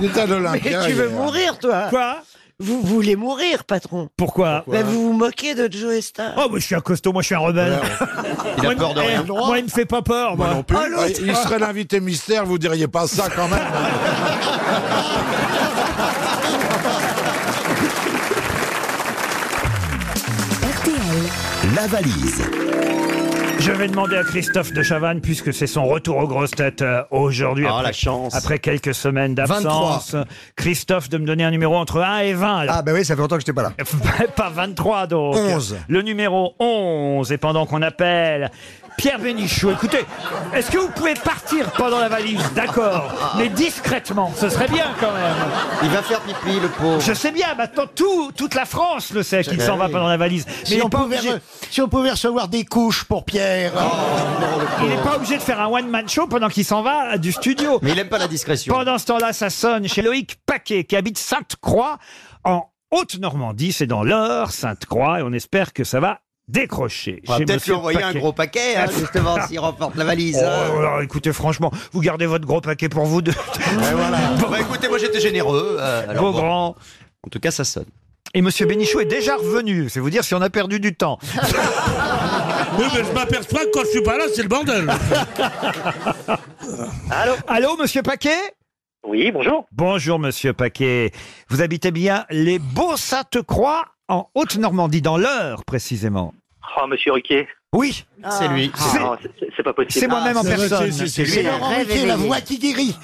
Il était à
Mais
l'Olympia.
tu veux
hier.
mourir, toi
Quoi
Vous voulez mourir, patron
Pourquoi,
Ben, vous vous moquez de Joe Star.
Oh, moi, je suis un costaud, moi, je suis un rebelle.
Il a
Ben, Moi,
peur de
eh,
rien.
Moi, il me fait pas peur, moi. Ah,
Moi non plus. Ah, il serait l'invité mystère, vous diriez pas ça quand même.
Ah, La valise. Je vais demander à Christophe de Chavannes, puisque c'est son retour aux grosses têtes euh, aujourd'hui.
Ah,
après,
la chance.
Après quelques semaines d'absence. Christophe, de me donner un numéro entre 1 et 20. alors.
Ah ben oui, ça fait longtemps que j'étais pas là.
Pas 23, donc.
11.
Le numéro 11. Et pendant qu'on appelle Pierre Bénichou, écoutez, est-ce que vous pouvez partir pendant la valise D'accord. Mais discrètement, ce serait bien quand même.
Il va faire pipi, le pauvre.
Je sais bien, maintenant tout, toute la France le sait qu'il
Eh
s'en va
oui.
pendant la valise.
Si
il est
on,
pas
pouvait
obligé-
re-
euh,
si on pouvait recevoir des couches pour Pierre.
Il n'est pas obligé de faire un one-man show pendant qu'il s'en va du studio.
Mais il aime pas la discrétion.
Pendant ce temps-là, ça sonne chez Loïc Paquet, qui habite Sainte-Croix, en Haute-Normandie. C'est dans l'Eure, Sainte-Croix, et on espère que ça va décrocher.
On va
Chez
peut-être lui
Monsieur
envoyer un
Paquet.
gros paquet, hein, justement, s'il remporte la valise. hein.
Oh, alors, écoutez, franchement, vous gardez votre gros paquet pour vous deux.
Bon, bah écoutez, moi j'étais généreux. euh, alors
Beau
bon.
grand.
En tout cas, ça sonne.
Et Monsieur Bénichou est déjà revenu. C'est vous dire si on a perdu du temps.
Oui, mais je m'aperçois que quand je suis pas là, c'est le bordel.
Allô Allô, Monsieur Paquet Oui, bonjour. Bonjour, Monsieur Paquet. Vous habitez bien les Beaux-Sainte-Croix, en Haute-Normandie, dans l'Eure, précisément.
Oh, monsieur Riquet.
Oui.
C'est lui.
C'est-
Ah, c'est- c'est pas possible.
C'est moi-même en
Ah, c'est-
personne.
c'est- c'est-
C'est
c'est-
Laurent
c'est-
Ruquier, la voix qui guérit.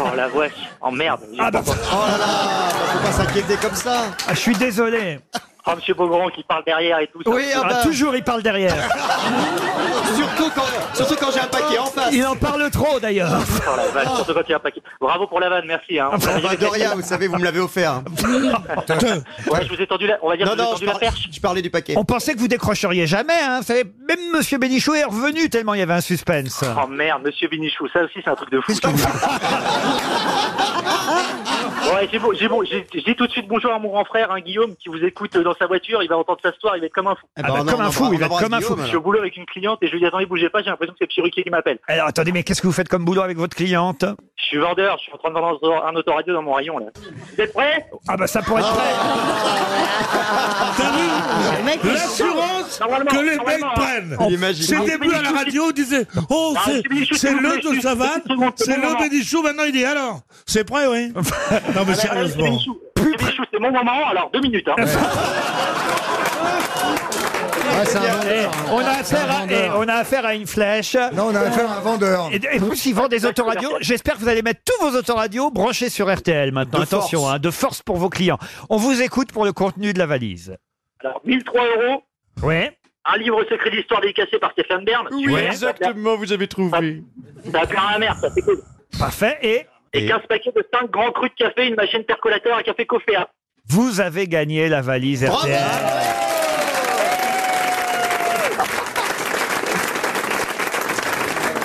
Oh la vache, oh merde. Ah bah.
Oh là là, faut pas s'inquiéter comme ça.
Ah, je suis désolé.
Oh monsieur Beaugrand qui parle derrière et tout. ça.
Oui, ah bah.
Ah, toujours, il parle derrière.
Surtout quand, surtout quand j'ai un paquet en face.
Il en parle trop, d'ailleurs.
Oh la vache, surtout quand il y a un paquet. Bravo pour la vanne, merci. Hein. On
Ah,
va
bah,
dire-
de rien, vous savez, vous me l'avez offert.
Ouais, je vous ai tendu la, on va dire
Non,
que je vous ai
non,
tendu
je,
la
par-
perche.
je parlais du paquet.
On pensait que vous décrocheriez jamais, hein. Vous savez, même Monsieur Bénichou est revenu tellement il y avait un suspense.
Oh merde, monsieur Binichou, ça aussi c'est un truc de fou. ouais, j'ai bon, j'ai bon, j'ai- je dis tout de suite bonjour à mon grand frère, hein, Guillaume, qui vous écoute euh, dans sa voiture, il va entendre sa histoire, il va être comme un fou.
Eh
Ah bah,
ben,
Ah bah, comme on un fou, embrasse- il va être on comme un embrasse fou. Guillaume,
Je suis au boulot avec une cliente et je lui dis attendez, bougez pas, j'ai l'impression que c'est Pierruquier qui m'appelle.
Alors attendez, mais qu'est-ce que vous faites comme boulot avec votre cliente
Je suis vendeur, je suis en train de vendre un auto- un autoradio dans mon rayon là. Vous êtes prêts
Ah bah ça pourrait être vrai.
Ah,
L'assurance
Ah. que les mecs prennent. Ses débuts à la radio on disait Oh,
Ah,
c'est-
monsieur Bénichou,
c'est
s'il vous
le
plaît,
de
juste
Savane,
une seconde,
c'est
mon
le
moment.
Bénichou. Maintenant, il dit Alors, c'est prêt, oui Non, mais
Ah, bah, monsieur
sérieusement.
Bénichou, monsieur Bénichou, C'est mon moment, alors deux minutes. Hein.
Eh, on, a affaire à, eh, on a affaire à une flèche.
Non, on a affaire à un vendeur.
Et, et plus, il vend des autoradios. J'espère que vous allez mettre tous vos autoradios branchés sur RTL maintenant.
De
Attention,
force.
hein, de force pour vos clients. On vous écoute pour le contenu de la valise.
Alors 1003 euros,
Ouais.
un livre secret d'histoire dédicacé par Stéphane Bern. Super.
vous avez trouvé.
Ça va plaire à la mère, ça c'est cool.
Parfait. Et,
Et 15 paquets de 5 grands crus de café, une machine percolateur, un café Ah, Coffea.
vous avez gagné la valise RTL.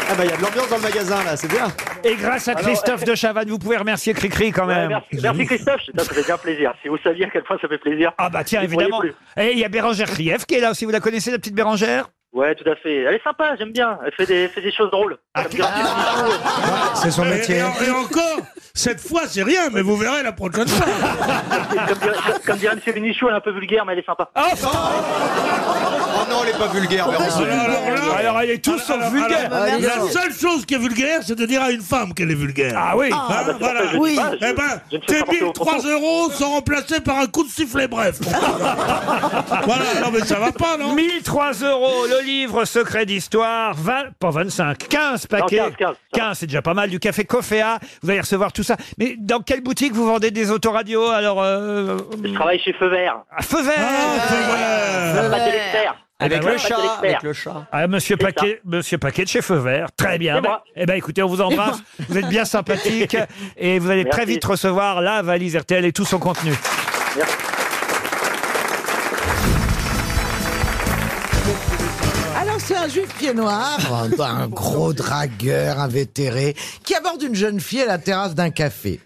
Ah bah, il y a de l'ambiance dans le magasin, là, c'est bien.
Et grâce à
Alors,
Christophe
euh,
de Chavannes, vous pouvez remercier Cricri quand
Ouais,
même.
merci, merci Christophe, Putain, ça fait bien plaisir. Si vous saviez à quel point ça fait plaisir.
Ah bah tiens,
vous pourriez
évidemment.
plus.
Et il y a Bérangère Krief qui est là aussi. Vous la connaissez, la petite Bérangère
Ouais, tout à fait. Elle est sympa, j'aime bien. Elle fait des, elle fait des choses drôles.
Ah,
Ça me gratte.
C'est
son métier.
Et, en- et encore, cette fois, c'est rien, mais vous verrez la prochaine fois.
comme, dirait- comme dirait M. Benichou, elle est un peu vulgaire, mais elle est sympa.
Oh non, elle est pas vulgaire,
Pourquoi
Bérangère.
c'est vulgaire Ah Alors,
alors, elle est tout
sauf vulgaire.
Allez,
la
alors.
seule chose qui est vulgaire, c'est de dire à une femme qu'elle est vulgaire.
Ah oui.
Hein,
Ah, bah, c'est
voilà.
pour ça que je dis pas, je-
Eh ben,
je ne fais
tes
pas porter au
1003
propos.
euros sont remplacés par un coup de sifflet bref. voilà, non mais ça va pas, non
1003 euros, le livre Secret d'Histoire, 20, pas 25, 15 paquets.
15, 15,
c'est déjà pas mal, du café Coffea, vous allez recevoir tout ça. Mais dans quelle boutique vous vendez des autoradios alors euh,
Je travaille chez Feu Vert.
à Feu Vert
Ah,
Paquet d'expert.
Euh, Avec le chat,
Avec
le chat.
Ah, monsieur
C'est
Paquet, monsieur Paquet de chez Feu Vert. Très bien.
C'est
Ben-
moi.
eh ben, écoutez, on vous embrasse. Vous êtes bien sympathique. et vous allez très
Merci.
vite recevoir la valise RTL et tout son contenu.
Alors c'est un juif pied noir, un- un gros dragueur invétéré, qui aborde une jeune fille à la terrasse d'un café.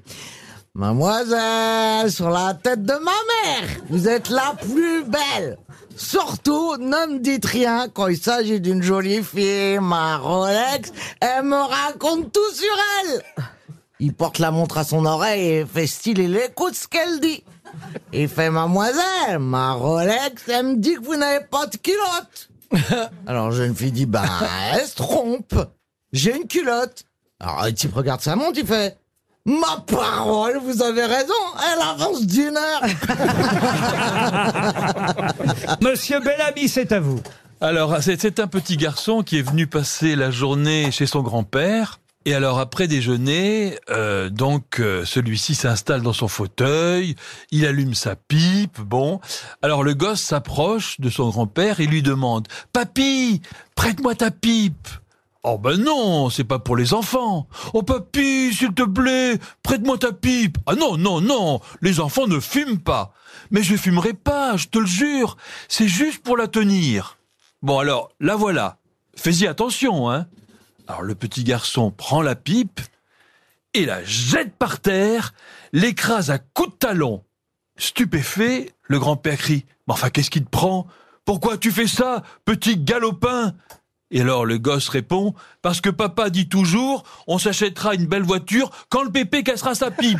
Mademoiselle, sur la tête de ma mère, vous êtes la plus belle. Surtout, ne me dites rien quand il s'agit d'une jolie fille. Ma Rolex, elle me raconte tout sur elle. Il porte la montre à son oreille et fait style, il écoute ce qu'elle dit. Il fait, mademoiselle, ma Rolex, elle me dit que vous n'avez pas de culotte. Alors, jeune fille dit, bah, elle se trompe. J'ai une culotte. Alors, le type regarde sa montre, il fait, ma parole, vous avez raison, elle avance d'une heure.
Monsieur Bellamy, c'est à vous.
Alors, c'était un petit garçon qui est venu passer la journée chez son grand-père. Et alors, après déjeuner, euh, donc, euh, celui-ci s'installe dans son fauteuil, il allume sa pipe, bon. Alors, le gosse s'approche de son grand-père et lui demande « Papy, prête-moi ta pipe !» Oh ben non, c'est pas pour les enfants. Oh papy, s'il te plaît, prête-moi ta pipe. Ah non, non, non, les enfants ne fument pas. Mais je fumerai pas, je te le jure. C'est juste pour la tenir. Bon alors, la voilà. Fais-y attention, hein. Alors le petit garçon prend la pipe et la jette par terre, l'écrase à coups de talon. Stupéfait, le grand-père crie Mais enfin, qu'est-ce qui te prend Pourquoi tu fais ça, petit galopin Et alors le gosse répond Parce que papa dit toujours, on s'achètera une belle voiture quand le pépé cassera sa pipe.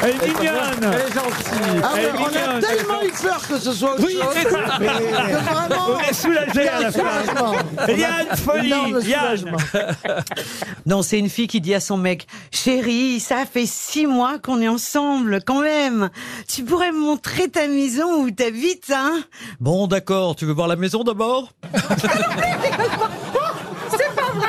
Elle est mignonne
Elle est
gentille Ah,
Elle est
mais on a
mignonne,
tellement elle eu peur que ce soit autre Oui, chose c'est ça. que vraiment, On est soulagés à la fin. Soulagement.
Il y a une folie,
Énorme
il y a-
soulagement.
Non, c'est une fille qui dit à son mec, chérie, ça fait six mois qu'on est ensemble, quand même. Tu pourrais me montrer ta maison où t'habites, hein
Bon, d'accord, tu veux voir la maison d'abord
C'est pas vrai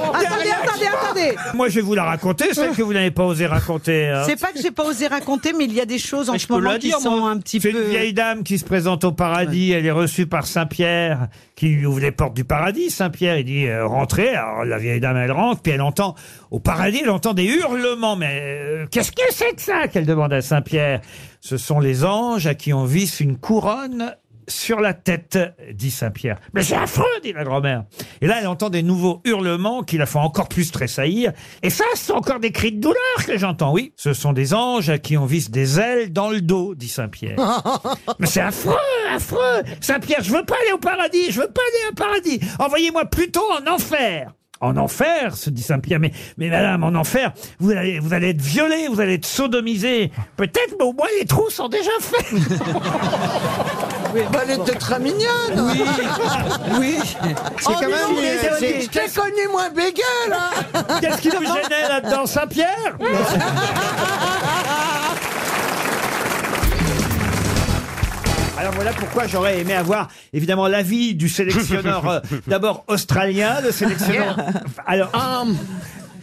Attendez, attendez, attendez.
Moi, je vais vous la raconter, celle que vous n'avez pas osé raconter. hein.
C'est pas que j'ai pas osé raconter, mais il y a des choses en
Mais je
ce
peux
moment
la
qui
dire,
sont
moi.
un petit
C'est
peu.
une vieille dame qui se présente au paradis. Elle est reçue par Saint Pierre, qui lui ouvre les portes du paradis. Saint Pierre, il dit euh, rentrez. Alors la vieille dame, elle rentre, puis elle entend au paradis, elle entend des hurlements. Mais euh, qu'est-ce que c'est que ça qu'elle demande à Saint Pierre. Ce sont les anges à qui on visse une couronne sur la tête, dit Saint Pierre. Mais c'est affreux, dit la grand-mère. Et là, elle entend des nouveaux hurlements qui la font encore plus tressaillir. Et ça, ce sont encore des cris de douleur que j'entends, oui. Ce sont des anges à qui on visse des ailes dans le dos, dit Saint Pierre. Mais c'est affreux, affreux. Saint Pierre, je veux pas aller au paradis, je veux pas aller au paradis. Envoyez-moi plutôt en enfer. En enfer, se dit Saint-Pierre. Mais, mais madame, en enfer, vous allez, vous allez être violée, vous allez être sodomisée. Peut-être, mais au moins les trous sont déjà faits.
Bah, elle était très mignonne.
Oui.
oui.
Oh, dis donc, c'est-
Je t'ai connu moins bégueule. Hein.
Qu'est-ce qui vous gênait là-dedans, Saint-Pierre Alors voilà pourquoi j'aurais aimé avoir évidemment l'avis du sélectionneur euh, d'abord australien, le sélectionneur. Alors
Um,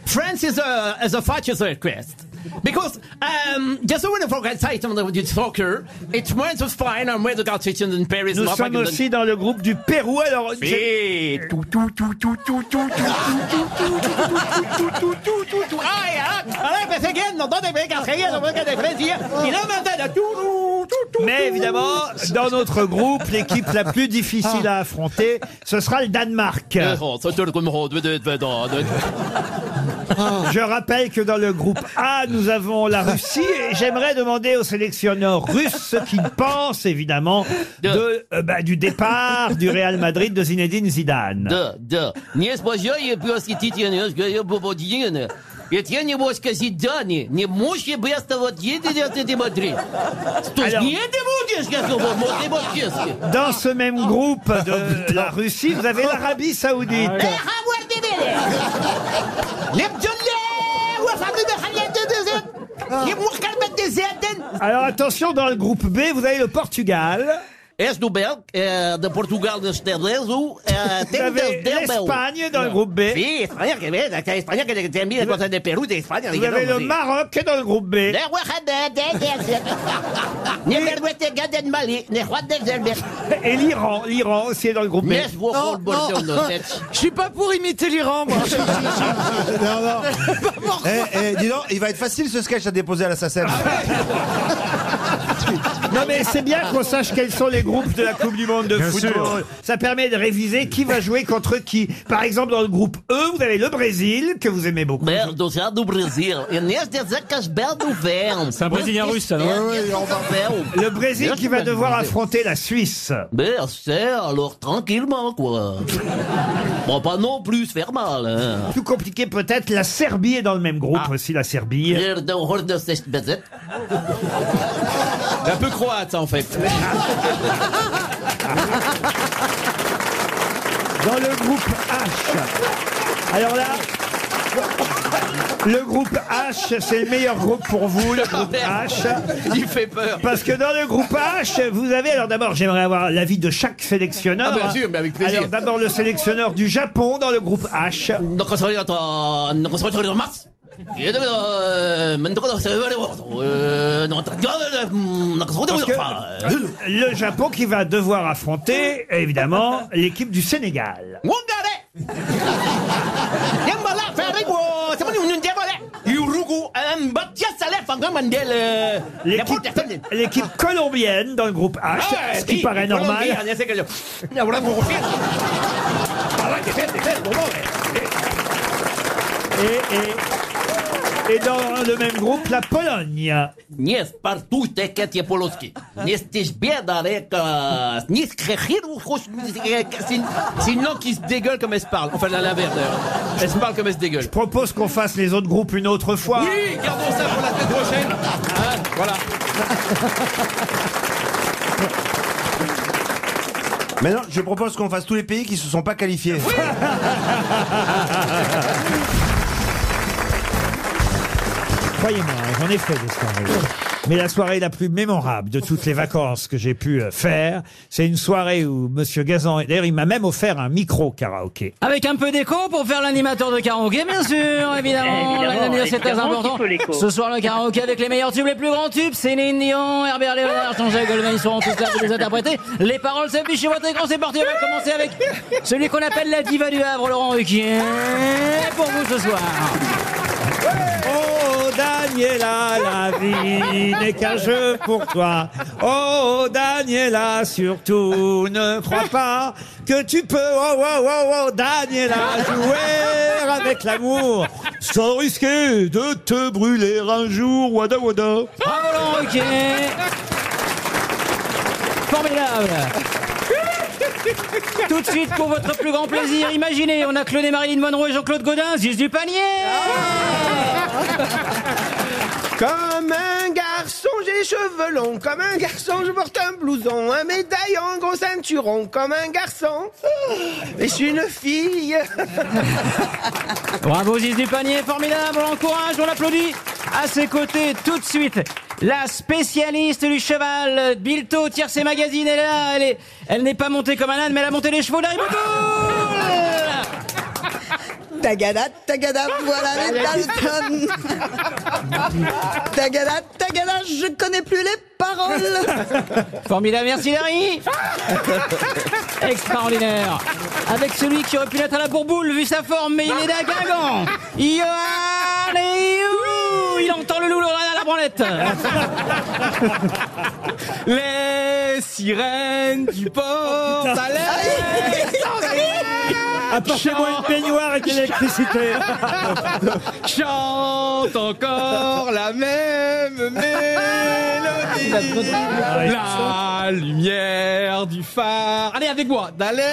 France is a is a fatuous request because um, just when I forget item that you talk here, it reminds us fine and where the got it in Paris.
nous
not
sommes
London.
aussi dans le groupe du Pérou. Alors
Si.
j'ai-
hein? Ah
Mais évidemment, dans notre groupe, l'équipe la plus difficile à affronter, ce sera le Danemark. Je rappelle que dans le groupe A, nous avons la Russie et j'aimerais demander au sélectionneur russe ce qu'il pense évidemment de, euh, bah, du départ du Real Madrid de Zinedine Zidane.
Да, да. Не спасаю просветительную свободину. Ведь я не мозг Зидане, не муж и без того едет от этой Мадрид. Что ж, не ты будешь, я думаю, может, и мальчишки.
Dans ce même groupe de la Russie, vous avez l'Arabie Saoudite.
Ah. hein?
Alors attention, dans le groupe B, vous avez le Portugal.
És do Bel, eh, de Portugal de Sterlezo, eh, tem
Sabe,
del- del Bel.
l'Espagne dans le groupe B.
Sí, España, que bien, que España, que- que tiene bien, cosas de Perú, de España,
Vous
que
avez
no,
le
sí.
Maroc dans le groupe B.
Ne hueja de- de- de- Ne vergüenza que del Mali, ne Juan del Zelber.
Et l'Iran, l'Iran aussi est dans le groupe B.
Yes, vous
Non,
vous
non.
vous vous êtes.
Je suis pas pour imiter l'Iran, moi.
non, non. Eh, eh, dis donc, il va être facile ce sketch à déposer à la SACEM.
Ah Non mais c'est bien qu'on sache quels sont les groupes de la Coupe du Monde de
Bien
football.
sûr.
Ça permet de réviser qui va jouer contre qui. Par exemple, dans le groupe E, vous avez le Brésil, que vous aimez beaucoup.
Merde, o céu do Brasil. E neste exacas bel do verão.
C'est un Brésilien russe, alors. Ouais, ouais, on va- Le Brésil qui va devoir affronter la Suisse.
Ben, c'est alors tranquillement, quoi. bon, pas non plus se faire mal, hein. Ah.
Plus compliqué peut-être, la Serbie est dans le même groupe aussi, la Serbie.
Merde, horde de cette bazette.
Un peu croate, en fait.
Dans le groupe H. Alors là, le groupe H, c'est le meilleur groupe pour vous, le groupe
Ah,
H.
Il fait peur.
Parce que dans le groupe H, vous avez, alors d'abord, j'aimerais avoir l'avis de chaque sélectionneur.
Ah, bien
hein.
sûr, mais avec plaisir.
Alors d'abord, le sélectionneur du Japon dans le groupe H.
Donc, on se regarde, euh, donc, on se regarde en mars. Et donc, euh, maintenant, on se regarde, euh, donc, euh, donc, on se regarde, enfin, euh,
Le Japon qui va devoir affronter, évidemment, l'équipe du Sénégal.
Yambala, Ferrigo, c'est bon, nous, nous, Yambala. Urugu, euh, Mbatia, Saleh, Fanga, Mandel, euh,
L'équipe- L'équipe colombienne dans le groupe H,
Ah,
ce qui
sí,
paraît normal.
Colombia, ya sé que yo- Ya habrá como fiesta. Habrá que ser, de ser, como, eh.
Et, et Et dans le même groupe, la Pologne.
Не спортуйте, как я полоски. Не стежбе, да, река. Не скрехиру, хоч- C'est une- c'est une langue qui se dégueule comme elle se parle. Enfin, à l'inverse, d'ailleurs. Elle se parle comme elle se dégueule.
Je propose qu'on fasse les autres groupes une autre fois.
Oui, gardons ça pour la semaine prochaine. Hein, voilà.
Maintenant, je propose qu'on fasse tous les pays qui se sont pas qualifiés.
Croyez-moi, hein, j'en ai fait des soirées. Mais la soirée la plus mémorable de toutes les vacances que j'ai pu euh, faire, c'est une soirée où Monsieur Gazan, d'ailleurs, il m'a même offert un micro karaoké.
Avec un peu d'écho pour faire l'animateur de karaoké, bien sûr, évidemment. Évidemment, L'animateur, c'est très évidemment qu'il important. faut l'écho. Ce soir, le karaoké avec les meilleurs tubes, les plus grands tubes. Céline Dion, Herbert Léonard, Jean-Jacques Goldman, ils seront tous là pour les interpréter. Les paroles s'affichent sur votre écran, c'est parti. On va commencer avec celui qu'on appelle la diva du Havre, Laurent Ruquier. Pour vous ce soir.
Oh Daniela, la vie n'est qu'un jeu pour toi. Oh Daniela, surtout ne crois pas que tu peux. Oh oh oh oh Daniela, jouer avec l'amour sans risquer de te brûler un jour. Wada wada.
Bravo Laurent Ruquier. Formidable. Tout de suite, pour votre plus grand plaisir, imaginez, on a cloné Marilyn Monroe et Jean-Claude Godin, Ziz du panier
Comme un garçon, j'ai les cheveux longs. Comme un garçon, je porte un blouson. Un médaillon, gros ceinturon. Comme un garçon. Mais je suis une fille.
Bravo Ziz du panier, formidable, on l'encourage, on l'applaudit. À ses côtés, tout de suite, la spécialiste du cheval, Bilto Tiercé Magazine est là. Elle est, elle n'est pas montée comme un âne, mais elle a monté les chevaux d'Aribotoul
Tagada, tagada,
voilà les
Ah,
Dalton.
Tagada, tagada, je connais plus les paroles.
Formidable, merci Larry Extraordinaire Avec celui qui aurait pu l'être à la bourboule, vu sa forme, mais il est d'un Guingamp Johan Léou Il entend le loup à la branlette Les sirènes du port
Oh,
Ah
Apportez-moi une peignoir avec l'électricité.
Chante encore la même Ah, mélodie.
Ah,
La
lumière du phare.
Allez, avec moi.
D'Alexandrie.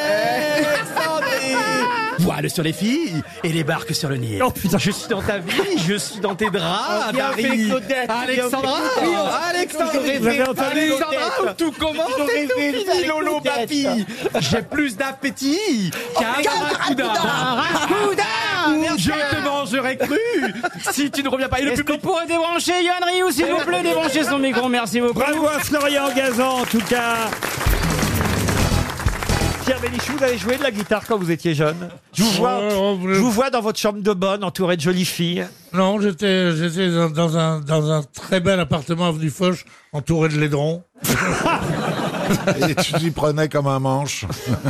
Voile sur les filles et les barques sur le Nil. Oh putain, Oh, je suis dans ta vie, je suis dans tes draps,
Viens
Marie.
avec Claudette,
Alexandra,
viens avec Claudette.
Alexandra,
Toujours rêvé,
Alexandra,
Claudette.
où tout commence
Toujours
et tout
rêvé,
finit,
avec
Lolo
Claudette.
Papi. J'ai plus d'appétit qu'un
Oh, qu'un
barracuda.
barracuda.
Mmh, Je te mangerai cru si tu ne reviens pas. Et le
Est-ce
public
qu'on pourrait débrancher Johan Rioux, s'il vous plaît Débranchez son micro, merci beaucoup
Bravo à Florian Gazan, en tout cas. Pierre Bénichou, vous avez joué de la guitare quand vous étiez jeune Je vous vois, je vous vois dans votre chambre de bonne, entouré de jolies filles.
Non, j'étais j'étais dans, dans un, dans un très bel appartement avenue Foch, entouré de laidrons.
Et tu t'y prenais comme un manche.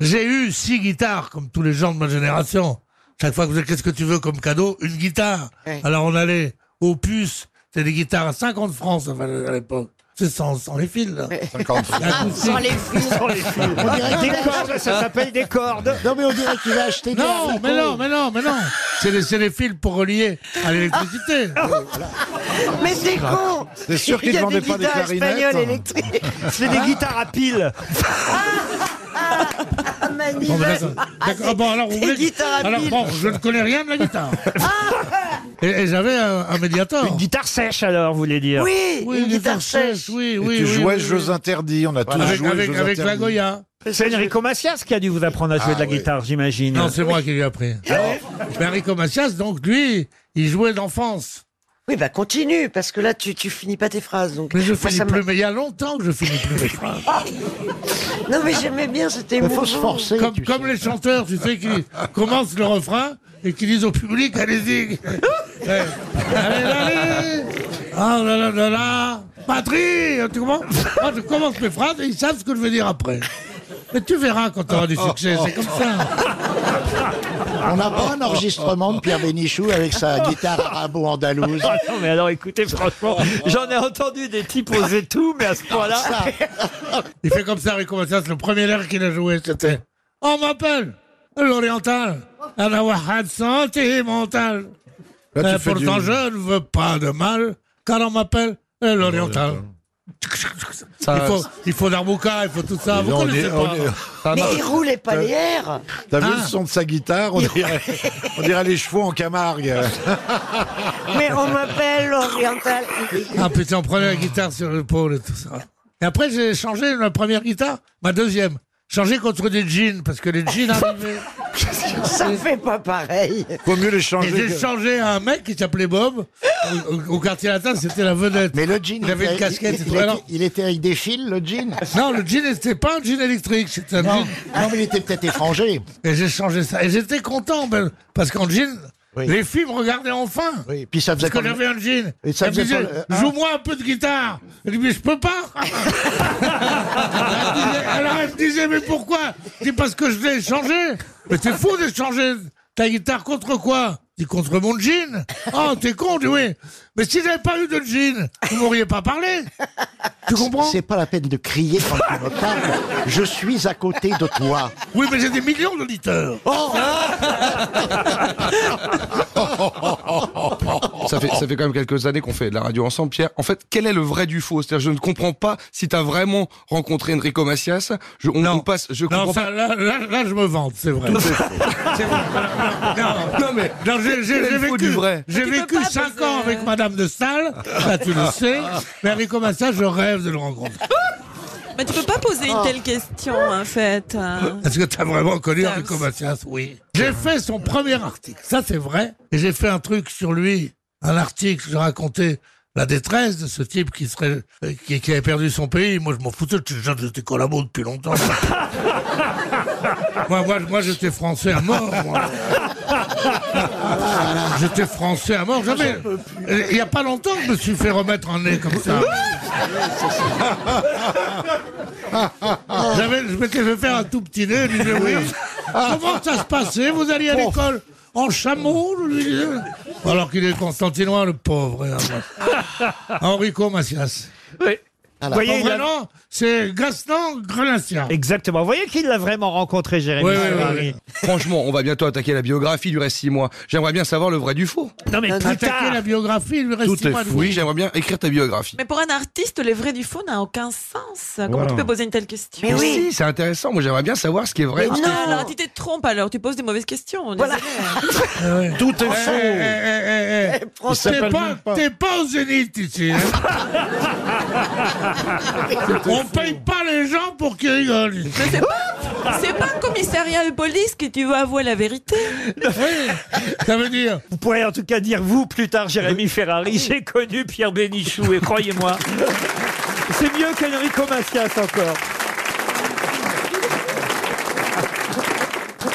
J'ai eu six guitares, comme tous les gens de ma génération. Chaque fois que vous dites qu'est-ce que tu veux comme cadeau, une guitare.
Ouais.
Alors on allait aux puces, c'était des guitares à 50 francs ça valait à l'époque. C'est sans, sans les fils, là.
50
francs.
Sans les fils. Sans les fils. On dirait des cordes, ça s'appelle des cordes.
Non, mais on
dirait qu'il a acheté des
Non,
haricots.
mais non, mais non, mais non. C'est les, c'est les fils pour relier à l'électricité.
Ah, Mais c'est con
C'est sûr qu'ils
Il y a
vendaient pas des
guitares
clarinettes.
espagnoles électriques.
C'est des
guitares à pile.
Ah, magnifique.
Bon, ben, d'accord. D'accord. Ah, bon, alors, vous
des
voulez-
guitares à
alors,
pile.
bon, je ne connais rien de la guitare. et et j'avais un, un médiator.
Une guitare sèche alors, vous voulez dire
une guitare sèche, oui,
Et
oui.
tu
oui,
jouais
oui,
jeux
oui.
interdits, on a tous
Avec-
joué
avec-
jeux
avec la
interdits.
Goya.
C'est Enrico Macias qui a dû vous apprendre à jouer de
Ah
la
oui.
guitare, j'imagine. Ah
Non, c'est moi qui lui ai appris. Mais Enrico Macias, donc, lui, il jouait d'enfance.
Oui, bah continue, parce que là, tu, tu finis pas tes phrases. Donc.
Mais je
Moi,
finis
ça m'a-
plus, mais il y a longtemps que je finis plus mes phrases.
Non, mais j'aimais bien, c'était émouvant.
Comme, comme les chanteurs, tu sais, qui commencent le refrain et qui disent au public, allez-y. Ouais. Allez, allez. Ah là là là là. Patrie Tu comprends Moi, je commence mes phrases et ils savent ce que je veux dire après. Mais tu verras quand tu auras du succès, c'est comme ça.
Oh, On n'a pas un enregistrement de Pierre Bénichou avec sa guitare arabo-andalouse.
Ah non, mais alors écoutez, franchement, j'en ai entendu des types oser tout, mais à ce point-là.
Il fait comme Ah, ça, Rico Macias. Le premier air qu'il a joué, c'était On m'appelle l'Oriental, à la Wahad sentimental. Euh, Et
Là, tu fais
pourtant,
du-
je ne veux pas de mal, car on m'appelle euh, l'Oriental.
Ça-
il, faut, il faut d'Arbouka, il faut tout ça.
Dis
Vous
donc, on
connaissez
est-
pas.
on est- Ah, non. T'as- T'as vu
Ah.
le son de sa guitare on dirait, on dirait les chevaux en Camargue.
Mais on m'appelle l'oriental.
Ah putain, on prenait la guitare sur l'épaule et tout ça. Et après, j'ai changé ma première guitare, ma deuxième. Changé contre des jeans, parce que les jeans arrivaient.
Ça fait pas pareil.
Vaut mieux les
changer
Et j'ai
que-
changé à un mec qui s'appelait Bob. Au, au- au quartier latin, c'était la vedette. Mais le jean, il avait une casquette.
il-
et tout.
il
Alors-
était- il était avec des fils, le jean
Non, le jean n'était pas un jean électrique, c'était un
Non.
jean. Non, mais il était peut-être étranger. Et j'ai changé ça. Et j'étais content, ben, parce qu'en jean, les filles me regardaient enfin.
Oui, puis ça faisait
Parce que
comme-
j'avais un jean.
Et ça
Elles me
faisait
disaient,
pas le- hein
joue-moi un peu de guitare. Elle dit, mais je peux pas. Elle disait- Alors elle me disait, mais pourquoi Je dis, parce que je l'ai échangé. Mais t'es fou d'échanger ta guitare contre quoi Je dis, contre mon jean. Oh, t'es con, je dis, oui. Mais si j'avais pas eu de jean, vous m'auriez pas parlé. Tu comprends
C'est pas la peine de crier quand tu me parles. Je suis à côté de toi.
Oui, mais j'ai des millions d'auditeurs.
Oh. Ça fait, ça fait quand même quelques années qu'on fait de la radio ensemble, Pierre. En fait, quel est le vrai du faux C'est-à-dire, je ne comprends pas si t'as vraiment rencontré Enrico Macias. Je, on, on passe, je
Non,
comprends
ça,
pas.
là, là- là, je me vante, c'est vrai. C'est vrai. Non, non, mais non, j'ai- j'ai
Quel
j'ai
est le faux du
vécu,
vrai
j'ai
Tu
vécu
peux pas euh,
5
passer,
ans avec Madame de Staël, ça tu le sais, mais Enrico Macias, je rêve de le rencontrer.
Mais tu peux pas poser une telle question, en fait. hein.
Est-ce que t'as vraiment connu Enrico Macias Oui. J'ai fait son premier article, ça c'est vrai, et j'ai fait un truc sur lui, un article, je racontais la détresse de ce type qui serait, euh, qui, qui avait perdu son pays. Moi, je m'en foutais, j'étais déjà- j'étais collabo depuis longtemps. moi, moi, moi, j'étais français à mort, moi. J'étais français à mort, jamais. Il n'y a pas longtemps que je me suis fait remettre un nez comme ça. J'avais, je m'étais fait faire un tout petit nez, je disais oui. Comment ça se passait Vous alliez à l'école en chameau je lui disais. Alors qu'il est constantinois, le pauvre. hein, moi. Enrico Macias.
Oui.
Ah,
Vous voyez, il a- c'est Gaston Grenacia.
Exactement. Vous voyez qu'il l'a vraiment rencontré, Jérémy.
Ouais, ouais, ouais,
Ferrari.
ouais. Franchement, on va bientôt attaquer la biographie, il lui reste six mois. J'aimerais bien savoir le vrai du faux.
Non mais
plus
Attaquer la biographie, il lui reste
Tout
six
est
mois de
fou. Oui,
vie.
j'aimerais bien écrire ta biographie.
Mais pour un artiste, le vrai du faux n'a aucun sens. Comment
Voilà.
tu peux poser une telle question
si, c'est intéressant. Moi, j'aimerais bien savoir ce qui est vrai.
Mais
ce qui est
non,
faux.
alors tu te trompes alors, tu poses des mauvaises questions.
Tout est
Eh, eh, eh, eh, eh.
Il
T'es
s'appelle
pas,
même pas.
t'es pas au zénith ici. hein.
hein.
On paye pas les gens pour qu'ils rigolent.
C'est pas, c'est pas un commissariat de police que tu veux avouer la vérité.
ça veut dire. Euh,
Vous pourrez en tout cas dire, vous, plus tard, Jérémy Ferrari, j'ai connu Pierre Bénichou, et croyez-moi, c'est mieux qu'Enrico Macias encore.